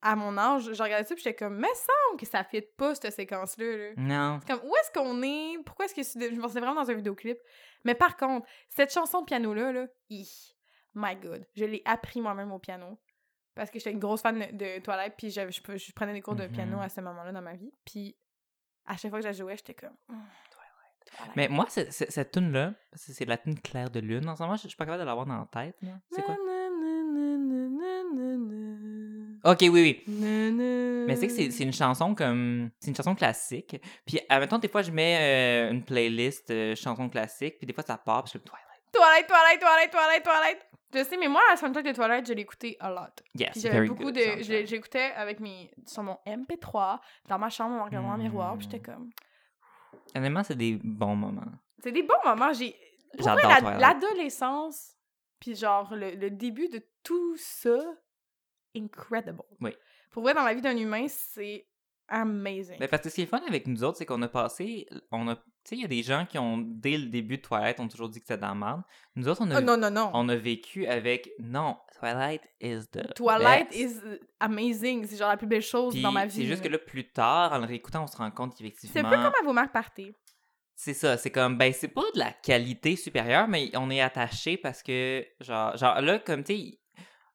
[SPEAKER 1] à mon âge, je regardais ça, puis j'étais comme, mais semble que ça fit pas cette séquence-là. là.
[SPEAKER 2] Non.
[SPEAKER 1] Comme, où est-ce qu'on est? Pourquoi est-ce que c'est de- je pensais vraiment dans un vidéoclip? Mais par contre, cette chanson de piano-là, là, hi, my god, je l'ai appris moi-même au piano. Parce que j'étais une grosse fan de, de Twilight, puis j'avais- je, je prenais des cours de
[SPEAKER 2] Mhm.
[SPEAKER 1] piano à ce moment-là dans ma vie. Puis à chaque fois que je la jouais, j'étais comme, Hmm, Twilight, Twilight.
[SPEAKER 2] Mais moi, c'est- c'est- cette tune-là, c'est c'est la tune Claire de Lune. En ce moment, je je suis pas capable de l'avoir dans la tête. là. C'est quoi?
[SPEAKER 1] Na, na, na, na, na, na, na.
[SPEAKER 2] Ok, oui, oui.
[SPEAKER 1] Na, na.
[SPEAKER 2] Mais c'est que c'est c'est une chanson comme. C'est une chanson classique. Puis, admettons, des fois, je mets euh, une playlist euh, chansons classiques, puis des fois, ça part, puis je suis comme,
[SPEAKER 1] Twilight,
[SPEAKER 2] Twilight.
[SPEAKER 1] Twilight, Twilight, Twilight, Twilight. Je sais, mais moi, la soundtrack de Twilight, je l'écoutais a lot. Puis
[SPEAKER 2] Yes,
[SPEAKER 1] j'avais
[SPEAKER 2] very
[SPEAKER 1] beaucoup
[SPEAKER 2] good
[SPEAKER 1] de.
[SPEAKER 2] soundtrack.
[SPEAKER 1] je l'ai- J'écoutais avec mes. sur mon MP3, dans ma chambre, en regardant un miroir, puis
[SPEAKER 2] Mmh.
[SPEAKER 1] j'étais comme.
[SPEAKER 2] Honnêtement, c'est des bons moments.
[SPEAKER 1] C'est des bons moments. J'ai. pour vrai,
[SPEAKER 2] J'adore
[SPEAKER 1] la-
[SPEAKER 2] Twilight.
[SPEAKER 1] L'adolescence, puis genre le, le début de tout ça, incredible.
[SPEAKER 2] Oui.
[SPEAKER 1] Pour vrai, dans la vie d'un humain, c'est amazing.
[SPEAKER 2] Ben, parce que ce qui est le fun avec nous autres, c'est qu'on a passé. On a, tu sais, il y a des gens qui ont, dès le début de Twilight, ont toujours dit que c'était dans la merde. Nous autres, on a,
[SPEAKER 1] Oh, non, non, non.
[SPEAKER 2] on a vécu avec. Non, Twilight is the.
[SPEAKER 1] Twilight
[SPEAKER 2] best.
[SPEAKER 1] is amazing. C'est genre la plus belle chose
[SPEAKER 2] Puis
[SPEAKER 1] dans ma vie.
[SPEAKER 2] C'est juste que là, plus tard, en le réécoutant, on se rend compte
[SPEAKER 1] C'est un
[SPEAKER 2] qu'effectivement.
[SPEAKER 1] peu comme à vos marques partez.
[SPEAKER 2] C'est ça, c'est comme, ben, c'est pas de la qualité supérieure, mais on est attaché parce que, genre, genre là, comme, tu sais,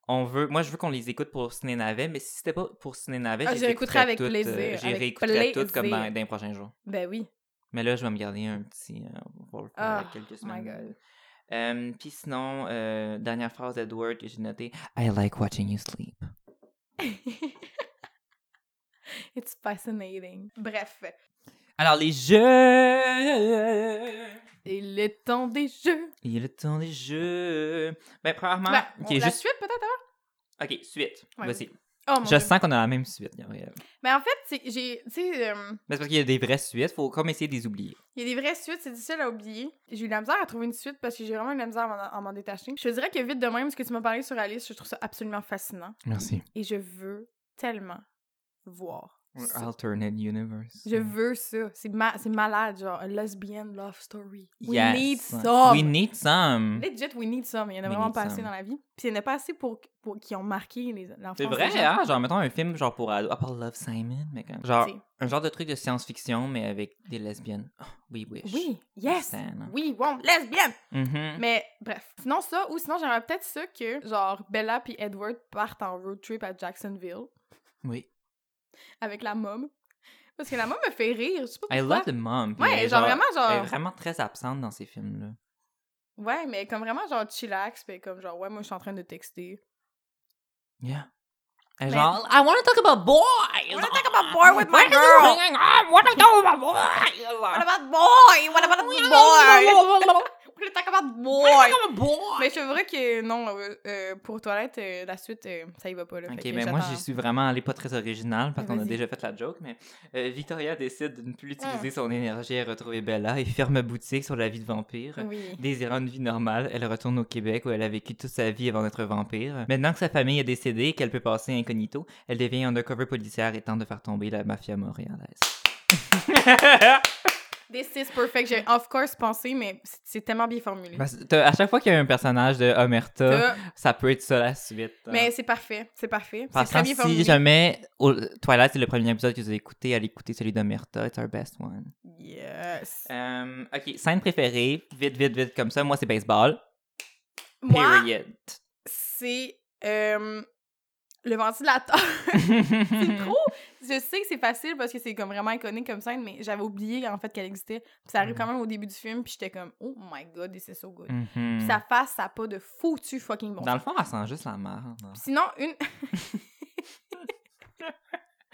[SPEAKER 2] on veut, moi, je veux qu'on les écoute pour Ciné Navet, mais si c'était pas pour Ciné Navet,
[SPEAKER 1] Ah,
[SPEAKER 2] je
[SPEAKER 1] je
[SPEAKER 2] les
[SPEAKER 1] l'écouterai
[SPEAKER 2] écouterais
[SPEAKER 1] avec
[SPEAKER 2] toutes,
[SPEAKER 1] plaisir,
[SPEAKER 2] euh, je les
[SPEAKER 1] avec
[SPEAKER 2] réécouterais toutes comme dans,
[SPEAKER 1] plaisir.
[SPEAKER 2] dans les prochains jours.
[SPEAKER 1] Ben oui.
[SPEAKER 2] Mais là, je vais me garder un petit, euh, pour, pour, euh,
[SPEAKER 1] Ah,
[SPEAKER 2] quelques
[SPEAKER 1] my
[SPEAKER 2] semaines.
[SPEAKER 1] God.
[SPEAKER 2] Euh, Puis sinon, euh, dernière phrase d'Edward que j'ai notée, I like watching you sleep.
[SPEAKER 1] [LAUGHS] It's fascinating. Bref.
[SPEAKER 2] Alors, les jeux!
[SPEAKER 1] Et le temps des jeux.
[SPEAKER 2] Il est le temps des jeux! Ben, premièrement,
[SPEAKER 1] Ben, on-
[SPEAKER 2] ok,
[SPEAKER 1] la
[SPEAKER 2] juste.
[SPEAKER 1] suite peut-être avant?
[SPEAKER 2] Ok, suite.
[SPEAKER 1] Ouais,
[SPEAKER 2] Vas-y.
[SPEAKER 1] Oh mon
[SPEAKER 2] Je
[SPEAKER 1] dieu.
[SPEAKER 2] sens qu'on a la même suite, Gabriel.
[SPEAKER 1] Mais en fait, c'est- j'ai, tu sais, euh,
[SPEAKER 2] Mais c'est parce qu'il y a des vraies suites, faut comme essayer de les oublier.
[SPEAKER 1] il y a des vraies suites, c'est difficile à oublier. J'ai eu de la misère à trouver une suite parce que j'ai vraiment eu de la misère à m'en- à m'en détacher. Je te dirais que vite de même, ce que tu m'as parlé sur Alice, je trouve ça absolument fascinant.
[SPEAKER 2] Merci.
[SPEAKER 1] Et je veux tellement voir ça.
[SPEAKER 2] Alternate universe.
[SPEAKER 1] Je veux ça. C'est ma- c'est malade, genre, a lesbian love story. We
[SPEAKER 2] Yes.
[SPEAKER 1] need some.
[SPEAKER 2] We need some.
[SPEAKER 1] Legit, we need some. Il y en a
[SPEAKER 2] We
[SPEAKER 1] vraiment
[SPEAKER 2] need
[SPEAKER 1] pas assez
[SPEAKER 2] some.
[SPEAKER 1] dans la vie. Puis il n'y en a pas assez pour, pour, qui ont marqué les l'enfance
[SPEAKER 2] C'est
[SPEAKER 1] des
[SPEAKER 2] vrai,
[SPEAKER 1] gens.
[SPEAKER 2] hein? Genre, mettons un film genre pour ados, à part Love Simon, mais comme... Genre,
[SPEAKER 1] Tu sais.
[SPEAKER 2] un genre de truc de science-fiction, mais avec des lesbiennes. Oh, we wish.
[SPEAKER 1] Oui, yes.
[SPEAKER 2] Stan.
[SPEAKER 1] Oui, want lesbian.
[SPEAKER 2] Mhm.
[SPEAKER 1] Mais bref. Sinon, ça, ou sinon, j'aimerais peut-être ça que, genre, Bella puis Edward partent en road trip à Jacksonville
[SPEAKER 2] Oui.
[SPEAKER 1] avec la mom. Parce que la mom me fait rire. Je sais pas
[SPEAKER 2] I
[SPEAKER 1] pourquoi.
[SPEAKER 2] love the mom. puis
[SPEAKER 1] Ouais,
[SPEAKER 2] elle est
[SPEAKER 1] genre, vraiment, genre.
[SPEAKER 2] Elle est vraiment très absente dans ces films-là.
[SPEAKER 1] Ouais, mais comme vraiment, genre, chillax. Puis comme, genre, ouais, moi, je suis en train de texter.
[SPEAKER 2] Yeah. Elle est genre, I want to talk about boys! I
[SPEAKER 1] wanna talk about boy with my girl.
[SPEAKER 2] I want to talk about boys!
[SPEAKER 1] about boy? What about [LAUGHS] boy? What talk about boy? Mais je vrai que non, euh, euh, pour toilette, euh, la suite, euh, ça y va pas. Là,
[SPEAKER 2] Ok,
[SPEAKER 1] Fait que
[SPEAKER 2] mais moi,
[SPEAKER 1] j'attends.
[SPEAKER 2] j'y suis vraiment allée pas très originale parce
[SPEAKER 1] Mais
[SPEAKER 2] qu'on a
[SPEAKER 1] vas-y. Ah.
[SPEAKER 2] déjà fait la joke, mais euh, Victoria décide de ne plus utiliser son énergie à retrouver Bella et ferme boutique sur la vie de vampire.
[SPEAKER 1] Oui.
[SPEAKER 2] Désirant une vie normale, elle retourne au Québec où elle a vécu toute sa vie avant d'être vampire. Maintenant que sa famille est décédée et qu'elle peut passer incognito, elle devient undercover policière et tente de faire tomber la mafia montréalaise.
[SPEAKER 1] This is perfect. J'ai of course pensé, mais c'est- c'est tellement bien formulé.
[SPEAKER 2] Parce que t'as- à chaque fois qu'il y a un personnage de Omerta,
[SPEAKER 1] T'as-
[SPEAKER 2] Ben, ça peut être ça la suite. hein.
[SPEAKER 1] Mais c'est parfait, c'est parfait. C'est
[SPEAKER 2] Parce
[SPEAKER 1] très
[SPEAKER 2] que
[SPEAKER 1] bien
[SPEAKER 2] si
[SPEAKER 1] formulé.
[SPEAKER 2] jamais au- Twilight, c'est le premier épisode que vous avez écouté, allez écouter celui d'Omerta, it's our best one.
[SPEAKER 1] Yes.
[SPEAKER 2] Euh, ok, scène préférée, vite, vite, vite, comme ça. Moi, c'est baseball.
[SPEAKER 1] Moi,
[SPEAKER 2] [LAUGHS] Period.
[SPEAKER 1] c'est euh, le ventilateur. [LAUGHS]
[SPEAKER 2] Mmh
[SPEAKER 1] c'est trop. Je sais que c'est facile parce que c'est comme vraiment iconique comme scène, mais j'avais oublié en fait qu'elle existait. Puis ça
[SPEAKER 2] Mmh
[SPEAKER 1] arrive quand même au début du film, puis j'étais comme oh my god, this is so good.
[SPEAKER 2] Mhm.
[SPEAKER 1] Puis sa face, ça a pas de foutu fucking bon.
[SPEAKER 2] Dans
[SPEAKER 1] sens. [LAUGHS]
[SPEAKER 2] hein. le fond, elle sent juste la merde.
[SPEAKER 1] Sinon, une.
[SPEAKER 2] [LAUGHS]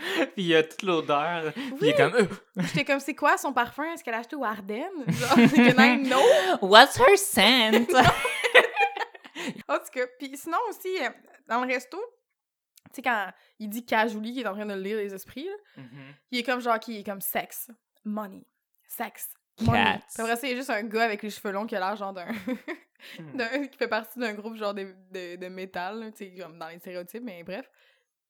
[SPEAKER 2] puis il y a toute l'odeur. Puis il est
[SPEAKER 1] Oui.
[SPEAKER 2] comme. euh,
[SPEAKER 1] J'étais comme, c'est quoi son parfum? Est-ce qu'elle a acheté au Ardennes? Genre, [LAUGHS] c'est que non, non.
[SPEAKER 2] [LAUGHS] What's her scent?
[SPEAKER 1] En tout cas, puis sinon aussi, euh, dans le resto, tu sais, quand il dit Cajouli, qui est en train de lire les esprits, là,
[SPEAKER 2] [LAUGHS] Mhm.
[SPEAKER 1] il est comme genre, qui est comme sexe, money, sexe, money.
[SPEAKER 2] Cats.
[SPEAKER 1] Puis Après ça, il y a juste un gars avec les cheveux longs qui a l'air genre d'un. [LAUGHS] d'un- qui fait partie d'un groupe genre de, de, de métal, là, tu sais, comme dans les stéréotypes, mais bref.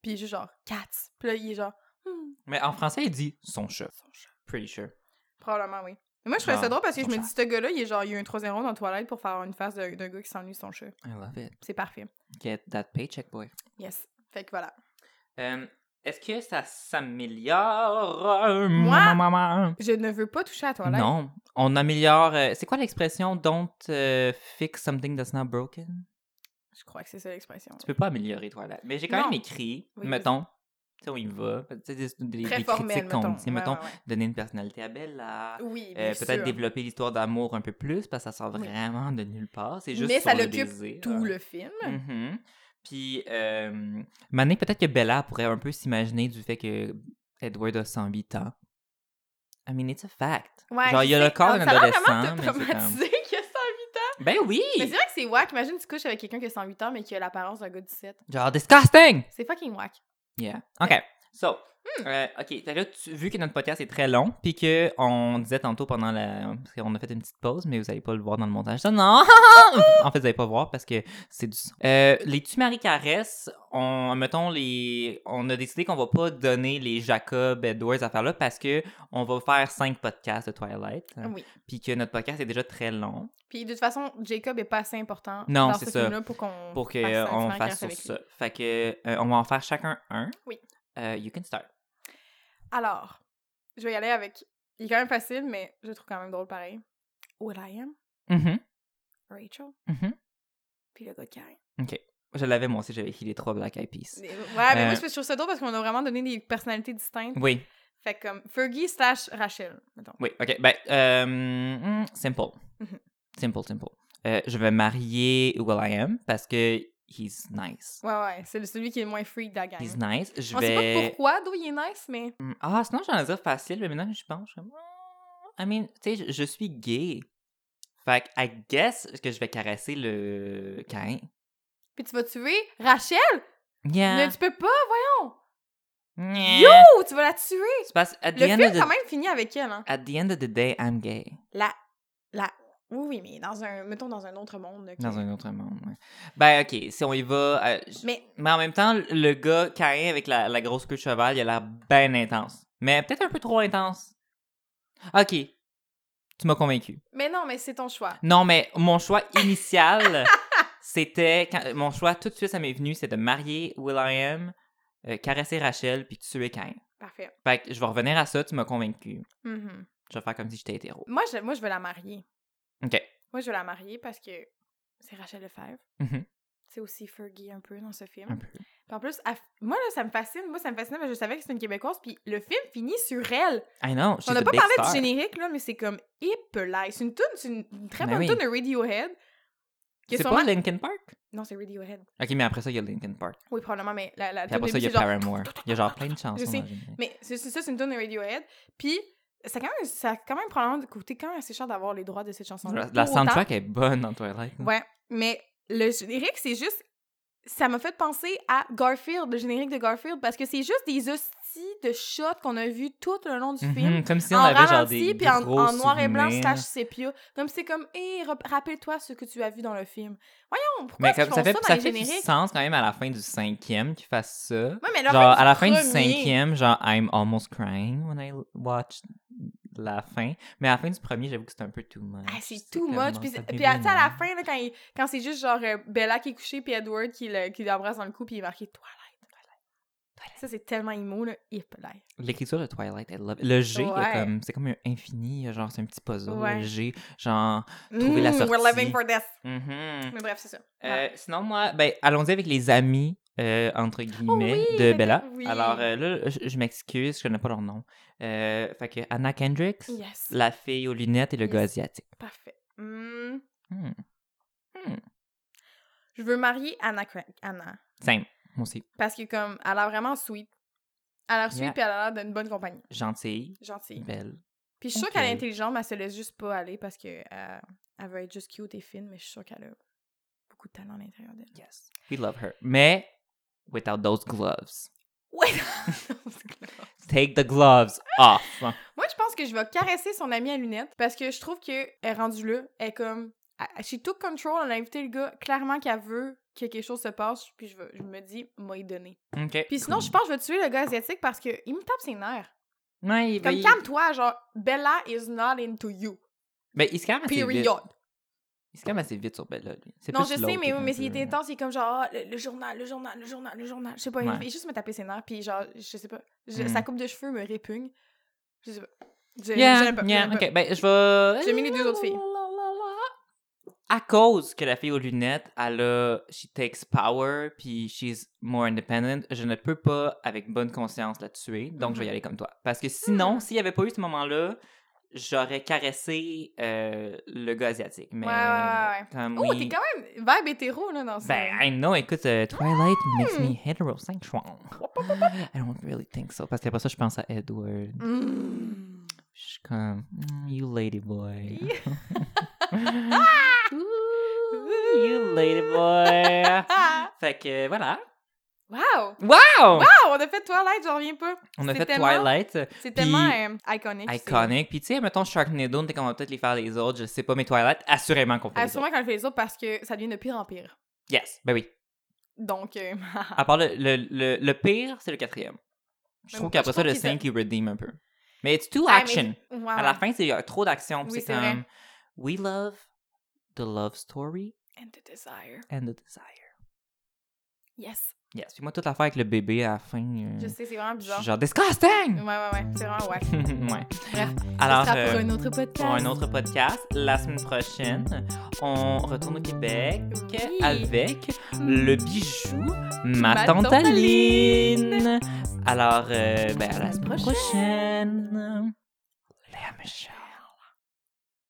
[SPEAKER 1] Puis il est juste genre, cats. Puis là, il est genre, hmm,
[SPEAKER 2] Mais en français, il dit son chat.
[SPEAKER 1] son chat.
[SPEAKER 2] Pretty sure.
[SPEAKER 1] Probablement, oui. Mais moi, je trouvais ça
[SPEAKER 2] Genre,
[SPEAKER 1] drôle parce que je
[SPEAKER 2] son
[SPEAKER 1] me
[SPEAKER 2] chat.
[SPEAKER 1] dis, ce gars-là, il est genre, il y a eu un troisième rond dans la toilette pour faire une face de- d'un gars qui s'ennuie de son chat.
[SPEAKER 2] I love it.
[SPEAKER 1] C'est parfait.
[SPEAKER 2] Get that paycheck, boy.
[SPEAKER 1] Yes. Fait que voilà.
[SPEAKER 2] Euh, Est-ce que ça s'améliore?
[SPEAKER 1] Moi?
[SPEAKER 2] Maman.
[SPEAKER 1] Je ne veux pas toucher à la toilette.
[SPEAKER 2] Non, on améliore. euh, c'est quoi l'expression Don't euh, fix something that's not broken?
[SPEAKER 1] Je crois que c'est ça l'expression.
[SPEAKER 2] Tu peux pas améliorer toi là. Mais j'ai quand
[SPEAKER 1] Non.
[SPEAKER 2] même écrit,
[SPEAKER 1] Oui,
[SPEAKER 2] mettons, tu sais, on y va. Tu sais, des, des-
[SPEAKER 1] Très
[SPEAKER 2] des
[SPEAKER 1] formel,
[SPEAKER 2] critiques qu'on
[SPEAKER 1] mettons.
[SPEAKER 2] dit, tu sais,
[SPEAKER 1] Ouais,
[SPEAKER 2] mettons,
[SPEAKER 1] ouais, ouais.
[SPEAKER 2] donner une personnalité à Bella.
[SPEAKER 1] Oui,
[SPEAKER 2] euh,
[SPEAKER 1] bien sûr.
[SPEAKER 2] Peut-être développer l'histoire d'amour un peu plus parce que ça sort
[SPEAKER 1] Oui.
[SPEAKER 2] vraiment de nulle part. C'est juste
[SPEAKER 1] Mais
[SPEAKER 2] sur
[SPEAKER 1] ça
[SPEAKER 2] le
[SPEAKER 1] l'occupe
[SPEAKER 2] désir. hein.
[SPEAKER 1] tout le film.
[SPEAKER 2] Mhm. Puis, euh, Mané, peut-être que Bella pourrait un peu s'imaginer du fait que Edward a 108 ans. I mean, it's a fact.
[SPEAKER 1] Ouais, ah,
[SPEAKER 2] Genre, il y a le corps d'un
[SPEAKER 1] Ça a l'air vraiment de
[SPEAKER 2] adolescent, mais
[SPEAKER 1] te
[SPEAKER 2] c'est comme-
[SPEAKER 1] [LAUGHS] traumatiser qu'il a 108 ans.
[SPEAKER 2] Ben oui!
[SPEAKER 1] Mais c'est vrai que c'est whack. Imagine, tu couches avec quelqu'un qui a 108 ans, mais qui a l'apparence d'un gars de 17.
[SPEAKER 2] Genre, disgusting!
[SPEAKER 1] C'est fucking whack.
[SPEAKER 2] Yeah. OK. So,
[SPEAKER 1] Hmm.
[SPEAKER 2] euh, OK. Fait que là, tu- vu que notre podcast est très long, puis que on disait tantôt pendant la... Parce qu'on a fait une petite pause, mais vous allez pas le voir dans le montage. Ça, non! [LAUGHS] en fait, vous allez pas voir parce que c'est du son. Euh, les Tumari Caresses, on, mettons, les, on a décidé qu'on va pas donner les Jacob, Edwards, affaires-là, parce que on va faire cinq podcasts de Twilight, hein,
[SPEAKER 1] Oui.
[SPEAKER 2] puis que notre podcast est déjà très long.
[SPEAKER 1] Puis de toute façon, Jacob est pas assez important
[SPEAKER 2] Non,
[SPEAKER 1] dans
[SPEAKER 2] c'est
[SPEAKER 1] ce
[SPEAKER 2] ça.
[SPEAKER 1] film-là pour qu'on
[SPEAKER 2] pour qu'on
[SPEAKER 1] fasse un
[SPEAKER 2] on
[SPEAKER 1] différent cast
[SPEAKER 2] fasse sur
[SPEAKER 1] avec
[SPEAKER 2] ça.
[SPEAKER 1] lui.
[SPEAKER 2] Fait que euh, on va en faire chacun un.
[SPEAKER 1] Oui.
[SPEAKER 2] Euh, you can start.
[SPEAKER 1] Alors, je vais y aller avec... Il est quand même facile, mais je le trouve quand même drôle pareil. What I am,
[SPEAKER 2] Mhm,
[SPEAKER 1] Rachel,
[SPEAKER 2] mhm.
[SPEAKER 1] puis le gars de Karen.
[SPEAKER 2] Je l'avais moi aussi, j'avais écrit les trois Black Eyed Peas.
[SPEAKER 1] Ouais, mais
[SPEAKER 2] Euh,
[SPEAKER 1] moi, je trouve ça drôle parce qu'on a vraiment donné des personnalités distinctes.
[SPEAKER 2] Oui,
[SPEAKER 1] Fait que comme Fergie slash Rachel, mettons.
[SPEAKER 2] oui, ok. Ben, euh, mm, simple.
[SPEAKER 1] Mhm.
[SPEAKER 2] Simple, simple. Euh, je vais marier Will I Am parce que he's nice.
[SPEAKER 1] Ouais, ouais, c'est le- celui qui est le moins freak de la gang.
[SPEAKER 2] He's nice. Je
[SPEAKER 1] On sait pas
[SPEAKER 2] vais.
[SPEAKER 1] pourquoi, d'où il est nice, mais...
[SPEAKER 2] Mm, Ah, sinon, j'en ai dire facile, mais maintenant que je pense, je suis comme, oh, I mean, tu sais, je, je suis gay. Fait que, I guess que je vais caresser le Cain.
[SPEAKER 1] Puis tu vas tuer Rachel?
[SPEAKER 2] Euh. Yeah.
[SPEAKER 1] Mais tu peux pas, voyons!
[SPEAKER 2] Yeah.
[SPEAKER 1] Yo! Tu vas la tuer!
[SPEAKER 2] C'est parce at the
[SPEAKER 1] Le
[SPEAKER 2] end
[SPEAKER 1] film,
[SPEAKER 2] of the
[SPEAKER 1] quand même, finit avec elle, hein.
[SPEAKER 2] at the end of the day, I'm gay.
[SPEAKER 1] La... [LAUGHS] La... Oui, oui, mais dans un... Mettons, dans un autre monde. là, que-
[SPEAKER 2] Dans un autre monde. ouais. Ben ok, si on y va. euh, j- mais...
[SPEAKER 1] Mais...
[SPEAKER 2] en même temps, le gars Caïn avec la, la grosse queue de cheval, il a l'air bien intense. Mais peut-être un peu trop intense. Ok, tu m'as convaincu.
[SPEAKER 1] mais non, mais c'est ton choix.
[SPEAKER 2] Non, mais
[SPEAKER 1] [LAUGHS]
[SPEAKER 2] mon choix initial, c'était quand- euh, mon choix tout de suite, ça m'est venu, c'est de marier Will.i.am, euh, caresser Rachel, puis tuer Caïn.
[SPEAKER 1] Parfait.
[SPEAKER 2] Fait que je vais revenir à ça. Tu m'as convaincu.
[SPEAKER 1] Mhm.
[SPEAKER 2] Je vais faire comme si j'étais hétéro.
[SPEAKER 1] Moi, je... Moi, je veux la marier.
[SPEAKER 2] Ok.
[SPEAKER 1] Moi, je veux la marier parce que c'est Rachel Lefebvre.
[SPEAKER 2] Mhm.
[SPEAKER 1] C'est aussi Fergie un peu dans ce film.
[SPEAKER 2] Un peu.
[SPEAKER 1] Puis en plus, elle- moi, là, ça me fascine. Moi, ça me fascine, mais je savais que c'était une Québécoise. Puis le film finit sur elle.
[SPEAKER 2] I know. she's
[SPEAKER 1] On n'a
[SPEAKER 2] a
[SPEAKER 1] pas
[SPEAKER 2] big
[SPEAKER 1] parlé
[SPEAKER 2] star.
[SPEAKER 1] du générique, là, mais c'est comme hippelay. C'est une toune, c'est une, une très
[SPEAKER 2] Ben
[SPEAKER 1] bonne
[SPEAKER 2] oui.
[SPEAKER 1] toune de Radiohead. qui est
[SPEAKER 2] C'est
[SPEAKER 1] sûrement-
[SPEAKER 2] pas Linkin Park?
[SPEAKER 1] Non, c'est Radiohead.
[SPEAKER 2] Ok, mais après ça, il y a Linkin Park.
[SPEAKER 1] Oui, probablement, mais la, la
[SPEAKER 2] Puis
[SPEAKER 1] toune
[SPEAKER 2] après ça, il y
[SPEAKER 1] début,
[SPEAKER 2] a
[SPEAKER 1] c'est genre-
[SPEAKER 2] Paramore. Il y a genre plein de chansons.
[SPEAKER 1] Je sais.
[SPEAKER 2] dans le générique.
[SPEAKER 1] Mais c'est c'est ça, c'est une toune de Radiohead. Puis ça a quand même, ça a quand même probablement coûté quand même assez cher d'avoir les droits de cette chanson.
[SPEAKER 2] La, la soundtrack est bonne dans Twilight. là.
[SPEAKER 1] Ouais, mais le générique, c'est juste. Ça m'a fait penser à Garfield, le générique de Garfield, parce que c'est juste des hosties de shots qu'on a vu tout le long du
[SPEAKER 2] Mhm,
[SPEAKER 1] film.
[SPEAKER 2] Comme si on
[SPEAKER 1] en
[SPEAKER 2] avait genre
[SPEAKER 1] ralenti,
[SPEAKER 2] des
[SPEAKER 1] puis en,
[SPEAKER 2] gros
[SPEAKER 1] en noir et blanc,
[SPEAKER 2] souvenirs.
[SPEAKER 1] slash sépia. Comme c'est comme, hé, rep- rappelle-toi ce que tu as vu dans le film. Voyons, pourquoi
[SPEAKER 2] Mais
[SPEAKER 1] est-ce qu'ils
[SPEAKER 2] comme,
[SPEAKER 1] font
[SPEAKER 2] ça
[SPEAKER 1] ça,
[SPEAKER 2] fait,
[SPEAKER 1] dans
[SPEAKER 2] ça
[SPEAKER 1] les
[SPEAKER 2] fait du
[SPEAKER 1] génériques?
[SPEAKER 2] sens quand même à la fin du cinquième qu'ils fassent ça.
[SPEAKER 1] Ouais, mais
[SPEAKER 2] genre, à la fin du
[SPEAKER 1] premier-
[SPEAKER 2] cinquième, genre, I'm almost crying when I watch la fin. Mais à la fin du premier, j'avoue que c'est un peu too much.
[SPEAKER 1] Ah, c'est too
[SPEAKER 2] comme,
[SPEAKER 1] much.
[SPEAKER 2] oh,
[SPEAKER 1] Puis,
[SPEAKER 2] ça
[SPEAKER 1] c'est-
[SPEAKER 2] devient
[SPEAKER 1] puis à- tu sais, à la
[SPEAKER 2] long.
[SPEAKER 1] fin, là, quand, il- quand c'est juste genre euh, Bella qui est couchée, puis Edward qui, le- qui l'embrasse dans le cou, puis il est marqué Twilight. Twilight, Twilight. Ça, c'est tellement immo, là. Hip, là.
[SPEAKER 2] L'écriture de Twilight, elle love. Le G, il y a
[SPEAKER 1] Ouais.
[SPEAKER 2] comme- c'est comme un infini, genre, c'est un petit puzzle.
[SPEAKER 1] Ouais.
[SPEAKER 2] Le G, genre. Trouver la
[SPEAKER 1] Mm,
[SPEAKER 2] sortie.
[SPEAKER 1] We're living for death.
[SPEAKER 2] mhm.
[SPEAKER 1] Mais bref, c'est ça. Voilà.
[SPEAKER 2] Euh, sinon, moi, ben, allons-y avec les amis, euh, entre guillemets,
[SPEAKER 1] Ah. Oh oui,
[SPEAKER 2] de
[SPEAKER 1] d'accord,
[SPEAKER 2] Bella.
[SPEAKER 1] oui.
[SPEAKER 2] Alors euh, là, je, je m'excuse, je connais pas leur nom. Euh, fait que Anna Kendricks,
[SPEAKER 1] Yes.
[SPEAKER 2] la fille aux lunettes et le
[SPEAKER 1] Yes.
[SPEAKER 2] gars asiatique.
[SPEAKER 1] Parfait. Hmm.
[SPEAKER 2] Hmm. Hmm.
[SPEAKER 1] Je veux marier Anna. Cra- Anna.
[SPEAKER 2] Simple, moi aussi.
[SPEAKER 1] Parce que, comme, elle a l'air vraiment sweet. Elle a reçu,
[SPEAKER 2] Yeah.
[SPEAKER 1] puis elle a l'air d'une bonne compagnie.
[SPEAKER 2] Gentille,
[SPEAKER 1] Gentille.
[SPEAKER 2] belle.
[SPEAKER 1] Puis je suis sûre
[SPEAKER 2] Ok.
[SPEAKER 1] qu'elle est intelligente, mais elle se laisse juste pas aller parce que euh, elle veut être juste cute et fine, mais je suis sûre qu'elle a beaucoup de talent à l'intérieur d'elle.
[SPEAKER 2] Yes. We love her. Mais without those gloves.
[SPEAKER 1] Ouais!
[SPEAKER 2] Take the gloves off.
[SPEAKER 1] Moi, je pense que je vais caresser son amie à lunettes parce que je trouve qu'elle est rendue là. Elle est comme. elle- She took control, elle a invité le gars clairement qu'elle veut que quelque chose se passe, puis je, vais- je me dis, m'a y donné.
[SPEAKER 2] OK.
[SPEAKER 1] Puis sinon, je pense que je vais tuer le gars asiatique parce que il me tape ses nerfs.
[SPEAKER 2] Ouais, il- ben,
[SPEAKER 1] Comme
[SPEAKER 2] il-
[SPEAKER 1] calme-toi, genre, Bella is not into you.
[SPEAKER 2] ben, il se calme assez vite.
[SPEAKER 1] Period.
[SPEAKER 2] Il se calme assez vite sur Bella, lui. C'est
[SPEAKER 1] Non,
[SPEAKER 2] plus
[SPEAKER 1] je sais,
[SPEAKER 2] l'autre qui
[SPEAKER 1] mais,
[SPEAKER 2] est un
[SPEAKER 1] mais il
[SPEAKER 2] peu-
[SPEAKER 1] était intense, il est comme genre, Ah, le, le journal, le journal, le journal, le journal. Je sais pas, il-
[SPEAKER 2] Ouais.
[SPEAKER 1] il juste me taper ses nerfs, puis genre, je sais pas. je-
[SPEAKER 2] Mm.
[SPEAKER 1] Sa coupe de cheveux me répugne. Je sais pas. Je, euh, je
[SPEAKER 2] Yeah,
[SPEAKER 1] l'aime pas, je
[SPEAKER 2] yeah,
[SPEAKER 1] l'aime pas.
[SPEAKER 2] ok. Ben, je vais.
[SPEAKER 1] J'ai mis les deux autres filles.
[SPEAKER 2] À cause que la fille aux lunettes, elle a. She takes power, puis she's more independent, je ne peux pas, avec bonne conscience, la tuer. Donc,
[SPEAKER 1] Mm-hmm.
[SPEAKER 2] je vais y aller comme toi. Parce que
[SPEAKER 1] Mm.
[SPEAKER 2] sinon, s'il n'y avait pas eu ce moment-là, j'aurais caressé euh, le gars asiatique. Mais.
[SPEAKER 1] Ouais, ouais, ouais, ouais.
[SPEAKER 2] Comme
[SPEAKER 1] Oh,
[SPEAKER 2] oui-
[SPEAKER 1] t'es quand même vibe hétéro, là, dans ça.
[SPEAKER 2] Ben, I know, écoute, euh, Twilight makes
[SPEAKER 1] Hmm.
[SPEAKER 2] me heterosexual. I don't really think so. Parce qu'après ça, je pense à Edward.
[SPEAKER 1] Mm.
[SPEAKER 2] Je suis comme, Mm, you lady boy. [LAUGHS]
[SPEAKER 1] Ah!
[SPEAKER 2] Ooh, you lady
[SPEAKER 1] [LAUGHS]
[SPEAKER 2] boy.
[SPEAKER 1] Ah!
[SPEAKER 2] fait que voilà.
[SPEAKER 1] Wow!
[SPEAKER 2] Wow!
[SPEAKER 1] Wow! On a fait Twilight, j'en reviens pas.
[SPEAKER 2] On a
[SPEAKER 1] C'est
[SPEAKER 2] fait
[SPEAKER 1] tellement-
[SPEAKER 2] Twilight.
[SPEAKER 1] C'est
[SPEAKER 2] Puis-
[SPEAKER 1] tellement euh, iconique.
[SPEAKER 2] Iconique. Puis tu sais, mettons Sharknado, on était comme on va peut-être les faire les autres, je sais pas, mais Twilight, assurément qu'on peut.
[SPEAKER 1] Ah,
[SPEAKER 2] les
[SPEAKER 1] sûrement quand je fais les autres parce que ça devient de pire en pire.
[SPEAKER 2] autres. Yes, ben oui.
[SPEAKER 1] Donc, euh, [LAUGHS]
[SPEAKER 2] À part le, le, le, le pire, c'est le quatrième. Je
[SPEAKER 1] Mais
[SPEAKER 2] trouve
[SPEAKER 1] moi,
[SPEAKER 2] qu'après
[SPEAKER 1] Ben je
[SPEAKER 2] ça,
[SPEAKER 1] trouve
[SPEAKER 2] le
[SPEAKER 1] qu'ils
[SPEAKER 2] 5, il redeem un peu. Mais it's too
[SPEAKER 1] ah, mais-
[SPEAKER 2] action.
[SPEAKER 1] Ouais,
[SPEAKER 2] À la
[SPEAKER 1] ouais.
[SPEAKER 2] fin, c'est il y a trop d'action. puis
[SPEAKER 1] Oui,
[SPEAKER 2] c'est
[SPEAKER 1] c'est vrai.
[SPEAKER 2] comme, we love the love story
[SPEAKER 1] And the desire.
[SPEAKER 2] and the desire.
[SPEAKER 1] Yes.
[SPEAKER 2] Yes. Puis moi, toute l'affaire avec le bébé à la fin. euh,
[SPEAKER 1] Je sais, c'est vraiment
[SPEAKER 2] je suis
[SPEAKER 1] bizarre.
[SPEAKER 2] genre
[SPEAKER 1] Ouais,
[SPEAKER 2] disgusting!
[SPEAKER 1] ouais, ouais. C'est vraiment wack.
[SPEAKER 2] [LAUGHS] ouais.
[SPEAKER 1] Bref,
[SPEAKER 2] Alors,
[SPEAKER 1] ça sera
[SPEAKER 2] euh,
[SPEAKER 1] pour un autre podcast.
[SPEAKER 2] pour un autre podcast, la semaine prochaine, on retourne au Québec
[SPEAKER 1] Oui.
[SPEAKER 2] avec le bijou Ma,
[SPEAKER 1] Ma
[SPEAKER 2] tante
[SPEAKER 1] tante
[SPEAKER 2] Aline. Alors, euh, ben, à la semaine prochaine. Léa Michel.